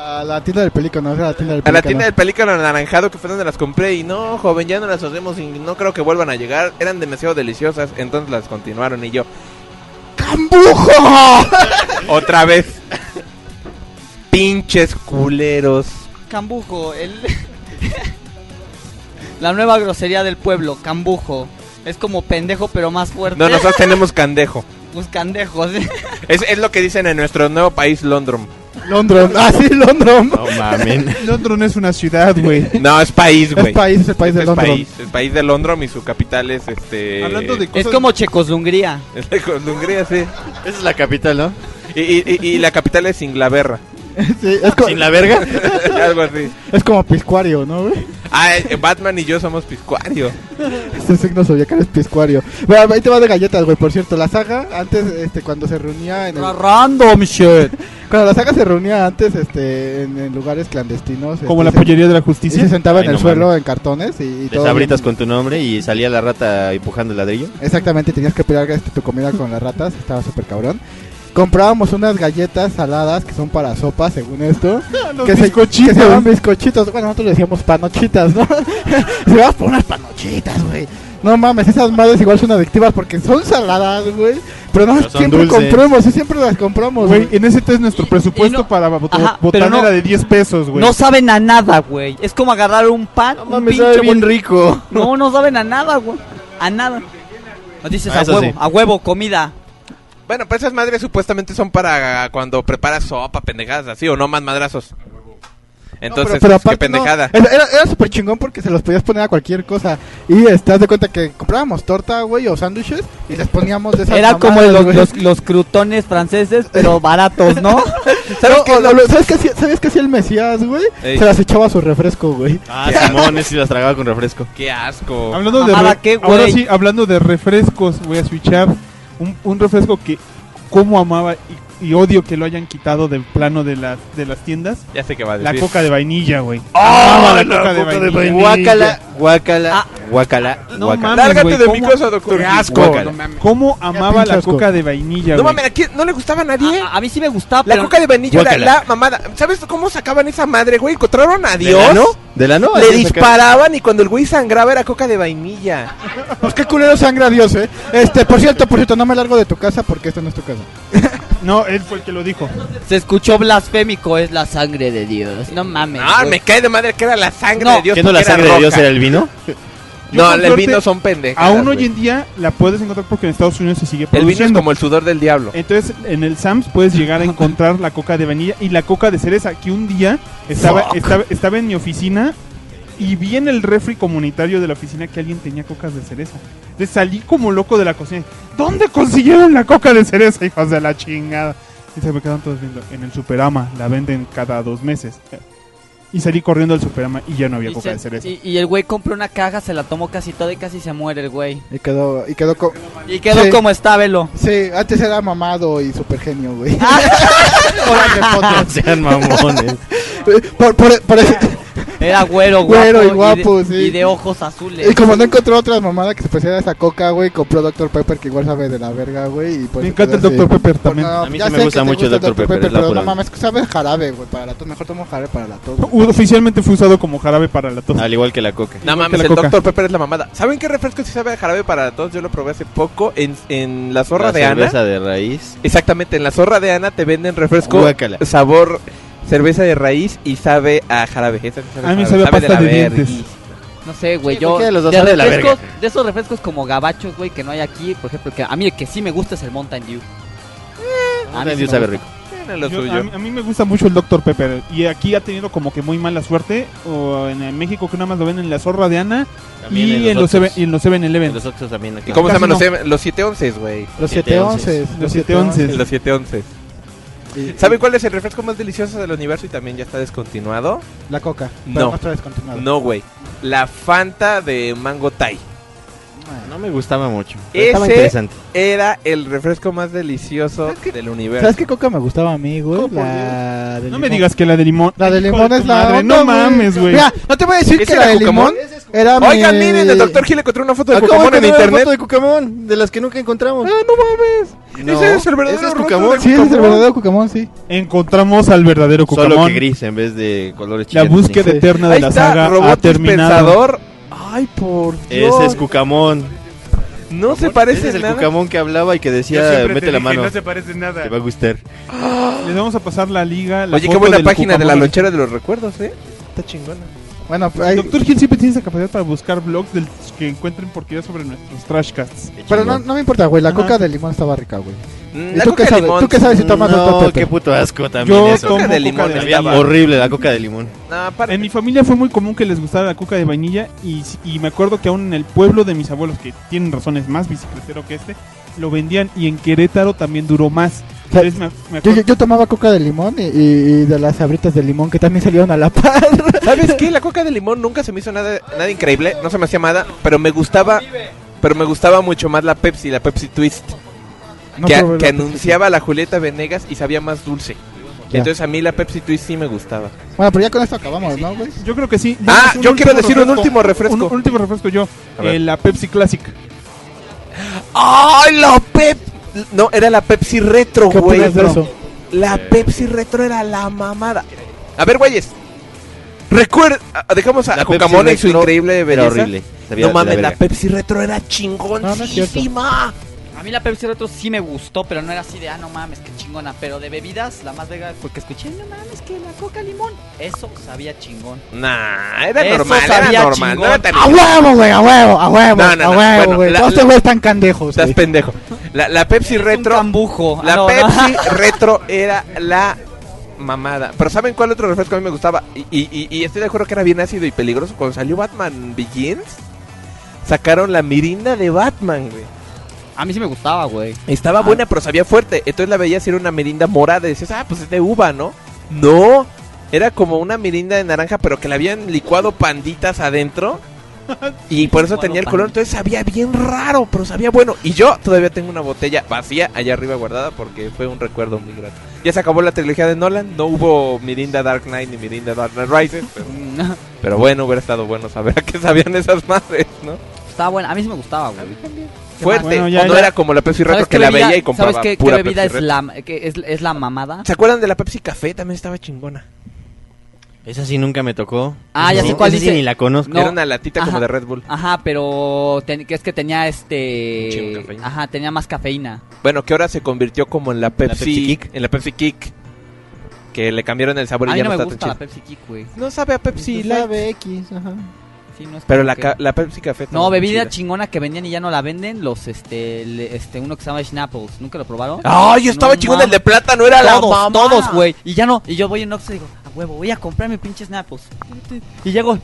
E: A la tienda del pelícano, es a la tienda del
D: A
E: pelícano.
D: la tienda del pelícano anaranjado que fue donde las compré y no, joven, ya no las hacemos y no creo que vuelvan a llegar. Eran demasiado deliciosas, entonces las continuaron y yo... ¡Cambujo! *laughs* Otra vez. Pinches culeros.
F: Cambujo, el... *laughs* La nueva grosería del pueblo, cambujo. Es como pendejo pero más fuerte.
D: No, nosotros tenemos candejo.
F: Los candejos.
D: Es, es lo que dicen en nuestro nuevo país, Londrom.
E: Londron, ah, sí, Londron.
J: No
C: *laughs*
J: mames.
C: Londres no es una ciudad,
F: *laughs*
C: güey.
D: No, es país,
E: Es
D: güey.
E: país, es el país de
D: Es
E: Londron.
D: país, es país de Londrom y su capital es este...
C: *laughs* Hablando de cosas.
F: *laughs* Es como Checoslungría.
D: Es de Hungría, sí.
J: *laughs* Esa es la capital, ¿no?
D: Y, y- y- y la capital es Inglaterra. *laughs*
E: Sí, es, co-
J: Sin la verga.
D: Algo así.
E: es como Piscuario, ¿no, güey?
D: Ah, eh, Batman y yo somos piscuario.
E: Este signo zodiacal es Piscuario. Bueno, ahí te va de galletas, güey. Por cierto, la saga, antes, este, cuando se reunía en el-
F: Random shit.
E: Cuando la saga se reunía antes, este, en, en lugares clandestinos.
C: Como
E: este,
C: la
E: se-
C: pollería de la
E: Y
C: justicia.
E: se sentaba en
J: Ay,
E: el
J: no
E: suelo en cartones y, y
J: Te
E: todo
J: abritas
E: bien.
J: con tu nombre y salía la rata empujando el ladrillo.
E: Exactamente, tenías que pelear este, tu comida con las ratas, estaba súper cabrón. Comprábamos unas galletas saladas que son para sopa,
C: *laughs*
E: según esto.
C: Ah,
E: que, se, que se llaman bizcochitos. Bueno, nosotros le decíamos panochitas, ¿no? *laughs* se vas por unas panochitas, güey. No mames, esas madres igual son adictivas porque son saladas, güey. Pero no
J: Pero son
E: siempre
J: dulces.
E: compramos, sí, siempre las compramos,
C: Güey,
E: güey.
C: en ese entonces nuestro presupuesto
F: y no-
C: para bot-
F: Ajá, pero
C: botanera
F: no-
C: de 10 pesos, güey.
F: No saben a nada, güey. Es como agarrar un pan, un pinche bol-
J: rico.
F: No, no saben a nada, güey. A nada. Nos dices
J: Ah,
F: a
J: eso
F: huevo,
J: sí.
F: a huevo, comida.
D: Bueno, pues esas madres supuestamente son para cuando preparas sopa, pendejadas así, o no más madrazos. Entonces,
E: pero
D: qué
E: aparte no,
D: pendejada.
E: era era, era súper chingón porque se los podías poner a cualquier cosa. Y estás de cuenta que comprábamos torta, güey, o sándwiches y les poníamos de esas
F: Era como
E: mamadas,
F: los,
E: güey.
F: los, los crutones franceses, pero baratos, ¿no?
E: ¿Sabes, qué, lo- lo- ¿sabes, qué hacía, ¿Sabes qué hacía el Mesías, güey?
D: Ey.
E: Se las echaba a su refresco, güey.
J: Ah, Simón, ese sí las tragaba con refresco.
D: Qué asco.
C: Hablando de
F: Mamada,
C: re-
F: ¿qué,
C: ahora
F: güey?
C: sí, hablando de refrescos, voy a switchar un, un refresco que como amaba y, y odio que lo hayan quitado del plano de las de las tiendas,
D: Ya sé qué va a
C: la
D: decir.
C: coca de vainilla, güey.
J: ¡Ah,
C: la coca de vainilla.
J: Guácala, guácala,
F: Ah.
J: guácala,
C: No
J: guácala.
C: mames,
D: Lárgate
C: güey,
D: de
C: ¿cómo?
D: mi cosa, doctor.
I: Qué asco.
J: Guácala.
I: No mames.
C: ¿Cómo amaba
E: pinche
C: la
E: asco.
C: coca de vainilla,
D: No
C: güey?
D: mames, aquí no le gustaba a nadie.
F: A, a mí sí me gustaba,
D: la
F: Ah, pero
D: coca de vainilla era
J: Guácala.
D: la mamada. ¿Sabes cómo sacaban esa madre, güey? Encontraron a Dios.
J: ¿De la no? ¿De la no?
D: Le
J: Así saca-
D: disparaban y cuando el güey sangraba era coca de vainilla.
E: Pues qué culero sangra Dios, eh. Este, por cierto, por cierto, no me largo de tu casa porque esto no es tu casa.
C: No, él fue el que lo dijo.
F: se escuchó blasfémico, es la sangre de Dios. No mames.
D: Ah,
F: güey.
D: me cae de madre que era la sangre
F: No.
D: de Dios.
J: ¿Qué no la
D: porque era
J: sangre de Dios
D: roja.
J: era el vino?
C: Yo
D: No,
C: con
D: el
C: suerte,
D: vino son pendejas.
C: Aún
D: güey.
C: hoy en día la puedes encontrar porque en Estados Unidos se sigue
D: El vino es
C: produciendo.
D: como el sudor del diablo.
C: Entonces, en el Sams puedes llegar a encontrar la coca de vainilla y la coca de cereza, que un día estaba, estaba, estaba en mi oficina y vi en el refri comunitario de la oficina que alguien tenía cocas de cereza. Entonces salí como loco de la cocina. ¿Dónde consiguieron la coca de cereza, hijos de la chingada? Y se me quedaron todos viendo. En el Superama, la venden cada dos meses. Y salí corriendo al Superama y ya no había
F: Y,
C: coca
F: se-
C: de cereza.
F: y- y el güey compró una caja, se la tomó casi toda y casi se muere el güey.
E: Y quedó, y quedó co-
F: Y quedó
E: Sí.
F: como estábelo.
E: Sí, antes era mamado y super genio, güey. *laughs*
J: *laughs* No sean mamones.
E: por, por, por eso-
F: Era
J: *laughs*
F: güero, guapo.
E: Güero y
F: de-
E: guapo, sí.
F: Y de ojos
E: y
F: azules.
E: como no encontró otra mamada que se pareciera a esa coca, güey, compró Dr. Pepper que igual sabe de la verga, güey. y pues, por
C: Me
E: eso
C: encanta el
E: quedó así.
C: Dr. Pepper
E: Por-
C: también.
E: no,
J: A mí
E: ya
J: sí me
E: sé
J: gusta
E: que te
J: mucho el Dr. Pepper, es la
E: pero no
J: pura-
E: mames, sabe jarabe, güey, para la tos. Mejor tomo jarabe para la tos. güey.
C: Oficialmente fue usado como jarabe para la tos.
J: Al igual que la coca.
D: No
C: que
D: mames,
C: la
D: el
C: coca.
D: Dr. Pepper es la mamada. ¿Saben qué refresco sí sabe a jarabe para todos? Yo lo probé hace poco en, en la zorra
J: La
D: de Ana.
J: cerveza de raíz.
D: Exactamente, en la zorra de Ana te venden refresco
J: Guácala.
D: sabor cerveza de raíz y sabe a jarabe. Esa sí
C: A mí
D: jarabe,
C: sabe a pasta de
D: verga.
C: dientes.
F: No sé, güey.
J: Sí,
F: Yo.
J: cualquiera de los dos sabe de la
F: refrescos- de esos refrescos como gabachos, güey, que no hay aquí. Por ejemplo, que a mí el que sí me gusta es el Mountain Dew. A mí sí
J: Nadie
F: me
J: Eh, sabe
F: gusta.
J: rico.
D: Tiene lo
C: Yo-
D: suyo.
C: a, mí, a mí me gusta mucho el Dr. Pepper. Y aquí ha tenido como que muy mala suerte. O en, en México que nada más lo ven en la zorra de Ana.
J: También
C: Y en los
J: Oxxos.
C: 7 y en los 7-Eleven.
J: En los Oxxos también. acá.
D: ¿Y cómo se
C: Casi
D: llaman
C: no.
D: los, los 7 onces, güey?
E: Los
J: Siete
E: 7
J: onces.
E: onces.
C: Los siete onces.
D: Los 7 onces.
E: Y-
D: ¿Sabe cuál es el refresco más delicioso del universo y también ya está descontinuado?
E: La coca.
D: No.
E: Pero no está descontinuado.
D: No, güey. La Fanta de Mango Thai.
B: No me gustaba mucho.
D: Ese-
B: Estaba interesante.
D: Era el refresco más delicioso del universo.
E: ¿Sabes qué coca me gustaba a mí, güey?
C: ¿Cómo,
E: La de
C: No
E: limón.
C: me digas que la de limón.
E: La de
C: Hijo
E: limón
C: tu
E: es la
C: madre,
E: onda,
C: No mames, güey.
E: Mira, no te voy a decir
D: ¿Ese
E: que la
D: era
E: de
D: Cucamón?
E: limón era mi...
D: Oigan, miren, el doctor Gil encontró una foto de
B: Acabo
D: Pokémon
B: de
D: en
B: encontrar una
D: Ah, internet.
B: foto de Cucamón, de las que nunca encontramos.
D: Ah, no mames.
B: No,
D: Ese es el verdadero
B: ese es
D: rostro
B: Cucamón.
D: de
E: Sí, ese es el
D: Cucamón.
E: verdadero Cucamón, sí.
C: Encontramos al verdadero
B: Solo que
C: Cucamón.
B: gris en vez de colores
C: La
B: chillantes.
C: búsqueda
E: Sí.
C: eterna de
D: Ahí
C: la
D: está,
C: saga ha
D: robot
C: terminado.
D: dispensador. Ay, por Dios.
B: Ese es Cucamón.
D: no se parece
B: Ese es el
D: nada.
B: Cucamón que hablaba y que
I: Yo
B: decía,
I: siempre
B: mete
I: te
B: la
I: dije,
B: mano.
I: No se parece nada.
B: Te va a gustar.
C: Les vamos a pasar la liga. La
D: Oye, qué
C: foto
D: buena
C: del
D: página de la
C: Cucamón.
D: lonchera de los recuerdos, ¿eh? Está chingona.
E: Bueno, pues, ahí-
C: Doctor Gil siempre tiene esa capacidad para buscar blogs del que encuentren porquería sobre nuestros trashcasts.
E: pero no, no me importa, güey. La
C: Ajá.
E: coca de limón estaba rica, güey.
D: Mm,
E: ¿Y
D: La
E: tú
D: coca
E: qué,
D: de
E: sabes,
D: limón.
E: tú qué sabes si tomas
B: No,
E: doctor
B: qué
E: Pepper?
B: puto asco también
C: Yo
B: eso.
C: tomo
D: Coca de
C: coca
D: limón
C: de
D: estaba.
C: limón.
B: Horrible la coca de limón.
D: No, aparte-
C: En mi familia fue muy común que les gustara la coca de vainilla y, y me acuerdo que aún en el pueblo de mis abuelos, que tienen razones más bicicletero que este, lo vendían y en Querétaro también duró más. Entonces me, me
E: Yo,
C: acuerdo-
E: yo, yo tomaba coca de limón y, y- y de las sabritas de limón que también salieron a la par.
D: ¿Sabes qué? La coca de limón nunca se me hizo nada, nada increíble, no se me hacía nada, pero me gustaba, pero me gustaba mucho más la Pepsi, la Pepsi Twist,
E: No
D: que,
E: probé
D: que
E: la-
D: anunciaba la Julieta Venegas y sabía más dulce.
E: Ya.
D: Entonces a mí la Pepsi Twist sí me gustaba.
E: Bueno, pero ya con esto acabamos, ¿no, güey?
C: yo creo que sí.
D: Ah,
C: Damos un
D: yo quiero
C: último
D: decir un último
C: Un,
D: refresco.
C: un último refresco yo.
D: A ver.
C: Eh, la Pepsi Classic.
D: ¡Ay, la Pep! No, era la Pepsi Retro,
E: ¿Qué
D: güey.
E: opinas de eso?
D: La Pepsi Retro era la mamada. A ver, güeyes. Recuerda, ah, dejamos a
B: La Pepsi
D: Cucamón y su
B: Retro
D: increíble
B: Era
D: belleza.
B: horrible. Sabía
D: No
B: de
D: mames, la,
B: verga.
D: Pepsi Retro era
E: No, no es cierto.
D: chingoncísima.
F: A mí la Pepsi Retro sí me gustó, pero no era así de, ah, no mames, qué chingona. Pero de bebidas, la más vega, porque escuché, no mames, que la coca limón. Eso sabía chingón.
D: Nah, era
F: Eso
D: normal,
F: sabía
D: era normal.
F: chingón.
D: No era tan
E: ¡A huevo, güey! ¡A huevo! ¡A huevo!
D: No, no,
E: ¡A
D: no,
E: huevo,
D: Ah, bueno,
E: Ah, güey!
D: la-
E: Todos estos güeyes están candejos,
D: Estás
E: güey.
D: pendejo. La, la Pepsi
F: Un
D: Retro.
F: cambujo. Ah,
D: La
F: no, no. *laughs*
D: Pepsi Retro era la mamada. Pero ¿saben cuál otro refresco a mí me gustaba? Y, y- y- y estoy de acuerdo que era bien ácido y peligroso. Cuando salió Batman Begins, sacaron la mirinda de Batman, güey.
F: A mí sí me gustaba,
J: *laughs*
F: güey.
D: Estaba buena, pero sabía fuerte. Entonces la veías y era una mirinda morada. Y decías, ah, pues es de uva, ¿no? No. Era como una mirinda de naranja, pero que la habían licuado panditas
F: *laughs*
D: adentro. Y por eso
F: Licuado
D: tenía el color.
F: pandita.
D: Entonces sabía bien raro, pero sabía bueno. Y yo todavía tengo una botella vacía allá arriba guardada porque fue un recuerdo muy grato. Ya se acabó la trilogía de Nolan. No hubo mirinda Dark Knight ni mirinda Dark Knight Rises. Pero,
F: Mm,
D: pero bueno, hubiera estado bueno saber a qué sabían esas madres, ¿no?
F: Estaba buena. A mí sí me gustaba, güey. ¿Qué
D: Fuerte.
C: Bueno, ya,
D: o no
C: ya.
D: era como la Pepsi Retro
F: ¿Sabes
D: que
F: qué
D: la
F: bebida-
D: veía y compraba
F: ¿Sabes qué, qué
D: pura
F: bebida
D: Pepsi
F: es
D: Retro.
F: la, que es, es la mamada?
D: ¿Se acuerdan de la Pepsi Café? También estaba chingona.
B: Esa sí nunca me tocó.
F: Ah, ya
B: No,
F: sé cuál
B: esa sí
F: dice.
B: ni la conozco.
F: No.
D: Era una latita
F: Ajá.
D: como de Red Bull.
F: Ajá, pero ten- que es que tenía
D: Chingo
F: este...
D: cafeína.
F: Ajá, tenía más cafeína.
D: Bueno, que ahora se convirtió como en la Pepsi,
B: Pepsi Kick.
D: En la Pepsi Kick. Que le cambiaron el sabor y
F: A mí
D: ya
F: no
D: no,
F: me
D: está
F: gusta
D: tan
F: la
D: chido.
F: Pepsi Kick, güey.
D: No sabe a Pepsi Light.
E: Sabe X, ajá.
F: Sí, no es
D: Pero
F: Pues como
D: la,
F: que-
D: ca- la Pepsi Café
F: No,
D: también
F: bebida
D: chida.
F: chingona que vendían y ya no la venden, los este, le- este uno que se llama Schnapples, ¿nunca lo probaron?
D: Ay, estaba
F: No
D: chingón el de
F: mames.
D: plátano, era la mamá.
F: Todos, todos, güey. Y ya no, y yo voy en Oxxo y digo, a huevo, voy a comprar mi pinche Schnapples. Y llego,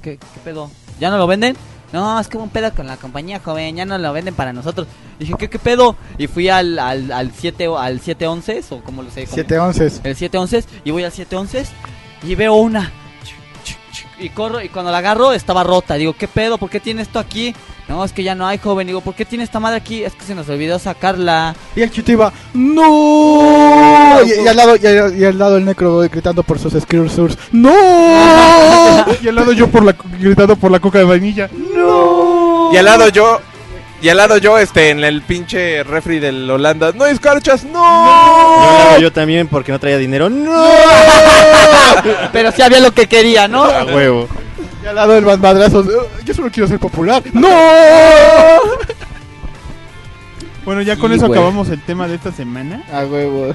F: ¿qué, qué pedo? ¿Ya no lo venden? No, es que hubo un pedo con la compañía, joven, ya no lo venden para nosotros. Dije, ¿qué, qué pedo? Y fui al, al, al 7 o- al 711 o como lo sé, como-
E: 7 onces.
F: el 711 y voy al 711 y veo una. Y corro y cuando la agarro estaba rota. Digo, ¿qué pedo? ¿Por qué tiene esto aquí? No, es que ya no hay, joven. Digo, ¿por qué tiene esta madre aquí? Es que se nos olvidó sacarla.
E: Y el chute iba, ¡No! Y, y al lado, y, al- y al lado el necro gritando por sus Skrulls ¡No!
C: Y al lado yo por la, gritando por la coca de vainilla.
D: Y al lado yo. Y al lado yo, este, en el pinche refri del Holanda. ¡No escarchas! ¡No!
B: Yo, la- yo también porque no traía dinero. No.
F: Pero sí había lo que quería, ¿no?
B: A huevo.
E: Y al lado el bandadrazos, yo solo quiero ser popular. ¡No!
C: Bueno, ya con
F: Sí,
C: eso
F: güey.
C: acabamos el tema de esta semana.
E: A huevo.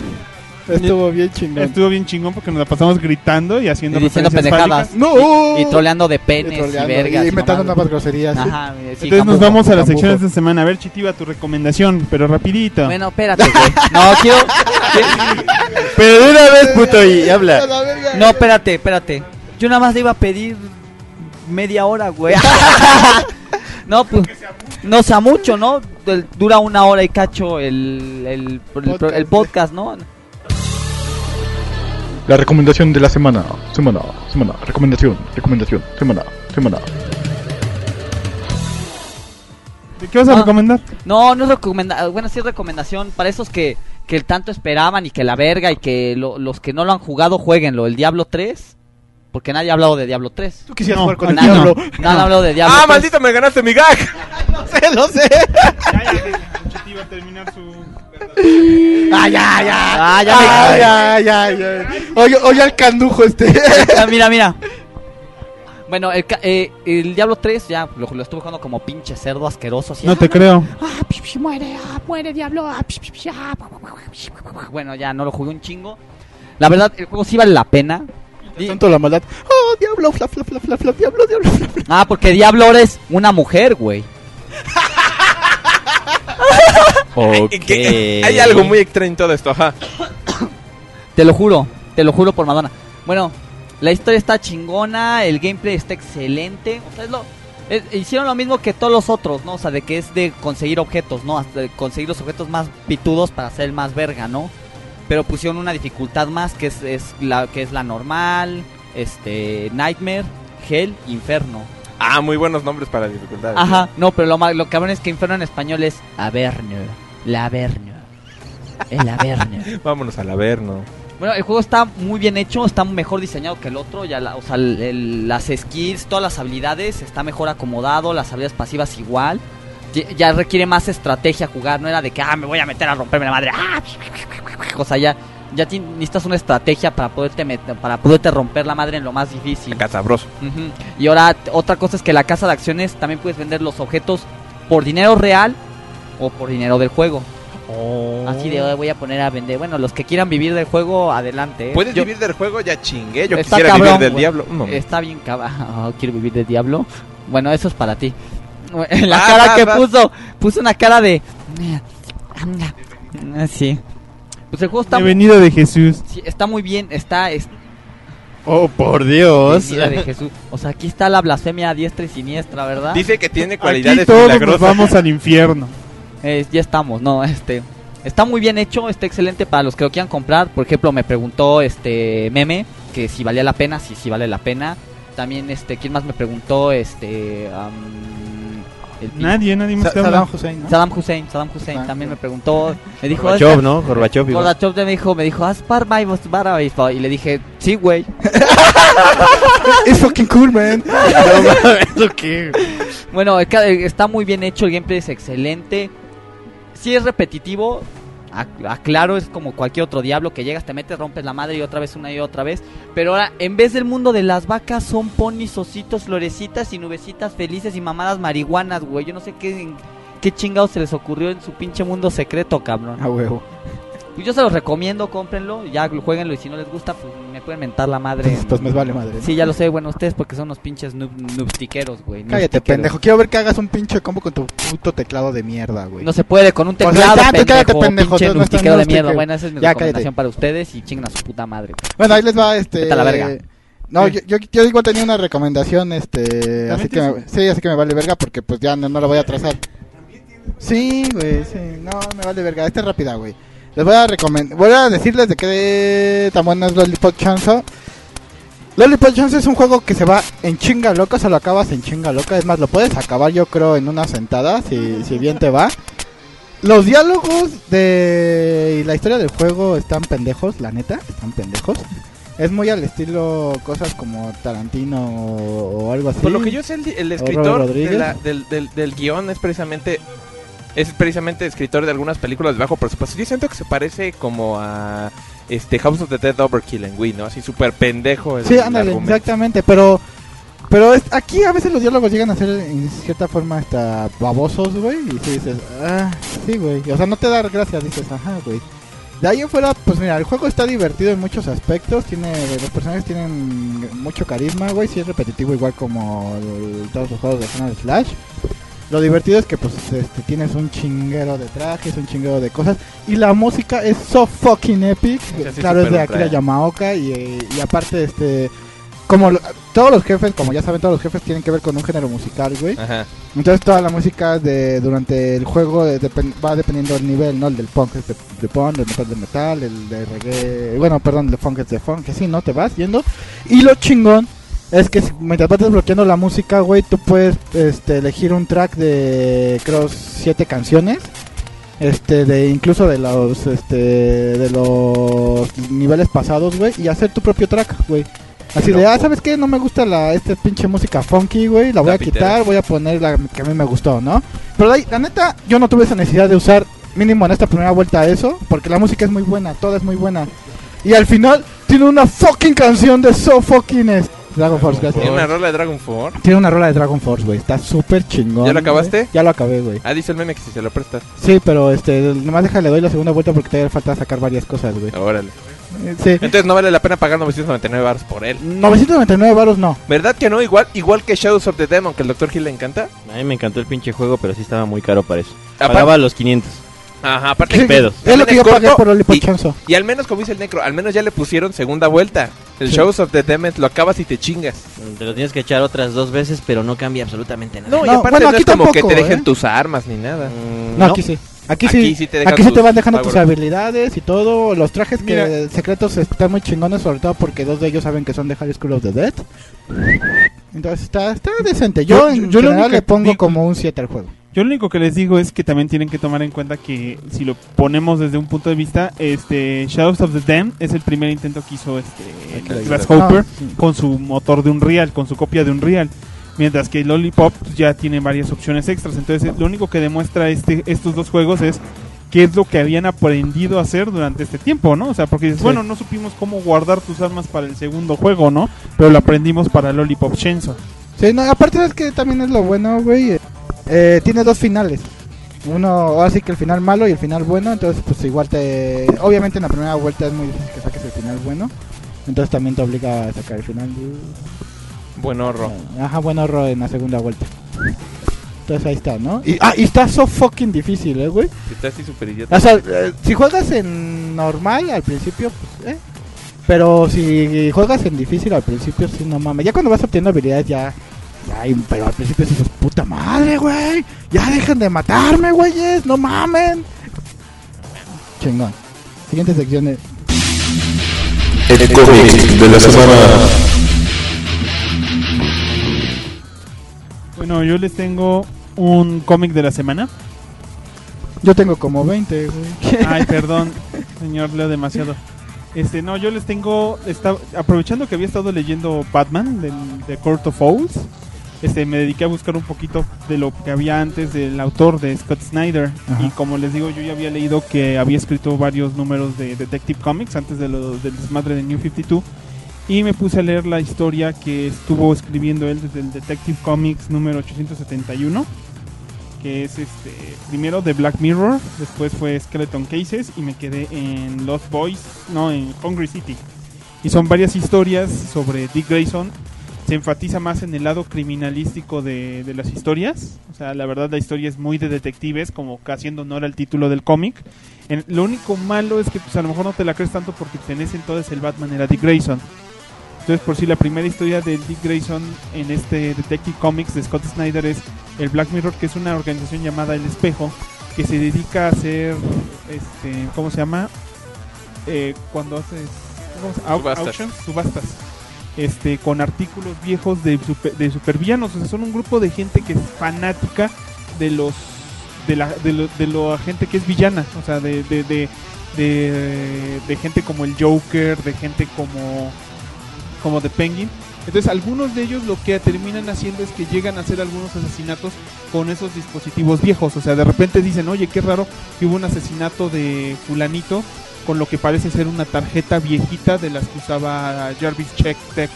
E: Estuvo bien chingón.
C: Estuvo bien chingón porque nos la pasamos gritando y haciendo
F: Y diciendo
C: referencias
F: pendejadas.
C: fálicas.
E: ¡No!
F: Y troleando de
E: Y
F: penes y,
E: troleando,
F: vergas.
E: y
F: y
E: metiendo
F: mamadas.
E: nuevas groserías. sí.
F: Ajá, sí,
C: Entonces nos
F: cambujo.
C: vamos a las
E: Cambujo.
C: secciones de esta semana. A ver, Chitiva, tu recomendación, pero rapidito.
F: Bueno, espérate, güey. No, quiero.
B: Pero de una vez, puto, y
E: A
B: habla.
E: la verga.
F: No, espérate, espérate. Yo nada más le iba a pedir media hora, güey. no, pues. No sea mucho, ¿no? El- dura una hora y cacho el, el, el- el podcast, ¿no?
K: La recomendación de la semana, semana, semana, recomendación, recomendación, semana, semana.
C: ¿Qué vas a
F: Ah.
C: recomendar?
F: No, no es recomenda- Bueno, sí es recomendación para esos que, que tanto esperaban y que la verga y que lo- los que no lo han jugado, jueguenlo. El Diablo 3. Porque nadie ha hablado de Diablo 3. Tú
E: quisieras jugar con el
F: nadie,
E: Diablo.
F: No, nadie ha hablado de Diablo
D: ¡Ah,
F: 3.
D: maldito, me ganaste mi gag!
F: ¡Lo sé, lo sé!
C: iba a terminar su.
E: ¡Ay, ay, ay!
F: Ah, ya me-
E: ¡Ay, ay, ay! ay. Oye, oye al candujo este.
F: Ah, mira, mira. Bueno, el, ca- eh, el Diablo 3 ya lo, lo estuve jugando como pinche cerdo asqueroso. Así,
C: No
F: ah,
C: te creo.
G: Ah, pi, pi, muere, ah, muere, diablo. Ah, pi, pi, pi, ah, bu, bu, bu, bu, pi, bu, bu, bu.
F: Bueno, ya no lo jugué un chingo. La verdad, el juego sí vale la pena. Y-
E: Tanto la maldad. ¡Oh, diablo! ¡Fla, fla, fla, fla, fla, diablo, diablo! fla, fla.
F: Ah, porque Diablo ahora es una mujer, güey.
B: Ok.
D: Y que- *laughs* Hay algo muy extraño en todo esto, ajá.
F: Te lo juro, te lo juro por Madonna. Bueno, la historia está chingona, el gameplay está excelente. O sea, es lo- es- hicieron lo mismo que todos los otros, ¿no? O sea, de que es de conseguir objetos, ¿no? Hasta de conseguir los objetos más pitudos para ser el más verga, ¿no? Pero pusieron una dificultad más que es, es la que es la normal, este Nightmare, Hell, Inferno.
D: Ah, muy buenos nombres para dificultades.
F: Ajá, no, pero lo ma- lo cabrón es que Inferno en español es Averno, la Averno. El Averno.
D: Vámonos al averno.
F: Bueno, el juego está muy bien hecho, está mejor diseñado que el otro, ya la- o sea, el- el- las skills, todas las habilidades, está mejor acomodado, las habilidades pasivas igual. Ye- Ya requiere más estrategia jugar, no era de que, ah, me voy a meter a romperme la madre. ah, O sea, ya, ya ti- necesitas una estrategia para poderte, met- para poderte romper la madre en lo más difícil.
D: Acá sabroso.
F: Ujú. Y ahora t- otra cosa es que la casa de acciones también puedes vender los objetos por dinero real o por dinero del juego.
E: Oh.
F: Así
D: Oh.
F: de "Ay, voy a poner a vender. Bueno, los que quieran vivir del juego, adelante. ¿eh?
D: ¿Puedes
F: Yo-
D: vivir del juego? Ya chingué. Yo
F: Está
D: quisiera
F: cabrón,
D: vivir del
F: güey.
D: diablo. No, mames.
F: Está bien *laughs* cabrón. quiero vivir del diablo. Bueno, eso es para ti. *laughs* La
D: Vas,
J: Ah,
F: cara
D: vas,
F: que
D: vas.
F: puso, puso una cara de. Sí. Pues el juego está,
C: Bienvenido de Jesús.
F: sí, está muy bien. Está. es-
J: Oh, por Dios.
F: Mira de Jesús. O sea, aquí está la blasfemia a diestra y siniestra, ¿verdad?
D: Dice que tiene
C: Aquí
D: cualidades
C: todos nos
D: milagrosas.
C: vamos al infierno.
F: Eh, ya estamos, no, este. Está muy bien hecho, está excelente para los que lo quieran comprar. Por ejemplo, me preguntó este meme que si valía la pena, si si vale la pena. También este, ¿quién más me preguntó? Este am, el pin-
C: Nadie, nadie más
E: Sa-
C: te habla.
E: Saddam Hussein, ¿no?
F: Saddam Hussein, Saddam Hussein
E: Ah,
F: también
E: sí.
F: me preguntó, me dijo,
J: Gorbachev,
F: "Oiga,
J: ¿no? Gorbachev. igual.
F: Gorbachev me dijo, me dijo, "Aspar my most barabais", y le dije, "Sí, güey."
E: It's fucking cool, man.
J: ¿Eso qué?
F: Bueno, el ca- eh, está muy bien hecho, el gameplay es excelente. Si es repetitivo, ac- aclaro, es como cualquier otro diablo que llegas, te metes, rompes la madre y otra vez, una y otra vez. Pero ahora, en vez del mundo de las vacas, son ponis, ositos, florecitas y nubecitas felices y mamadas marihuanas, güey. Yo no sé qué, qué chingados se les ocurrió en su pinche mundo secreto, cabrón.
E: A Ah, huevo.
F: Pues yo se los recomiendo, cómprenlo, ya jueguenlo y si no les gusta, pues me pueden mentar
E: *laughs*
F: la madre.
E: Entonces, pues más vale madre. ¿no?
F: Sí, ya lo sé, bueno, ustedes porque son unos pinches noob, noobstiqueros, güey.
E: Cállate,
F: noobstiqueros.
E: pendejo. Quiero ver que hagas un pinche combo con tu puto teclado de mierda, güey.
F: No se puede con un
E: Pues ahí
F: teclado,
E: está, tú
F: pendejo,
E: cállate, pendejo,
F: pinche
E: tú no estás-
F: rustiquero
E: no
F: de
E: estás
F: mierda.
E: que-
F: Bueno, esa es mi
E: Ya,
F: recomendación
E: cállate.
F: para ustedes y chingan a su puta madre.
E: Bueno, ahí les va, este...
F: Vete a la verga.
E: No, yo, yo, yo igual tenía una recomendación, este... Así que, me, sí, así que me vale verga porque pues ya no, no la voy a atrasar. Sí, güey, sí. No, me vale verga. Esta es rápida, güey. Les voy a recomendar... Voy a decirles de qué tan bueno es Lollipop Chanzo. Lollipop Chanzo pues, es un juego que se va en chinga loca, se lo acabas en chinga loca. Es más, lo puedes acabar yo creo en una sentada, si, si bien te va. Los diálogos de y la historia del juego están pendejos, la neta, están pendejos. Es muy al estilo cosas como Tarantino o, o algo así.
D: Por lo que yo sé, el, el
E: Robert
D: escritor
E: Rodríguez.
D: de la- del, del, del guión es precisamente es precisamente escritor de algunas películas de bajo presupuesto. Yo siento que se parece como a este House of the Dead Overkill en Wii, ¿no? Así súper pendejo. El,
E: Sí,
D: pues, el
E: ándale,
D: argumento.
E: exactamente, pero pero es- aquí a veces los diálogos llegan a ser en cierta forma hasta babosos, güey, y sí dices, ah, sí, güey, o sea, no te da gracia, dices, ajá, güey. De ahí en fuera, pues mira, el juego está divertido en muchos aspectos, tiene los personajes tienen mucho carisma, güey, sí es repetitivo igual como el- todos los juegos de Final Slash. Lo divertido es que pues este, tienes un chinguero de trajes, un chinguero de cosas y la música es so fucking epic.
D: Sí, sí,
E: claro, es
D: súper
E: de Akira
D: ultra.
E: Yamaoka y, eh, y aparte este como lo- todos los jefes, como ya saben, todos los jefes tienen que ver con un género musical, güey.
B: Ajá.
E: Entonces toda la música de durante el juego eh, depen- va dependiendo del nivel, ¿no? El del punk es de, de punk, el metal de metal, el de reggae, bueno, perdón, el de funk es de funk, así, ¿no? Te vas yendo. Y lo chingón es que si- mientras vas desbloqueando la música, güey, tú puedes este, elegir un track de, creo, siete canciones. Este, de incluso de los, este, de los niveles pasados, güey, y hacer tu propio track, güey. Así de, ah, ¿sabes qué? No me gusta la esta pinche música funky, güey. La voy
L: La
E: a
L: pitera.
E: quitar, voy a poner la que a mí me gustó, ¿no? Pero la, la neta, yo no tuve esa necesidad de usar mínimo en esta primera vuelta eso, porque la música es muy buena, toda es muy buena. Y al final tiene una fucking canción de So Fucking es- Dragon Force, gracias.
D: Tiene una rola de Dragon Force.
E: Tiene una rola de Dragon Force, güey. Está súper chingón.
D: ¿Ya lo
E: güey.
D: acabaste?
E: Ya lo acabé, güey.
D: Ah, dice el meme que si se lo prestas.
E: Sí, pero este, nomás déjale doy la segunda vuelta porque te falta sacar varias cosas,
D: *laughs*
E: güey.
D: Órale.
E: Sí.
D: Entonces no vale la pena pagar 999 baros por él.
E: 999 varos no.
D: ¿Verdad que no? Igual, igual que Shadows of the Demon, que el Dr. Hill le encanta.
B: A mí me encantó el pinche juego, pero sí estaba muy caro para eso.
D: Aparte-
B: Pagaba los 500.
D: Ajá,
B: Sí,
D: aparte
B: pedos.
E: Es lo que yo
D: Corto
E: pagué por Lollipop
D: y-
E: Chanzo.
D: Y al menos, como dice el Necro, al menos ya le pusieron segunda vuelta. El
B: Sí.
D: Shadows of the Demon lo acabas y te chingas.
B: Te lo tienes que echar otras dos veces, pero no cambia absolutamente nada.
D: No, y
E: No,
D: aparte
E: bueno,
D: no
E: aquí
D: es como
E: tampoco,
D: que te dejen
E: ¿eh? Mm,
D: tus armas ni nada.
E: No, aquí sí. Aquí sí, aquí sí te,
D: dejan tus
E: van dejando tus
D: power-ups.
E: habilidades y todo. Los trajes que
D: Mira.
E: secretos están muy chingones, sobre todo porque dos de ellos saben que son de High School of the Dead. Entonces está, está decente. Yo,
C: Yo-
E: en
C: yo lo
E: general
C: único
E: le
C: que
E: pongo
C: digo-
E: como un 7 al juego.
C: Yo lo único que les digo es que también tienen que tomar en cuenta que si lo ponemos desde un punto de vista, este Shadows of the Dam es el primer intento que hizo este
E: Aquí.
C: Grasshopper
E: Ah, sí.
C: con su motor de un real, con su copia de un real. Mientras que Lollipop pues, ya tiene varias opciones extras. Entonces, eh, lo único que demuestra este, estos dos juegos es qué es lo que habían aprendido a hacer durante este tiempo, ¿no? O sea, porque dices,
E: Sí.
C: bueno, no supimos cómo guardar tus armas para el segundo juego, ¿no? Pero lo aprendimos para Lollipop Shenson.
E: Sí, no, aparte es que también es lo bueno, güey. Eh, tiene dos finales. Uno, ahora sí que el final malo y el final bueno. Entonces, pues igual te. Obviamente en la primera vuelta es muy difícil que saques el final bueno. Entonces también te obliga a sacar el final.
D: Buen horror.
E: Ajá, buen horror en la segunda vuelta. Entonces ahí está, ¿no? Y, ah, y está so fucking difícil, eh, güey.
D: Está así súper idiota.
E: O sea, eh, si juegas en normal al principio, pues, eh. Pero si juegas en difícil al principio, sí, no mames. Ya cuando vas obteniendo habilidades, ya. ya hay- pero al principio dices, puta madre, güey. Ya dejen de matarme, güeyes. No mamen. Chingón. Siguiente sección eh. de.
A: El cómic de la semana.
C: Bueno, yo les tengo un cómic de la semana.
E: Yo tengo como 20, güey. *laughs*
F: Ah,
C: Ay, perdón, señor, leo demasiado. Este, no, yo les tengo, esta- aprovechando que había estado leyendo Batman del- de Court of Owls, este, me dediqué a buscar un poquito de lo que había antes del autor de Scott Snyder.
E: Ajá.
C: Y como les digo, yo ya había leído que había escrito varios números de Detective Comics antes de lo, del desmadre de New 52. Y me puse a leer la historia que estuvo escribiendo él desde el Detective Comics número 871 que es este primero de Black Mirror, después fue Skeleton Cases y me quedé en Lost Boys, no, en Hungry City. Y son varias historias sobre Dick Grayson. Se enfatiza más en el lado criminalístico de, de las historias. O sea, la verdad la historia es muy de detectives, como que haciendo honor al título del cómic. En- Lo único malo es que pues, a lo mejor no te la crees tanto porque pues, en ese entonces el Batman era Dick Grayson. Entonces, por si la primera historia de Dick Grayson en este Detective Comics de Scott Snyder es el Black Mirror, que es una organización llamada El Espejo, que se dedica a hacer, este, ¿cómo se llama? Eh, cuando haces ¿cómo se- au-
D: Subastas.
C: auctions, subastas. Este, con artículos viejos de, super- de supervillanos. O sea, son un grupo de gente que es fanática de los de la, de lo- de la gente que es villana, o sea, de, de, de, de- de gente como el Joker, de gente como como The Penguin. Entonces algunos de ellos lo que terminan haciendo es que llegan a hacer algunos asesinatos con esos dispositivos viejos. O sea, de repente dicen, oye, qué raro que hubo un asesinato de fulanito con lo que parece ser una tarjeta viejita de las que usaba Jarvis Check Tech,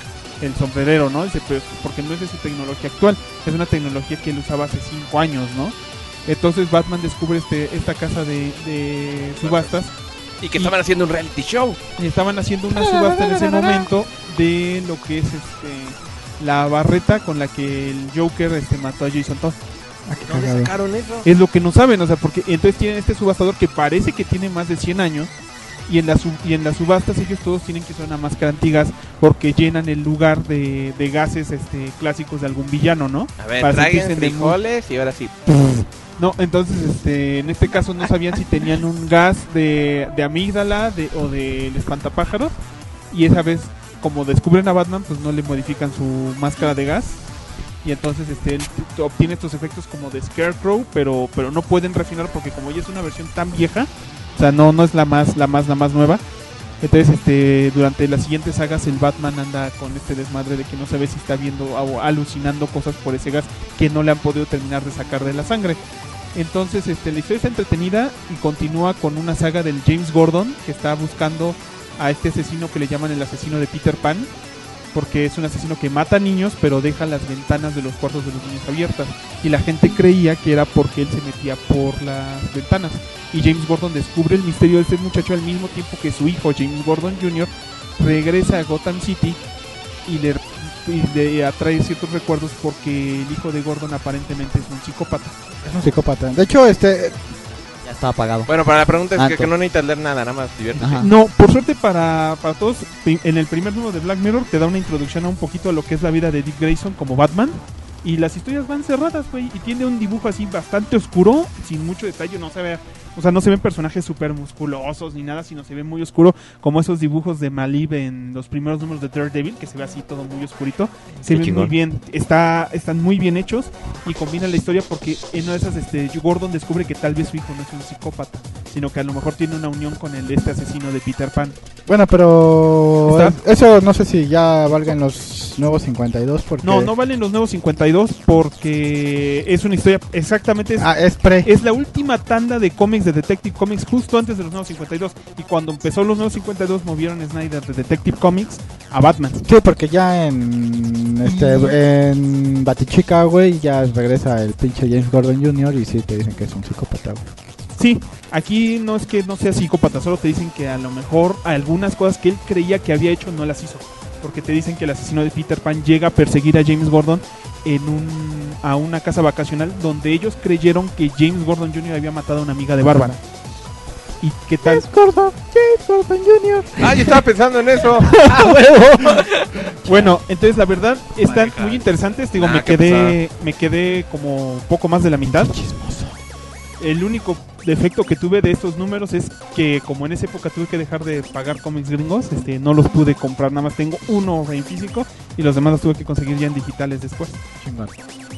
C: el sombrerero, ¿no? Dice, "Pero- porque no es de su tecnología actual, es una tecnología que él usaba hace cinco años, ¿no? Entonces Batman descubre este, esta casa de, de subastas
D: Y que estaban haciendo un reality show.
C: y estaban haciendo una subasta en ese momento de lo que es este la barreta con la que el Joker este mató a Jason Todd.
E: cagado.
D: sacaron eso?
C: Es lo que no saben, o sea, porque entonces tienen este subastador que parece que tiene más de 100 años y en, las, sub- y en las subastas ellos todos tienen que usar una máscara antigas porque llenan el lugar de, de gases este, clásicos de algún villano, ¿no?
D: A ver,
C: Para
D: traguen
C: sentirse de mu-
D: frijoles y ahora sí.
C: no, entonces este, en este caso no sabían si tenían un gas de, de amígdala de, o del espantapájaros. Y esa vez, como descubren a Batman, pues no le modifican su máscara de gas. Y entonces este, él t- obtiene estos efectos como de Scarecrow, pero, pero no pueden refinar porque como ya es una versión tan vieja, o sea, no, no es la más, la más, la más nueva. Entonces, este, durante las siguientes sagas, el Batman anda con este desmadre de que no sabe si está viendo o alucinando cosas por ese gas que no le han podido terminar de sacar de la sangre. Entonces, este, la historia está entretenida y continúa con una saga del James Gordon que está buscando a este asesino que le llaman el asesino de Peter Pan, porque es un asesino que mata niños pero deja las ventanas de los cuartos de los niños abiertas. Y la gente creía que era porque él se metía por las ventanas. Y James Gordon descubre el misterio de este muchacho al mismo tiempo que su hijo, James Gordon Jr., regresa a Gotham City y le, y le atrae ciertos recuerdos porque el hijo de Gordon aparentemente es un psicópata.
E: Es un psicópata. De hecho, este.
F: Ya estaba apagado.
D: Bueno, para la pregunta
E: Ah,
D: es que,
F: Alto.
D: que no necesitas leer nada, nada más diviértete.
C: No, por suerte para, para todos, pri- en el primer número de Black Mirror te da una introducción a un poquito a lo que es la vida de Dick Grayson como Batman. Y las historias van cerradas, güey. Y tiene un dibujo así bastante oscuro, sin mucho detalle. No se ve, o sea, no se ven personajes súper musculosos ni nada, sino se ve muy oscuro, como esos dibujos de Malib en los primeros números de Daredevil, que se ve así todo muy oscurito. Se
B: Qué
C: ven muy
B: chingón.
C: bien, está, están muy bien hechos y combina la historia porque en una de esas este, Gordon descubre que tal vez su hijo no es un psicópata, sino que a lo mejor tiene una unión con el de este asesino de Peter Pan.
E: Bueno, pero.
C: ¿Está?
E: Eso no sé si ya valga en los nuevos 52. Porque...
C: No, no valen los nuevos 52 porque es una historia exactamente es,
E: Ah, es pre.
C: es la última tanda de cómics de Detective Comics justo antes de los nuevos 52 y cuando empezó los nuevos 52 movieron a Snyder de Detective Comics a Batman.
E: Sí, porque ya en. Este. En Batichica, güey, ya regresa el pinche James Gordon Jr. Y sí te dicen que es un psicópata, güey.
C: Sí, aquí no es que no sea psicópata, solo te dicen que a lo mejor algunas cosas que él creía que había hecho no las hizo. Porque te dicen que el asesino de Peter Pan llega a perseguir a James Gordon en un, a una casa vacacional donde ellos creyeron que James Gordon Jr. había matado a una amiga de Bárbara. ¿Y qué tal?
G: Gordon, James Gordon Jr.
D: Ah, yo estaba pensando en
E: *laughs*
D: eso.
C: Bueno, entonces la verdad están muy interesantes. Digo,
D: Ah,
C: me
D: qué
C: quedé, me quedé como un poco más de la mitad. El único defecto que tuve de estos números es que como en esa época tuve que dejar de pagar cómics gringos, este, no los pude comprar, nada más tengo uno en físico y los demás los tuve que conseguir ya en digitales después.
E: Chingón.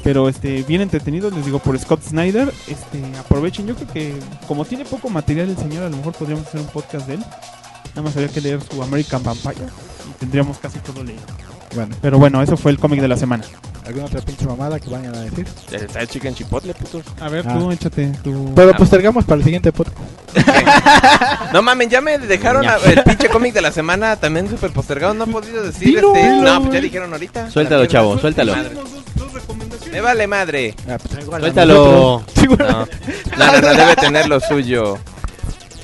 C: Pero este, bien entretenido, les digo, por Scott Snyder, este, aprovechen, yo creo que como tiene poco material el señor, a lo mejor podríamos hacer un podcast de él. Nada más habría que leer su American Vampire y tendríamos casi todo leído.
E: Bueno,
C: Pero bueno, eso fue el cómic de la semana.
E: ¿alguna otra pinche mamada que vayan a decir?
D: Está el chicken chipotle, putos.
C: A ver,
E: Ah.
C: tú échate tu...
E: Pero postergamos para el siguiente podcast.
D: No mames, ya me dejaron a- el pinche cómic de la semana también súper postergado. No he podido decir
C: Dilo,
D: este.
C: dilo,
D: no, pues ya
C: güey.
D: dijeron ahorita.
B: Suéltalo,
D: La mierda,
B: chavo, suéltalo.
D: madre.
C: Dos recomendaciones.
D: Me vale madre.
B: Suéltalo.
D: No. No, no, no, debe tener lo suyo.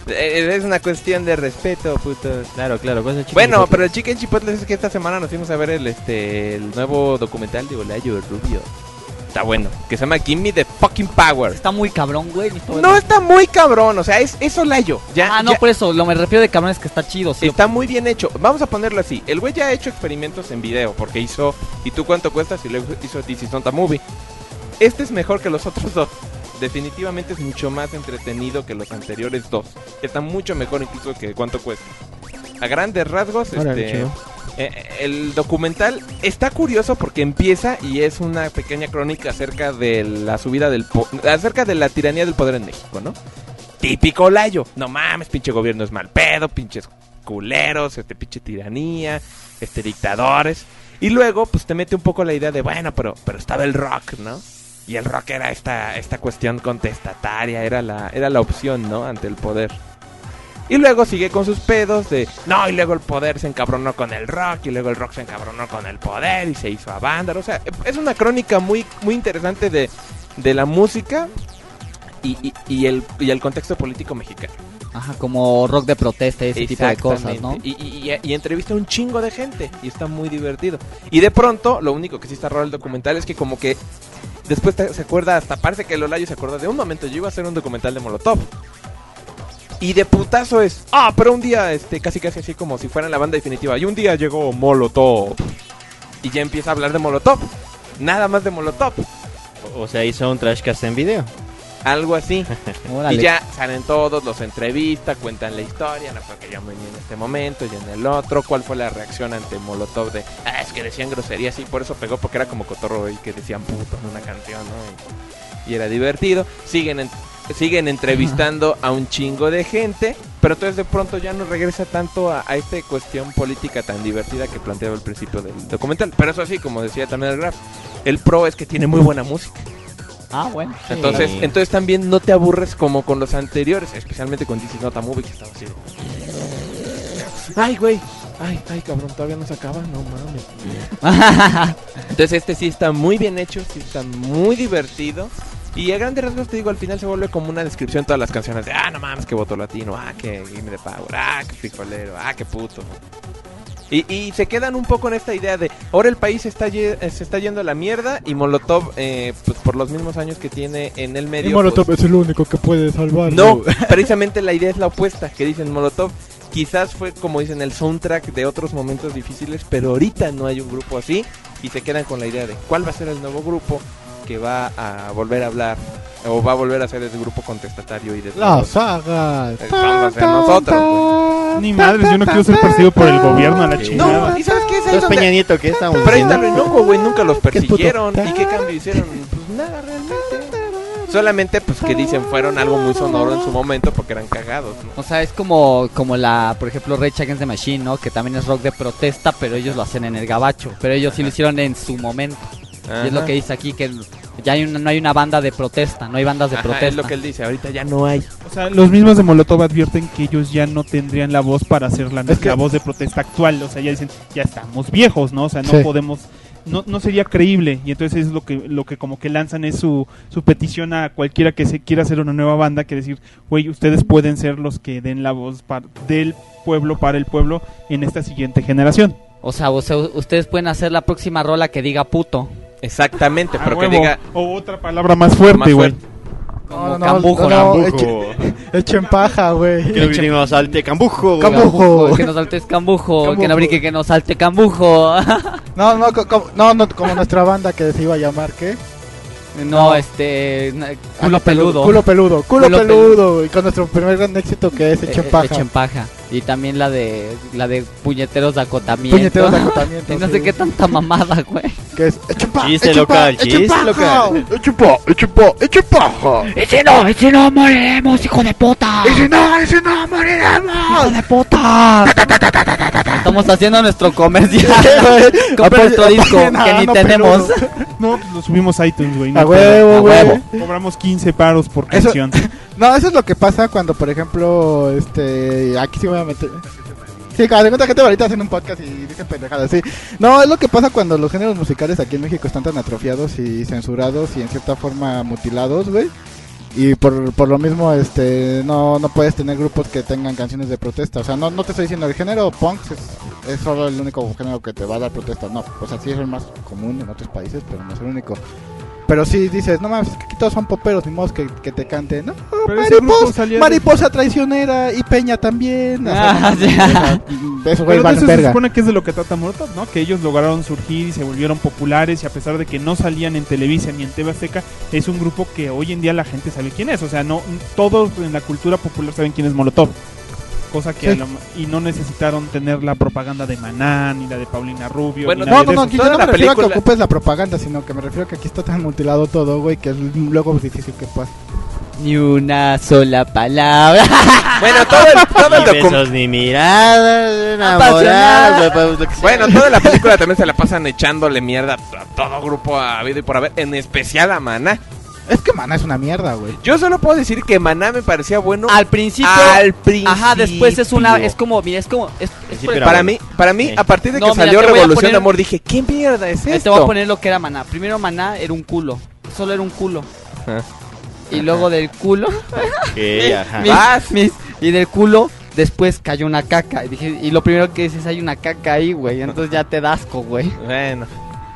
D: Eh, Es una cuestión de respeto, putos.
B: Claro, claro. cosa chica.
D: Bueno, pero el chicken chipotle es que esta semana nos fuimos a ver el este el nuevo documental de Olayo Rubio. Está bueno, que se llama Give Me the Fucking Power.
F: Está muy cabrón, güey. no estoy-
D: No está muy cabrón, o sea, es, es Olayo. Ya,
F: Ah, no,
D: ya-
F: por eso. Lo me refiero de cabrón es que está chido, sí.
D: Está muy bien hecho. Vamos a ponerlo así. El güey ya ha hecho experimentos en video porque hizo ¿Y tú cuánto cuestas? Y luego hizo This is not a movie. Este es mejor que los otros dos. Definitivamente es mucho más entretenido que los anteriores dos. Está mucho mejor incluso que cuánto cuesta. A grandes rasgos,
B: Órale,
D: este,
B: chido.
D: eh, el documental está curioso porque empieza y es una pequeña crónica acerca de la subida del po- acerca de la tiranía del poder en México, ¿no? Típico Layo. No mames, pinche gobierno es mal pedo, pinches culeros, este pinche tiranía, este dictadores. Y luego, pues te mete un poco la idea de, bueno, pero, pero estaba el rock, ¿no? Y el rock era esta, esta cuestión contestataria, era la, era la opción, ¿no? Ante el poder. Y luego sigue con sus pedos de, no, y luego el poder se encabronó con el rock, y luego el rock se encabronó con el poder, y se hizo a banda. O sea, es una crónica muy, muy interesante de, de la música y, y- y el, y el contexto político mexicano.
F: Ajá, como rock de protesta y ese tipo de cosas, ¿no?
D: Exactamente. Y, y- y- y entrevista a un chingo de gente y está muy divertido. Y de pronto, lo único que sí está raro el documental es que como que después te- se acuerda, hasta parece que Lolayo se acuerda de un momento, yo iba a hacer un documental de Molotov. Y de putazo es, ah, pero un día, este, casi casi así como si fuera la banda definitiva. Y un día llegó Molotov. Y ya empieza a hablar de Molotov. Nada más de Molotov.
B: O sea, hizo un trashcast en video.
D: Algo así.
B: Órale.
D: Y ya salen todos, los entrevistas, cuentan la historia, no porque yo me vi en este momento y en el otro, cuál fue la reacción ante Molotov de, ah, es que decían groserías y por eso pegó, porque era como cotorro y que decían puto en una canción, ¿no? Y, y era divertido. Siguen, en- siguen entrevistando a un chingo de gente, pero entonces de pronto ya no regresa tanto a, a esta cuestión política tan divertida que planteaba al principio del documental. Pero eso sí, como decía también el Graf, el pro es que tiene muy buena música.
F: Ah, bueno.
D: Entonces, entonces también no te aburres como con los anteriores, especialmente con DC Nota Movie que estaba así. Ay, güey. Ay, ay, cabrón, todavía no se acaba, no mames. Entonces este sí está muy bien hecho, sí está muy divertido. Y a grandes rasgos te digo, al final se vuelve como una descripción de todas las canciones de ah no mames que voto latino, ah que Game de Power, ah que frijolero, ah que puto. Y, y se quedan un poco en esta idea de ahora el país está ye- se está yendo a la mierda y Molotov, eh, pues por los mismos años que tiene en el medio.
M: Y Molotov
D: pues,
M: es el único que puede salvar.
F: *laughs*
D: no, precisamente la idea es la opuesta, que dicen Molotov. Quizás fue como dicen el soundtrack de otros momentos difíciles, pero ahorita no hay un grupo así y se quedan con la idea de cuál va a ser el nuevo grupo que va a volver a hablar o va a volver a ser el grupo contestatario y de
M: La saga.
D: Vamos a hacer nosotros. güey.
C: Ni madres, yo no quiero ser perseguido por el gobierno a la chingada.
D: No, ¿y sabes qué es ahí
B: Los
D: donde-
B: Peña Nieto, ¿qué estábamos
D: Pero ahí
B: diciendo?
D: está lo enojo, güey, nunca los
B: puto
D: persiguieron. ¿Y qué cambio hicieron? Pues nada, realmente. Solamente, pues que dicen, fueron algo muy sonoro en su momento porque eran cagados, ¿no?
F: O sea, es como, como la, por ejemplo, Rage Against the Machine, ¿no? Que también es rock de protesta, pero ellos lo hacen en el gabacho. Pero ellos sí lo hicieron en su momento. Y es lo
D: Ajá.
F: que dice aquí, que ya hay una- no hay una banda de protesta, no hay bandas de
D: Ajá,
F: protesta.
D: es lo que él dice, ahorita ya no hay.
C: O sea, Los mismos de Molotov advierten que ellos ya no tendrían la voz para hacer la, la voz de protesta actual. O sea, ya dicen, ya estamos viejos, ¿no? O sea, no
M: Sí.
C: podemos, no, no sería creíble. Y entonces es lo que, lo que como que lanzan es su, su petición a cualquiera que se quiera hacer una nueva banda, que decir, güey, ustedes pueden ser los que den la voz pa- del pueblo para el pueblo en esta siguiente generación.
F: O sea, o sea, ustedes pueden hacer la próxima rola que diga puto.
D: Exactamente,
C: pero que huevo. diga- O otra palabra más
D: Más
C: fuerte, güey.
F: Como
E: no,
F: cambujo,
E: no,
F: ¿no?
E: eche- Echen paja, güey.
B: Que no vinimos al Tecambujo.
E: Cambujo.
F: Que nos salte cambujo,
E: Cambujo.
F: que no brinque, que nos
E: *laughs*
F: salte cambujo.
E: No, no, co- como, no, no, como nuestra banda que se iba a llamar, ¿qué?
F: no, este, na- culo
E: Ah,
F: peludo.
E: Culo peludo, culo,
F: Culo
E: peludo. Y con nuestro primer gran éxito que es Echen
F: Eh,
E: paja.
F: echen paja. Y también la de la de puñeteros de acotamiento.
E: Puñeteros de acotamiento,
F: *laughs* y no
E: sí.
F: sé qué tanta mamada, güey.
E: Que es Echen paja.
B: Chiste
E: echen
B: local,
E: paja,
B: chiste
E: echen paja.
B: local.
E: Echen paja, echen paja, echen paja.
J: Ese no, ese no moriremos, hijo de puta. Ese no, ese no moriremos.
F: ¡Hijo de puta! Estamos haciendo nuestro
E: *laughs*
F: comercial. *laughs* Compra nuestro
E: Apoyen-
C: *laughs*
F: disco
E: apoyen a
F: que ni
E: Ano
F: tenemos.
E: Peludo.
C: No, pues lo subimos a iTunes, güey. no
E: A
C: hay
E: huevo,
C: pedo.
E: güey.
C: Cobramos 15 paros por
E: Eso-
C: canción.
E: No, eso es lo que pasa cuando, por ejemplo, este. Aquí sí voy a meter. Sí, cada cuenta gente ahorita hacen un podcast y dicen pendejadas, sí. No, es lo que pasa cuando los géneros musicales aquí en México están tan atrofiados y censurados y en cierta forma mutilados, güey. Y por, por lo mismo, este, no, no puedes tener grupos que tengan canciones de protesta. O sea, no, no te estoy diciendo el género punk es, es solo el único género que te va a dar protesta. No, o sea, sí es el más común en otros países, pero no es el único. Pero sí dices, no mames, es que aquí todos son poperos, ni modos que, que te canten, ¿no?
C: Pero ese grupo
E: Mariposa,
C: salía de-
E: mariposa traicionera y Peña también. O sea,
F: *laughs* Ah,
E: no,
F: sí.
E: *laughs* o sea, esos güeyes
C: Pero de
E: valen
C: eso se
E: verga.
C: supone que es de lo que trata Molotov, ¿no? Que ellos lograron surgir y se volvieron populares y a pesar de que no salían en Televisa ni en TV Azteca, es un grupo que hoy en día la gente sabe quién es. O sea, no todos en la cultura popular saben quién es Molotov. Cosa que
E: Sí.
C: a la ma- y no necesitaron tener la propaganda de Maná ni la de Paulina Rubio.
D: Bueno,
C: ni la
E: No,
C: de
E: no, no,
C: esos.
E: yo no
D: la
E: me refiero a que
D: película-
E: ocupes la propaganda, sino que me refiero a que aquí está tan mutilado todo, güey, que es luego difícil que pase.
F: Ni una sola palabra.
E: *laughs*
D: Bueno, todo el,
B: *laughs*
D: todo el
B: Ni
D: docu-
B: besos, ni miradas, enamoradas,
F: Apasionada.
B: güey, pues, lo que sea.
D: Bueno, toda la película también se la pasan echándole mierda a todo grupo habido y por haber, en especial a Maná.
E: Es que Mana es una mierda,
C: *laughs*
E: güey.
D: Yo solo puedo decir que Maná me parecía bueno
F: Al principio.
D: al principio.
F: Ajá, después es una. Es como. Mira, es como. Es, es
B: Sí,
F: por-
B: pero-
D: Para mí, para mí
B: Sí.
D: a partir de
F: No,
D: que
F: mira,
D: salió
F: te voy a
D: Revolución
F: poner-
D: de Amor dije, ¿qué mierda es
F: Ahí
D: esto?
F: Te voy a poner lo que era Maná. Primero Maná era un culo. Solo era un culo.
D: Ajá.
F: Y luego del culo.
B: Ok, ajá.
F: *laughs* mis-
D: Vas.
F: mis- y del culo. Después cayó una caca. Y, dije, y lo primero que dices, hay una caca ahí, güey. Entonces ya te das asco, güey.
D: Bueno,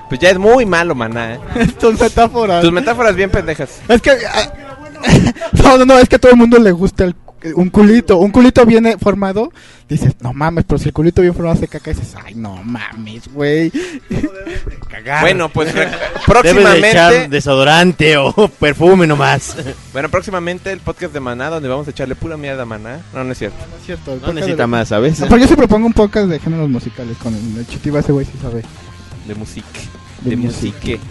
D: pues ya es muy malo Maná. ¿eh?
E: Tus metáforas.
D: Tus metáforas bien pendejas.
E: *laughs* Es que. ah, no, no, no, es que a todo el mundo le gusta el,
J: un culito, un culito bien eh, formado, dices, no mames, pero si el culito bien formado hace caca, dices, ay, no mames, güey.
D: Bueno, pues re-
B: Debes de
D: próximamente.
B: echar desodorante o *laughs* perfume nomás.
D: Bueno, próximamente el podcast de Maná, donde vamos a echarle pura mierda a Maná. No, no es cierto. No,
J: es cierto.
D: No
J: podcast
B: necesita
J: de-
B: más, *laughs* ¿sabes?
J: No, pero yo sí propongo un podcast de géneros musicales con el, el Chitiba, ese güey sí sabe.
D: De música.
J: De
D: De
J: musique.
D: música.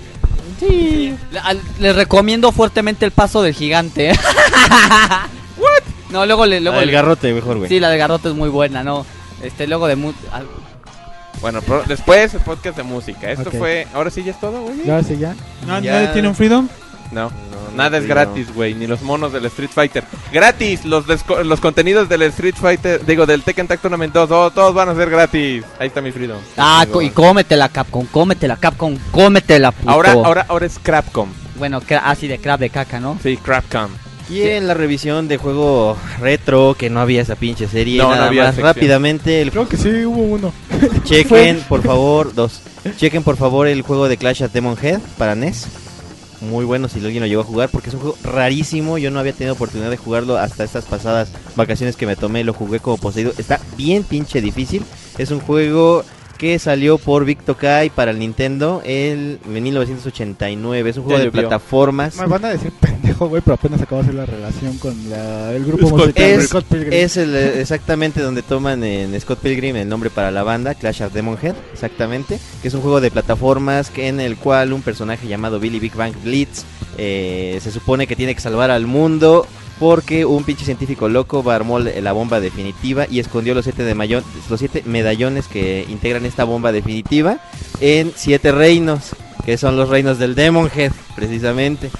F: Sí. Le- al- Les recomiendo fuertemente el paso del gigante. ¿What? No, luego le. Luego
B: La del
F: le-
B: garrote, mejor, güey.
F: Sí, la del garrote es muy buena, ¿no? Este, luego de. mu- al-
D: Bueno, pro- después el podcast de música. Esto
J: Ok.
D: fue. Ahora sí ya es todo, güey.
J: Ya, sí, ya.
C: ¿Nad- ¿Nadie tiene un freedom?
D: No,
C: no,
D: nada es
C: sí,
D: gratis, güey. Ni los monos del Street Fighter. Gratis, los, desco- los contenidos del Street Fighter, digo, del Tekken Tag Tournament 2, oh, todos van a ser gratis. Ahí está mi freedom.
F: Ah, co- y cómetela, Capcom, cómetela, Capcom, cómetela, puto.
D: Ahora, ahora, ahora es Crapcom.
F: Bueno, cra- así de crap de caca, ¿no?
D: Sí, Crapcom.
B: Y en la revisión de juego retro, que no había esa pinche serie,
D: No, no
B: nada
D: había
B: más
D: sección.
B: rápidamente, el
J: Creo que sí, hubo uno.
B: Chequen, por favor, dos. Chequen, por favor, el juego de Clash at Demon Head para NES. Muy bueno si alguien lo llegó a jugar, porque es un juego rarísimo. Yo no había tenido oportunidad de jugarlo hasta estas pasadas vacaciones que me tomé. Lo jugué como poseído. Está bien pinche difícil. Es un juego que salió por Vic Tokai para el Nintendo el, en 1989. Es un juego
J: Ya
B: de
J: llovió.
B: plataformas.
J: Me van a decir pendejo, güey, pero apenas acabo de hacer la relación con la- el grupo
B: Scott-
J: musical.
B: es,
J: Scott Pilgrim.
B: es el, eh, exactamente donde toman en Scott Pilgrim el nombre para la banda, Clash of Demon Head, exactamente, que es un juego de plataformas que- en el cual un personaje llamado Billy Big Bang Blitz eh, se supone que tiene que salvar al mundo porque un pinche científico loco va- armó la la bomba definitiva y escondió los siete, de mayo- los siete medallones que integran esta bomba definitiva en siete reinos, que son los reinos del Demon Head, precisamente.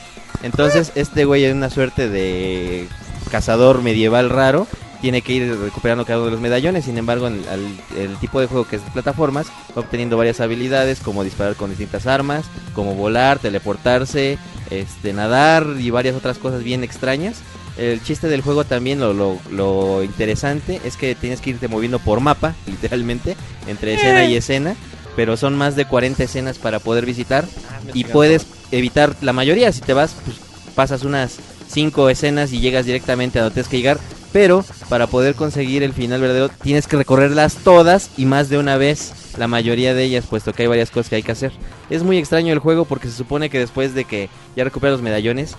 B: Entonces, este güey es una suerte de cazador medieval raro. Tiene que ir recuperando cada uno de los medallones. Sin embargo, en- al- el tipo de juego que es de plataformas va obteniendo varias habilidades, como disparar con distintas armas, como volar, teleportarse, este, nadar y varias otras cosas bien extrañas. El chiste del juego también, lo, lo- lo interesante, es que tienes que irte moviendo por mapa, *laughs* literalmente, entre escena y escena. Pero son más de 40 escenas para poder visitar y puedes evitar la mayoría. Si te vas, pues, pasas unas cinco escenas y llegas directamente a donde tienes que llegar. Pero para poder conseguir el final verdadero, tienes que recorrerlas todas y más de una vez la mayoría de ellas, puesto que hay varias cosas que hay que hacer. Es muy extraño el juego porque se supone que después de que ya recuperas los medallones,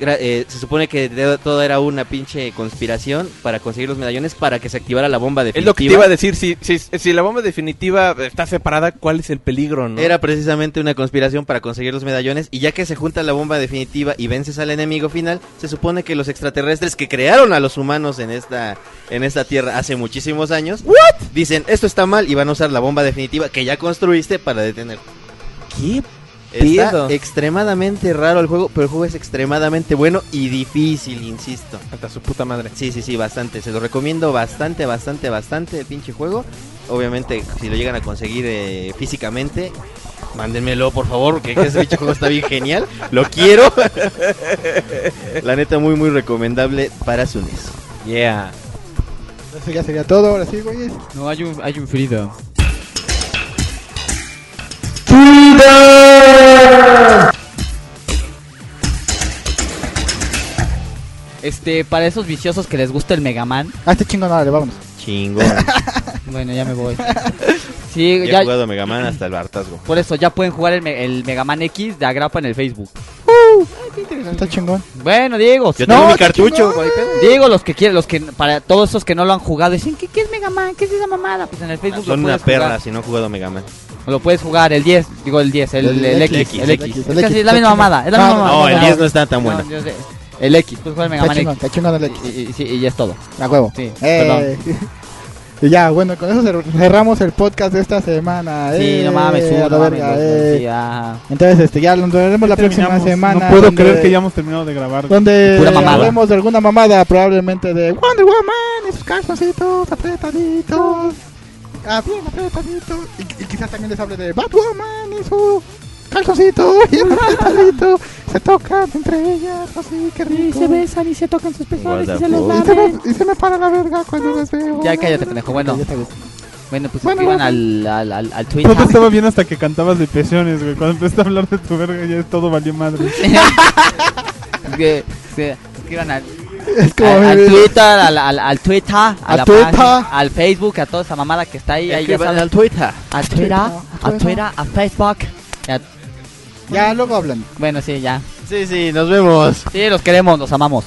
B: gra- eh, se supone que de- todo era una pinche conspiración para conseguir los medallones para que se activara la bomba definitiva.
D: Es lo que te iba a decir. Si, si, si la bomba definitiva está separada, ¿cuál es el peligro, no?
B: Era precisamente una conspiración para conseguir los medallones y ya que se junta la bomba definitiva y vences al enemigo final, se supone que los extraterrestres que crearon a los humanos en esta en esta tierra hace muchísimos años, dicen, esto está mal y van a usar la bomba definitiva que ya construiste para detenerlo.
D: ¿Qué?
B: Está
D: pedo?
B: extremadamente raro el juego, pero el juego es extremadamente bueno y difícil, insisto.
D: Hasta su puta madre.
B: Sí, sí, sí, bastante. Se lo recomiendo bastante, bastante, bastante el pinche juego. Obviamente, si lo llegan a conseguir eh, físicamente, mándenmelo por favor, porque ese pinche juego está bien genial. Lo quiero. *laughs* La neta, muy, muy recomendable para Sunes.
D: Yeah.
J: Eso ya sería todo, ahora sí, güeyes.
F: No, hay un, hay un Freedom. Este, para esos viciosos que les gusta el Mega Man. *laughs*
J: Ah, este chingón, dale, vámonos.
B: Chingón.
F: Bueno, ya me voy. Sí,
B: Ya
F: ya.
B: he jugado a Mega Man hasta el hartazgo.
F: Por eso, ya pueden jugar el, me- el Mega Man X de Agrapa en el Facebook.
J: Está chingón.
F: Bueno, Diego.
J: Yo tengo mi cartucho,
F: Diego, los que quieren, los que para todos esos que no lo han jugado, dicen que qué es Mega Man, qué es esa mamada. Pues en el Facebook
B: Son
F: lo
B: una
F: puedes
B: perra
F: jugar.
B: si no he jugado a Mega Man.
F: Lo puedes jugar el 10, digo el 10, el,
B: El
F: el
B: X,
F: X, el X.
B: el X.
F: Es que sí, es la misma mamada, es la misma
B: No,
F: mamada.
B: el 10 no está tan bueno.
F: yo sé. El X, puedes jugar el Mega
J: Está
F: Man
J: chingón,
F: X.
J: está chingón el X.
F: Y, y- sí, y ya es todo.
J: A huevo.
F: Sí,
J: Eh, *laughs* y ya, bueno, con eso cer- cerramos el podcast de esta semana.
F: Sí,
J: eh,
F: no mames, sí,
J: a la
F: no mames,
J: verga,
F: no,
J: eh.
F: sí, ya.
J: Entonces, este, ya lo veremos la próxima
C: Terminamos.
J: semana.
C: No puedo
J: donde-
C: creer que ya hemos terminado de grabar.
J: Donde
C: Pura mamada.
J: hablemos de alguna mamada, probablemente de Wonder Woman, esos calzoncitos apretaditos. Ah, bien apretaditos. Y, y quizás también les hable de Batwoman y su oh. calzoncito *laughs* bien apretadito. Se tocan entre ellas, así, qué rico.
G: Y se besan y se tocan sus pezones y se los
J: Y se
G: lamen.
J: me, y se me para la verga cuando los veo.
F: Ya cállate, pendejo. Bueno, bueno pues
J: Bueno,
F: escriban
J: bueno.
F: al, al, al, al Twitter.
C: Todo
F: *laughs*
C: estaba bien hasta que cantabas de pezones, güey. Cuando empezaste a hablar de tu verga ya todo valió madre.
F: Que- que- Escriban al.
J: Es como
F: al,
J: mi
F: al
J: vida.
F: Twitter, al, al- al Twitter, a
J: Al
F: la
J: Twitter.
F: página, al Facebook, a toda esa mamada que está ahí. ahí ya
J: Escriban
F: saben.
J: al Twitter.
F: A Twitter, a
J: Twitter.
F: Twitter, a Facebook.
J: Ya luego hablan.
F: Bueno, sí, ya.
B: Sí, sí, nos vemos.
F: Sí, los queremos, los amamos.